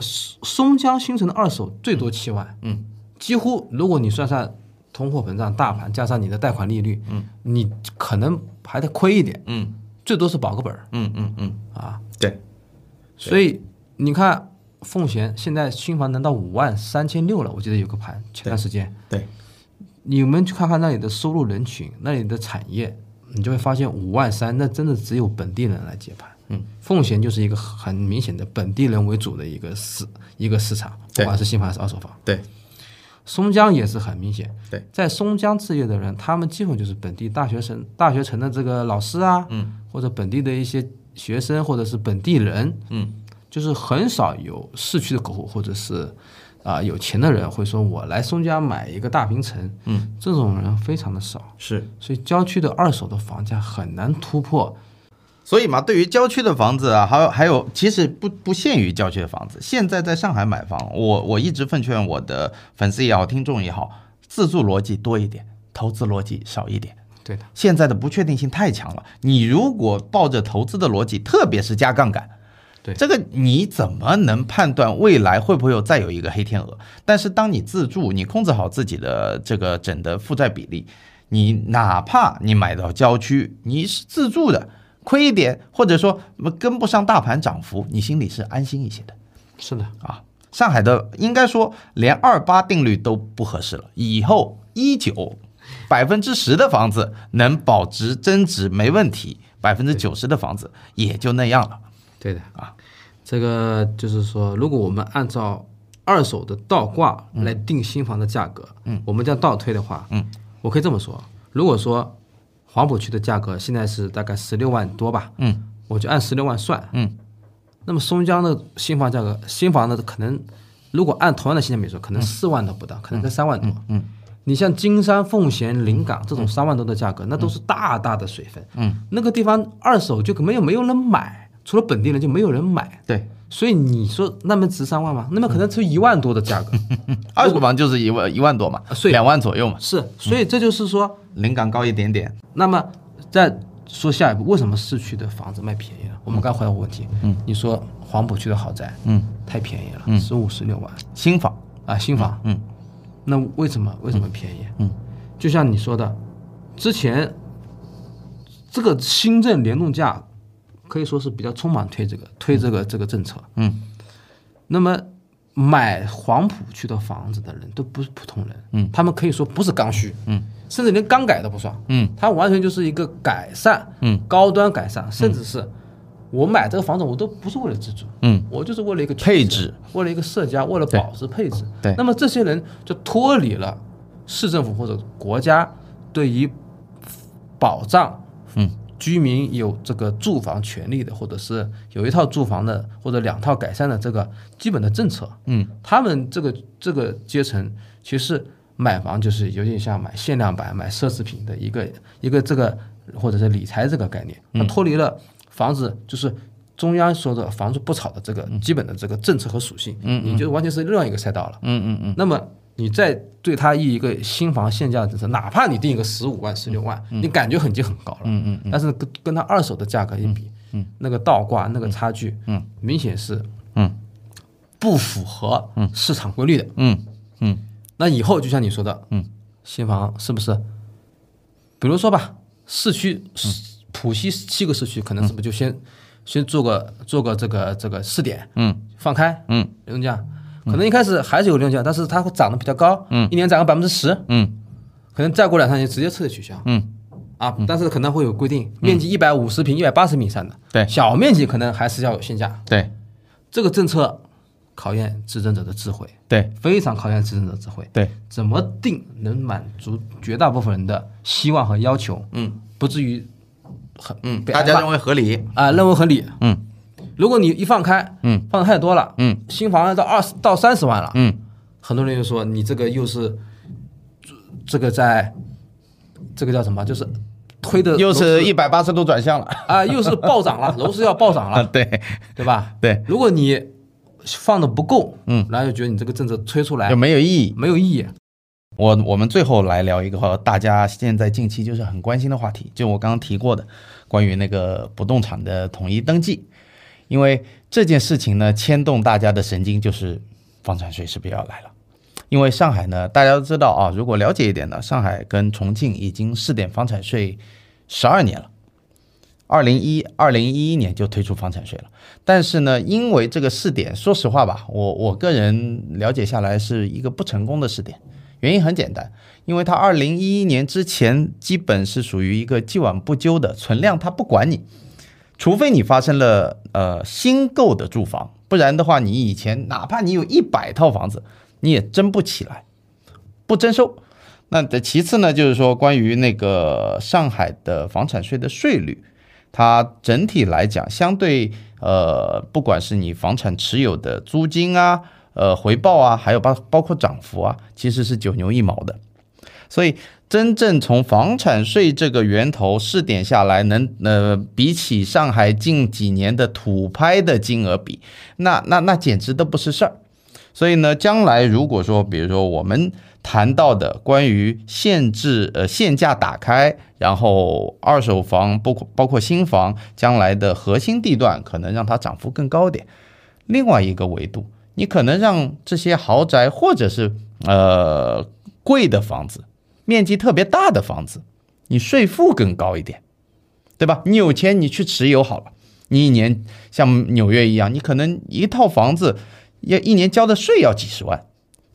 B: 松松江新城的二手最多七万，
A: 嗯，
B: 几乎如果你算上通货膨胀、大盘加上你的贷款利率，嗯，你可能还得亏一点，
A: 嗯
B: 最多是保个本儿
A: 嗯嗯嗯，
B: 啊。
A: 对，
B: 所以你看，奉贤现在新房能到五万三千六了，我记得有个盘，前段时间
A: 对，
B: 你们去看看那里的收入人群，那里的产业，你就会发现五万三，那真的只有本地人来接盘。
A: 嗯，
B: 奉贤就是一个很明显的本地人为主的一个市一个市场，不
A: 对
B: 管是新房还是二手房。
A: 对，
B: 松江也是很明显，
A: 对，
B: 在松江置业的人，他们基本就是本地大学生、大学城的这个老师啊，嗯，或者本地的一些学生，或者是本地人，
A: 嗯，
B: 就是很少有市区的客户，或者是啊、有钱的人会说，我来松江买一个大平层，嗯，这种人非常的少，
A: 是。
B: 所以郊区的二手的房价很难突破，
A: 所以嘛，对于郊区的房子啊，还有还有，其实不不限于郊区的房子。现在在上海买房，我我一直奉劝我的粉丝也好，听众也好，自住逻辑多一点，投资逻辑少一点。
B: 对的，
A: 现在的不确定性太强了，你如果抱着投资的逻辑，特别是加杠杆，
B: 对
A: 这个你怎么能判断未来会不会有再有一个黑天鹅？但是当你自住，你控制好自己的这个整的负债比例，你哪怕你买到郊区，你是自住的，亏一点或者说跟不上大盘涨幅，你心里是安心一些的。
B: 是的，
A: 啊，上海的应该说连二八定律都不合适了，以后一九百分之十的房子能保值增值没问题，百分之九十的房子也就那样了。
B: 对的啊，这个就是说，如果我们按照二手的倒挂来定新房的价格，嗯，我们这样倒推的话，嗯，我可以这么说，如果说黄浦区的价格现在是大概十六万多吧，
A: 嗯，
B: 我就按十六万算，
A: 嗯，
B: 那么松江的新房价格，新房的可能如果按同样的性价比说，可能四万都不到，可能才三万多，
A: 嗯
B: 你像金山、奉贤、临港这种三万多的价格，那都是大大的水分。
A: 嗯，
B: 那个地方二手就没有没有人买，除了本地人就没有人买。
A: 对，
B: 所以你说那么值三万吗？那么可能只有一万多的价格。
A: 嗯二手房就是一万一万多嘛
B: 啊，所以
A: 两万左右嘛，
B: 是，所以这就是说，
A: 临港高一点点。
B: 那么再说下一步，为什么市区的房子卖便宜了？我们刚回答我问题，嗯，你说黄浦区的豪宅，
A: 嗯，
B: 太便宜了，十五十六万
A: 新房，
B: 啊，新房，
A: 嗯，
B: 那为什么为什么便宜？
A: 嗯，
B: 就像你说的，之前这个新政联动价可以说是比较匆忙推这个推这个这个政策。
A: 嗯，
B: 那么买黄浦区的房子的人都不是普通人，嗯，他们可以说不是刚需，嗯，甚至连刚改都不算，
A: 嗯，
B: 它完全就是一个改善，
A: 嗯，
B: 高端改善，甚至是我买这个房子我都不是为了自住，
A: 嗯，
B: 我就是为了一个
A: 配
B: 居
A: 置，
B: 为了一个社交，为了
A: 对
B: 保值配置，
A: 对
B: 那么这些人就脱离了市政府或者国家对于保障，
A: 嗯，
B: 居民有这个住房权利的，或者是有一套住房的，或者两套改善的这个基本的政策，
A: 嗯，
B: 他们这个这个阶层其实买房就是有点像买限量版、买奢侈品的一个一个这个或者是理财这个概念，它脱离了房子就是。中央说的“房住不炒”的这个基本的这个政策和属性，嗯，你就完全是另外一个赛道了。
A: 嗯嗯嗯，
B: 那么你再对它议一个新房限价的政策，哪怕你定一个十五万、十六万，你感觉很就很高了，嗯嗯，但是跟跟它二手的价格一比，嗯，那个倒挂那个差距，嗯，明显是，
A: 嗯，
B: 不符合市场规律的。
A: 嗯嗯
B: 那以后就像你说的，
A: 嗯，
B: 新房是不是？比如说吧，市区、浦西七个市区，可能是不是就先、先做个做个这个这个试点，
A: 嗯
B: 放开，
A: 嗯
B: 零价，可能一开始还是有零价，但是它会涨得比较高，嗯，一年涨个百分之十，
A: 嗯
B: 可能再过两三年直接彻底取消，
A: 嗯，
B: 啊，但是可能会有规定，面积一百五十平、一百八十平以上的，
A: 对
B: 小面积可能还是要有限价。
A: 对
B: 这个政策考验执政者的智慧，
A: 对
B: 非常考验执政者的智慧，
A: 对，
B: 怎么定能满足绝大部分人的希望和要求？
A: 嗯，
B: 不至于很
A: 嗯，
B: 被
A: 大家
B: 挨骂
A: 认为合理，
B: 啊、认为合理。
A: 嗯
B: 如果你一放开，
A: 嗯，
B: 放的太多了，
A: 嗯，
B: 新房要到二十到三十万了，
A: 嗯
B: 很多人就说你这个又是这这个在这个叫什么，就是推的
A: 又
B: 楼
A: 是
B: 市
A: 一百八十度转向了
B: 啊、又是暴 涨了，楼市要暴涨
A: 啊，
B: 了，
A: 对
B: 对吧？
A: 对，
B: 如果你放的不够，
A: 嗯，
B: 然后就觉得你这个政策推出来
A: 就没有意义。
B: 没有意义，
A: 我我们最后来聊一个和大家现在近期就是很关心的话题，就我刚刚提过的关于那个不动产的统一登记，因为这件事情呢牵动大家的神经，就是房产税是不是要来了？因为上海呢，大家都知道啊，如果了解一点呢，上海跟重庆已经试点房产税十二年了，二零一二零一一年就推出房产税了。但是呢，因为这个试点，说实话吧，我我个人了解下来是一个不成功的试点。原因很简单，因为它二零一一年之前基本是属于一个既往不咎的存量，它不管你，除非你发生了呃新购的住房，不然的话，你以前哪怕你有一百套房子，你也争不起来，不征收。那的其次呢，就是说关于那个上海的房产税的税率，它整体来讲相对呃，不管是你房产持有的租金啊，呃回报啊，还有包包括涨幅啊，其实是九牛一毛的。所以，真正从房产税这个源头试点下来，能呃，比起上海近几年的土拍的金额比，那那那简直都不是事儿。所以呢，将来如果说，比如说我们谈到的关于限制呃限价打开，然后二手房包括包括新房将来的核心地段，可能让它涨幅更高点。另外一个维度，你可能让这些豪宅或者是呃贵的房子，面积特别大的房子，你税负更高一点，对吧？你有钱你去持有好了，你一年像纽约一样，你可能一套房子要一年交的税要几十万。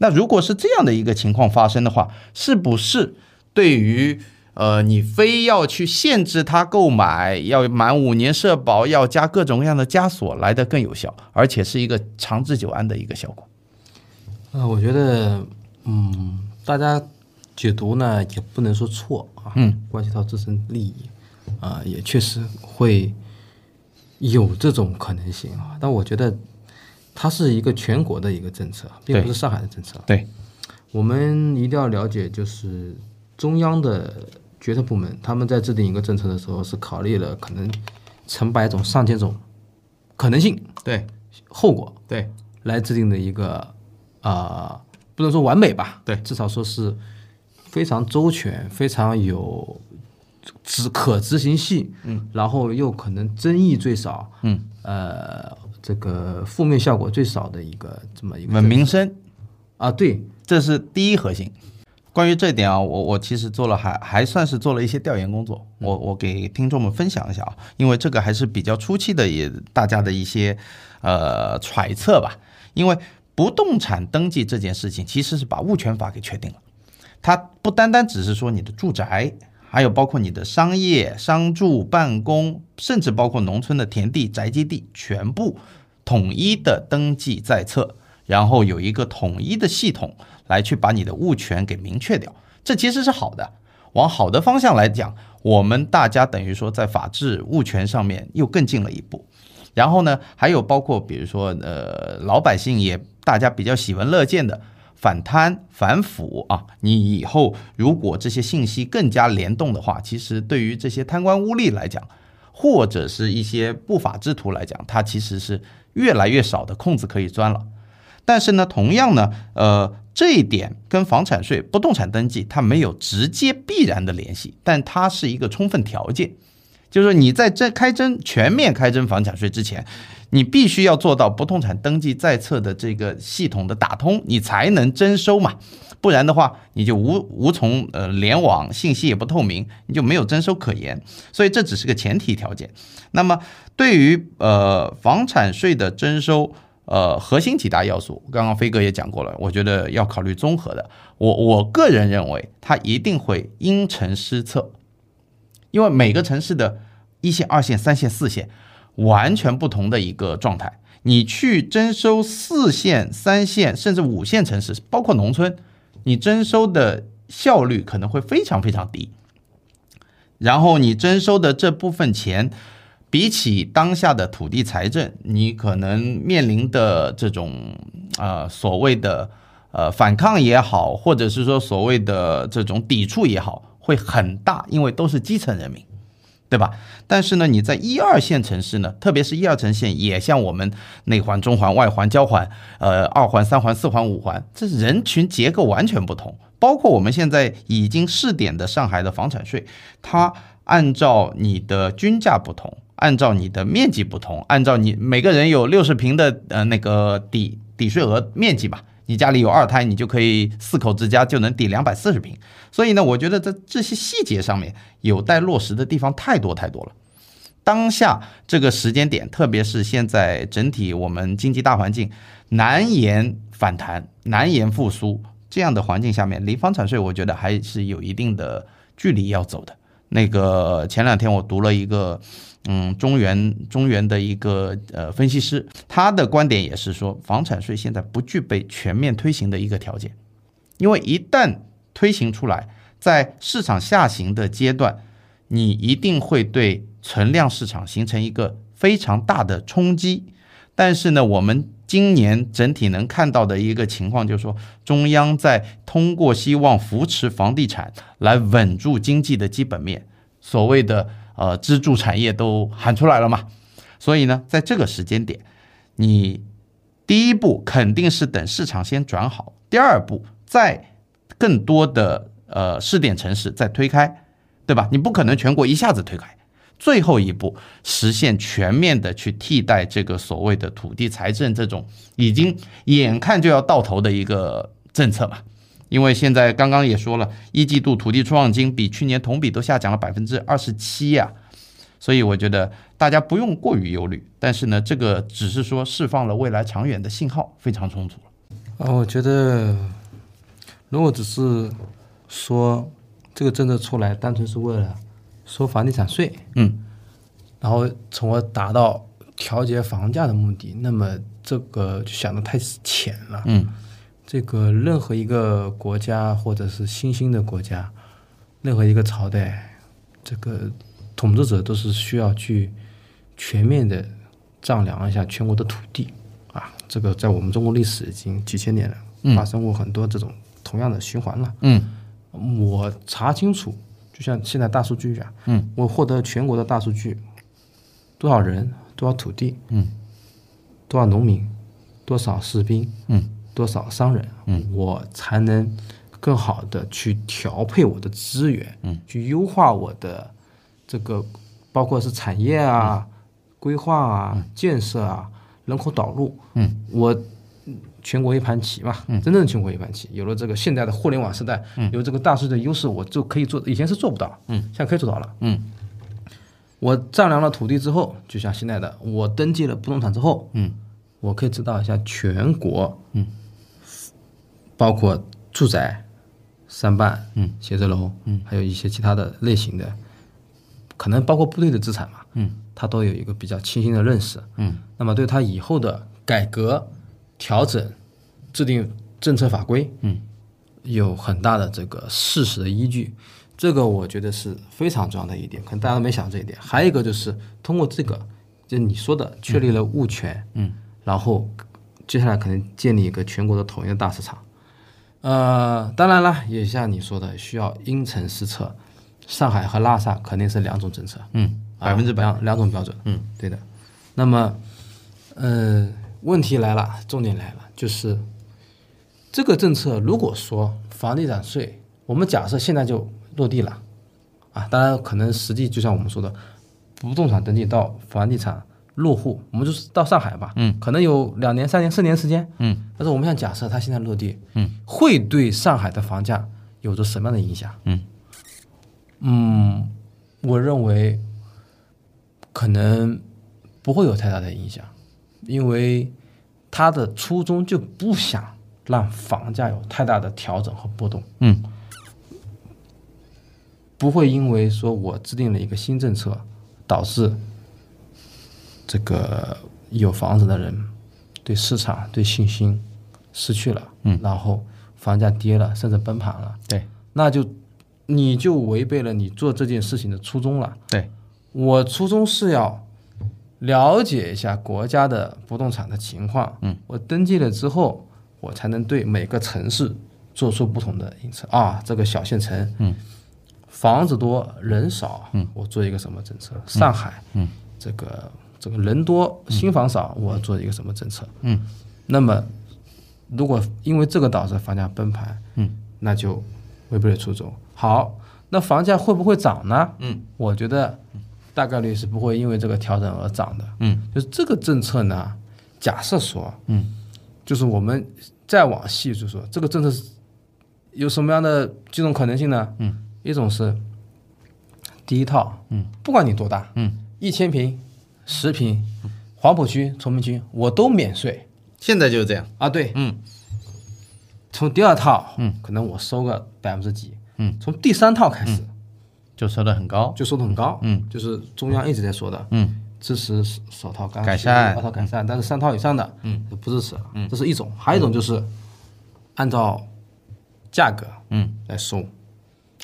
A: 那如果是这样的一个情况发生的话，是不是对于呃你非要去限制他购买，要满五年社保，要加各种各样的枷锁来的更有效，而且是一个长治久安的一个效果？
B: 啊，我觉得，嗯，大家解读呢也不能说错啊，
A: 嗯，
B: 关系到自身利益，啊，也确实会有这种可能性啊。但我觉得它是一个全国的一个政策，并
A: 对
B: 不是上海的政策。
A: 对，
B: 我们一定要了解，就是中央的决策部门，他们在制定一个政策的时候，是考虑了可能成百种、上千种可能性、
A: 对，
B: 后果，
A: 对，
B: 来制定的一个啊、呃不能说完美吧，
A: 对
B: 至少说是非常周全、非常有执可执行性，嗯，然后又可能争议最少，
A: 嗯，
B: 呃，这个负面效果最少的一个这么一个
A: 稳民生
B: 啊，对，
A: 这是第一核心。关于这一点啊，我我其实做了还还算是做了一些调研工作，我我给听众们分享一下啊，因为这个还是比较初期的，也大家的一些呃揣测吧。因为不动产登记这件事情其实是把物权法给确定了，它不单单只是说你的住宅，还有包括你的商业、商住、办公，甚至包括农村的田地、宅基地，全部统一的登记在册，然后有一个统一的系统来去把你的物权给明确掉，这其实是好的。往好的方向来讲，我们大家等于说在法治物权上面又更进了一步。然后呢，还有包括比如说呃，老百姓也大家比较喜闻乐见的反贪反腐啊，你以后如果这些信息更加联动的话，其实对于这些贪官污吏来讲，或者是一些不法之徒来讲，它其实是越来越少的空子可以钻了。但是呢，同样呢，呃，这一点跟房产税、不动产登记它没有直接必然的联系，但它是一个充分条件。就是说你在这开征全面开征房产税之前，你必须要做到不动产登记在册的这个系统的打通，你才能征收嘛。不然的话，你就无无从呃联网，信息也不透明，你就没有征收可言。所以这只是个前提条件。那么对于呃房产税的征收，呃核心几大要素，刚刚飞哥也讲过了，我觉得要考虑综合的。我我个人认为，它一定会因城施策，因为每个城市的一线、二线、三线、四线完全不同的一个状态。你去征收四线、三线甚至五线城市，包括农村，你征收的效率可能会非常非常低。然后你征收的这部分钱，比起当下的土地财政，你可能面临的这种呃所谓的呃反抗也好，或者是说所谓的这种抵触也好，会很大，因为都是基层人民。对吧？但是呢，你在一二线城市呢，特别是一二城县，也像我们内环、中环、外环、交环，呃，二环、三环、四环、五环，这人群结构完全不同。包括我们现在已经试点的上海的房产税，它按照你的均价不同，按照你的面积不同，按照你每个人有六十平的呃那个抵抵税额面积吧，你家里有二胎，你就可以四口之家就能抵两百四十平。所以呢，我觉得在这些细节上面有待落实的地方太多太多了。当下这个时间点，特别是现在整体我们经济大环境难言反弹、难言复苏这样的环境下面，离房产税我觉得还是有一定的距离要走的。那个前两天我读了一个，嗯，中原中原的一个呃分析师，他的观点也是说，房产税现在不具备全面推行的一个条件，因为一旦推行出来，在市场下行的阶段，你一定会对存量市场形成一个非常大的冲击。但是呢，我们今年整体能看到的一个情况就是说，中央在通过希望扶持房地产来稳住经济的基本面，所谓的呃支柱产业都喊出来了嘛。所以呢，在这个时间点，你第一步肯定是等市场先转好，第二步再。更多的呃试点城市再推开，对吧？你不可能全国一下子推开，最后一步实现全面的去替代这个所谓的土地财政这种已经眼看就要到头的一个政策嘛。因为现在刚刚也说了，一季度土地出让金比去年同比都下降了百分之二十七呀，所以我觉得大家不用过于忧虑，但是呢，这个只是说释放了未来长远的信号，非常充足
B: 啊，我觉得如果只是说这个政策出来，单纯是为了收房地产税，
A: 嗯，
B: 然后从而达到调节房价的目的，那么这个就想的太浅了。
A: 嗯，
B: 这个任何一个国家或者是新兴的国家，任何一个朝代，这个统治者都是需要去全面的丈量一下全国的土地啊。这个在我们中国历史已经几千年了，发生过很多这种同样的循环了。
A: 嗯
B: 我查清楚，就像现在大数据啊，
A: 嗯，
B: 我获得全国的大数据，多少人，多少土地，
A: 嗯，
B: 多少农民，多少士兵，
A: 嗯，
B: 多少商人，嗯，我才能更好的去调配我的资源，嗯，去优化我的这个，包括是产业啊、
A: 嗯
B: 规划啊、建设啊、人口导入，
A: 嗯，
B: 我全国一盘棋嘛，真正全国一盘棋。有了这个现代的互联网时代，有这个大数据的优势，我就可以做，以前是做不到，嗯，现在可以做到了。
A: 嗯，
B: 我丈量了土地之后，就像现在的，我登记了不动产之后，
A: 嗯，
B: 我可以知道一下全国，嗯，包括住宅、商办、嗯，写字楼，嗯，还有一些其他的类型的，可能包括部队的资产嘛，嗯，他都有一个比较清晰的认识，
A: 嗯，
B: 那么对他以后的改革、调整、制定政策法规，嗯，有很大的这个事实的依据。这个我觉得是非常重要的一点，可能大家都没想这一点。还有一个就是通过这个，就你说的确立了物权，嗯，然后接下来可能建立一个全国的统一的大市场。呃，当然了，也像你说的，需要因城施策。上海和拉萨肯定是两种政策，
A: 嗯，
B: 啊
A: 百分之百，
B: 两两种标准，嗯，对的。那么，嗯、问题来了，重点来了，就是这个政策，如果说房地产税，我们假设现在就落地了，啊，当然可能实际就像我们说的，不动产登记到房地产落户，我们就是到上海吧，嗯，可能有两年、三年、四年时间，
A: 嗯，
B: 但是我们想假设它现在落地，嗯，会对上海的房价有着什么样的影响？
A: 嗯
B: 嗯，我认为可能不会有太大的影响，因为他的初衷就不想让房价有太大的调整和波动，
A: 嗯
B: 不会因为说我制定了一个新政策，导致这个有房子的人对市场、对信心失去了，嗯，然后房价跌了，甚至崩盘了，
A: 对，
B: 那就你就违背了你做这件事情的初衷了。
A: 对，
B: 我初衷是要了解一下国家的不动产的情况，嗯，我登记了之后，我才能对每个城市做出不同的映射啊。这个小县城，嗯，房子多人少，嗯，我做一个什么政策？上海，嗯，这个这个人多新房少，我做一个什么政策？嗯，那么如果因为这个导致房价崩盘，嗯，那就违背了初衷。好，那房价会不会涨呢？嗯，我觉得大概率是不会因为这个调整而涨的。
A: 嗯，
B: 就是这个政策呢，假设说，嗯，就是我们再往细就说，这个政策是有什么样的几种可能性呢？嗯，一种是第一套，嗯，不管你多大，嗯，一千平、十平、黄浦区、崇明区，我都免税
A: 现在就是这样。
B: 啊。对，
A: 嗯，
B: 从第二套，嗯，可能我收个百分之几，嗯，从第三套开始，
A: 就收的很高。
B: 就说的很高，嗯，就是中央一直在说的，
A: 嗯，
B: 支持首套刚
A: 改善
B: 二套改善，但是三套以上的，嗯，不支持了，嗯，这嗯是一种，还有一种就是按照价格，
A: 嗯，
B: 来收，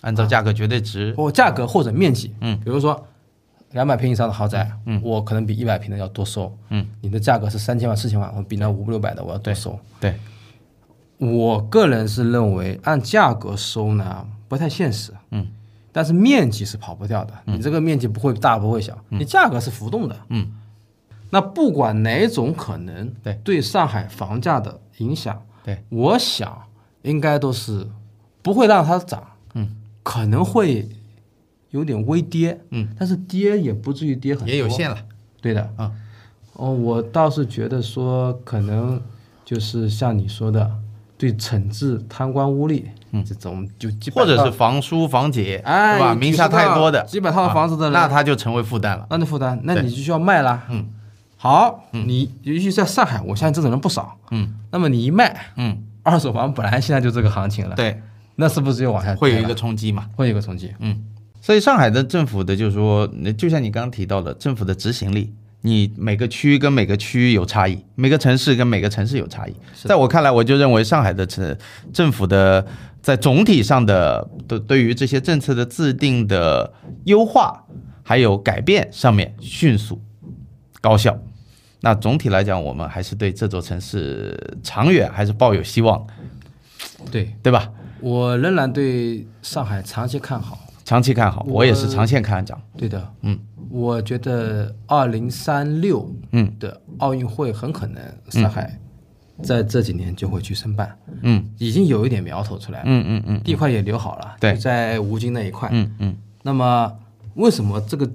A: 按照价格绝对值，
B: 或价格或者面积，嗯，比如说两百平以上的豪宅，嗯，我可能比一百平的要多收，嗯，你的价格是三千万四千万，我比那五六百的我要多收，
A: 对，
B: 我个人是认为按价格收呢不太现实，嗯，但是面积是跑不掉的，你这个面积不会大不会小，你价格是浮动的，
A: 嗯，
B: 那不管哪种可能，
A: 对
B: 对上海房价的影响，
A: 对，
B: 我想应该都是不会让它涨，嗯，可能会有点微跌，嗯，但是跌也不至于跌很多，
A: 也有限了。
B: 对的
A: 啊。
B: 哦，我倒是觉得说，可能就是像你说的，对惩治贪官污吏，嗯，这种就基本
A: 或者是房叔房姐，
B: 哎
A: 对吧？名下太多的，
B: 几十套几百套
A: 啊
B: 房子的人
A: 那他就成为负担了。
B: 那你负担，那你就需要卖啦。嗯，好，你尤其在上海，我相信这种人不少。
A: 嗯，
B: 那么你一卖，
A: 嗯，
B: 二手房本来现在就这个行情了，，
A: 对，
B: 那是不是就往下
A: 会嗯有
B: 跌
A: 一
B: 了
A: 个冲击嘛。
B: 会有一个冲击？
A: 所以上海的政府的，就是说，呃就像你刚刚提到的，政府的执行力，你每个区跟每个区有差异，每个城市跟每个城市有差异。在我看来，我就认为上海的城政府的在总体上的对对于这些政策的制定的优化还有改变上面迅速高效。那总体来讲，我们还是对这座城市长远还是抱有希望的，
B: 对
A: 对吧？
B: 我仍然对上海长期看好。
A: 长期看好，我也是长线看涨。
B: 对的，嗯，我觉得二零三六
A: 嗯
B: 的奥运会很可能上海在这几年就会去申办，
A: 嗯
B: 已经有一点苗头出来了，
A: 嗯嗯嗯
B: 地块也留好了，
A: 对
B: 就在吴京那一块。
A: 嗯嗯
B: 那么为什么这个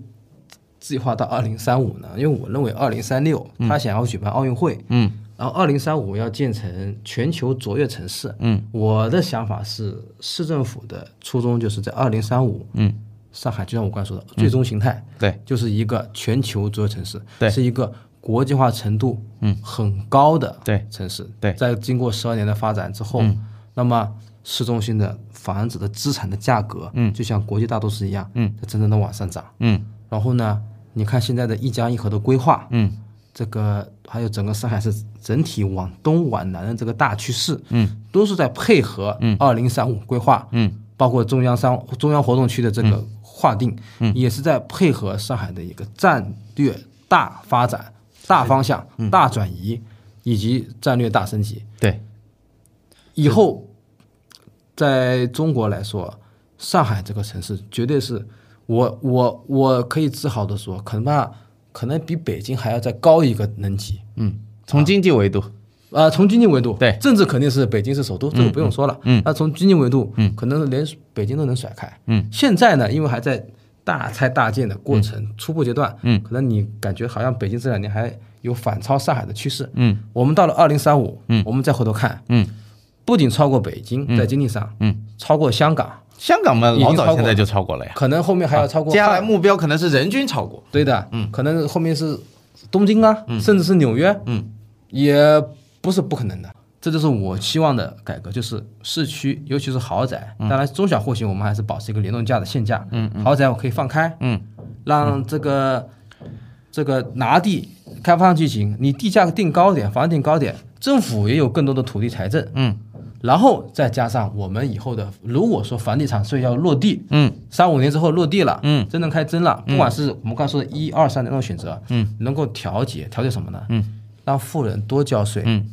B: 计划到二零三五呢？因为我认为二零三六他想要举办奥运会，
A: 嗯。
B: 然后二零三五要建成全球卓越城市。
A: 嗯，
B: 我的想法是，市政府的初衷就是在二零三五，
A: 嗯，
B: 上海就像我刚才说的，最终形态
A: 对，
B: 就是一个全球卓越城市，
A: 对
B: 是一个国际化程度嗯很高的
A: 对
B: 城市。
A: 对嗯
B: 在经过十二年的发展之后，那么市中心的房子的资产的价格，嗯，就像国际大都市一样，嗯，在真正的往上涨。
A: 嗯
B: 然后呢，你看现在的一江一河的规划，
A: 嗯
B: 这个还有整个上海市整体往东往南的这个大趋势，嗯，都是在配合二零三五规划，
A: 嗯，
B: 包括中央商中央活动区的这个划定，嗯，也是在配合上海的一个战略大发展、大方向、
A: 嗯
B: 大转移以及战略大升级。
A: 对，
B: 以后在中国来说，上海这个城市绝对是我我我可以自豪的说，恐怕可能比北京还要再高一个能级。
A: 嗯，从经济维度，
B: 呃，从经济维度，
A: 对
B: 政治肯定是北京是首都，这个不用说了。嗯，那从经济维度，嗯，可能连北京都能甩开。
A: 嗯，
B: 现在呢，因为还在大拆大建的过程、初步阶段，嗯，可能你感觉好像北京这两年还有反超上海的趋势。
A: 嗯，
B: 我们到了二零三五，嗯，我们再回头看，
A: 嗯，
B: 不仅超过北京在经济上，
A: 嗯，
B: 超过香港，
A: 香港嘛，老
B: 已经超
A: 早
B: 过
A: 现在就超过了呀。
B: 可能后面还要超过
A: 接下
B: 法
A: 来目标可能是人均超过。
B: 对的，嗯，可能后面是东京啊，甚至是纽约，
A: 嗯，
B: 也不是不可能的。这就是我希望的改革，就是市区，尤其是豪宅，当然中小户型我们还是保持一个联动价的限价，嗯，豪宅我可以放开，
A: 嗯，
B: 让这个这个拿地开发商去行，你地价定高点，房子定高点，政府也有更多的土地财政，
A: 嗯，
B: 然后再加上我们以后的，如果说房地产税要落地，
A: 嗯，
B: 三五年之后落地了，
A: 嗯，
B: 真正开征了，不管是我们刚才说的一二三的那种选择，嗯，能够调节调节什么呢？嗯，让富人多交税，
A: 嗯，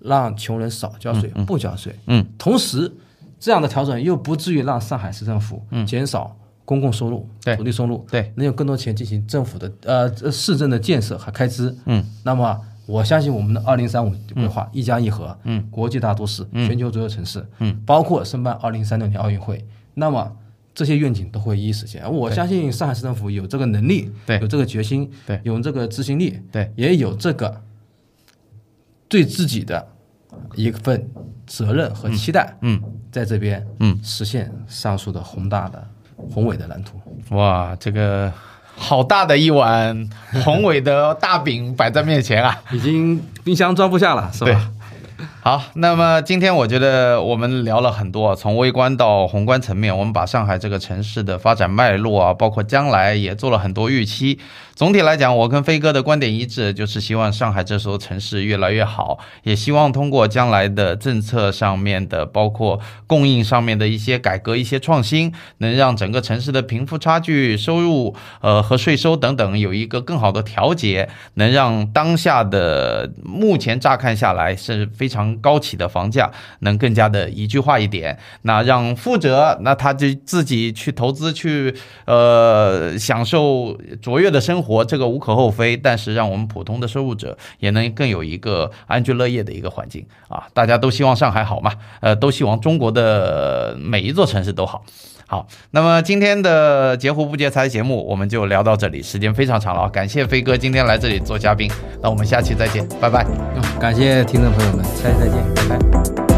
B: 让穷人少交税，不交税，
A: 嗯，
B: 同时这样的调整又不至于让上海市政府减少公共收入、
A: 嗯对
B: 土地收入，
A: 对，
B: 能有更多钱进行政府的呃呃市政的建设和开支，
A: 嗯，
B: 那么我相信我们的二零三五规划一加一核，嗯，国际大都市，全球主要城市，嗯，包括申办二零三六年奥运会，那么。这些愿景都会一一实现，我相信上海市政府有这个能力，
A: 对
B: 有这个决心，
A: 对，
B: 有这个执行力，
A: 对，
B: 也有这个对自己的一份责任和期待，
A: 嗯，
B: 在这边，
A: 嗯，
B: 实现上述的宏大的、宏伟的蓝图。
A: 哇，这个好大的一碗 宏伟的大饼摆在面前啊！
B: 已经冰箱装不下了， 是
A: 对
B: 吧？
A: 好，那么今天我觉得我们聊了很多，从微观到宏观层面，我们把上海这个城市的发展脉络啊，包括将来也做了很多预期。总体来讲，我跟飞哥的观点一致，就是希望上海这所城市越来越好，也希望通过将来的政策上面的，包括供应上面的一些改革、一些创新，能让整个城市的贫富差距、收入呃和税收等等有一个更好的调节，能让当下的目前乍看下来是非常高企的房价能更加的一句话一点，那让富者那他就自己去投资去呃享受卓越的生活，这个无可厚非，但是让我们普通的收入者也能更有一个安居乐业的一个环境啊，大家都希望上海好嘛，呃，都希望中国的每一座城市都好。好，那么今天的截胡不截财节目我们就聊到这里，时间非常长了啊，感谢飞哥今天来这里做嘉宾，那我们下期再见，拜拜。
B: 嗯感谢听众朋友们，下期再见，拜拜。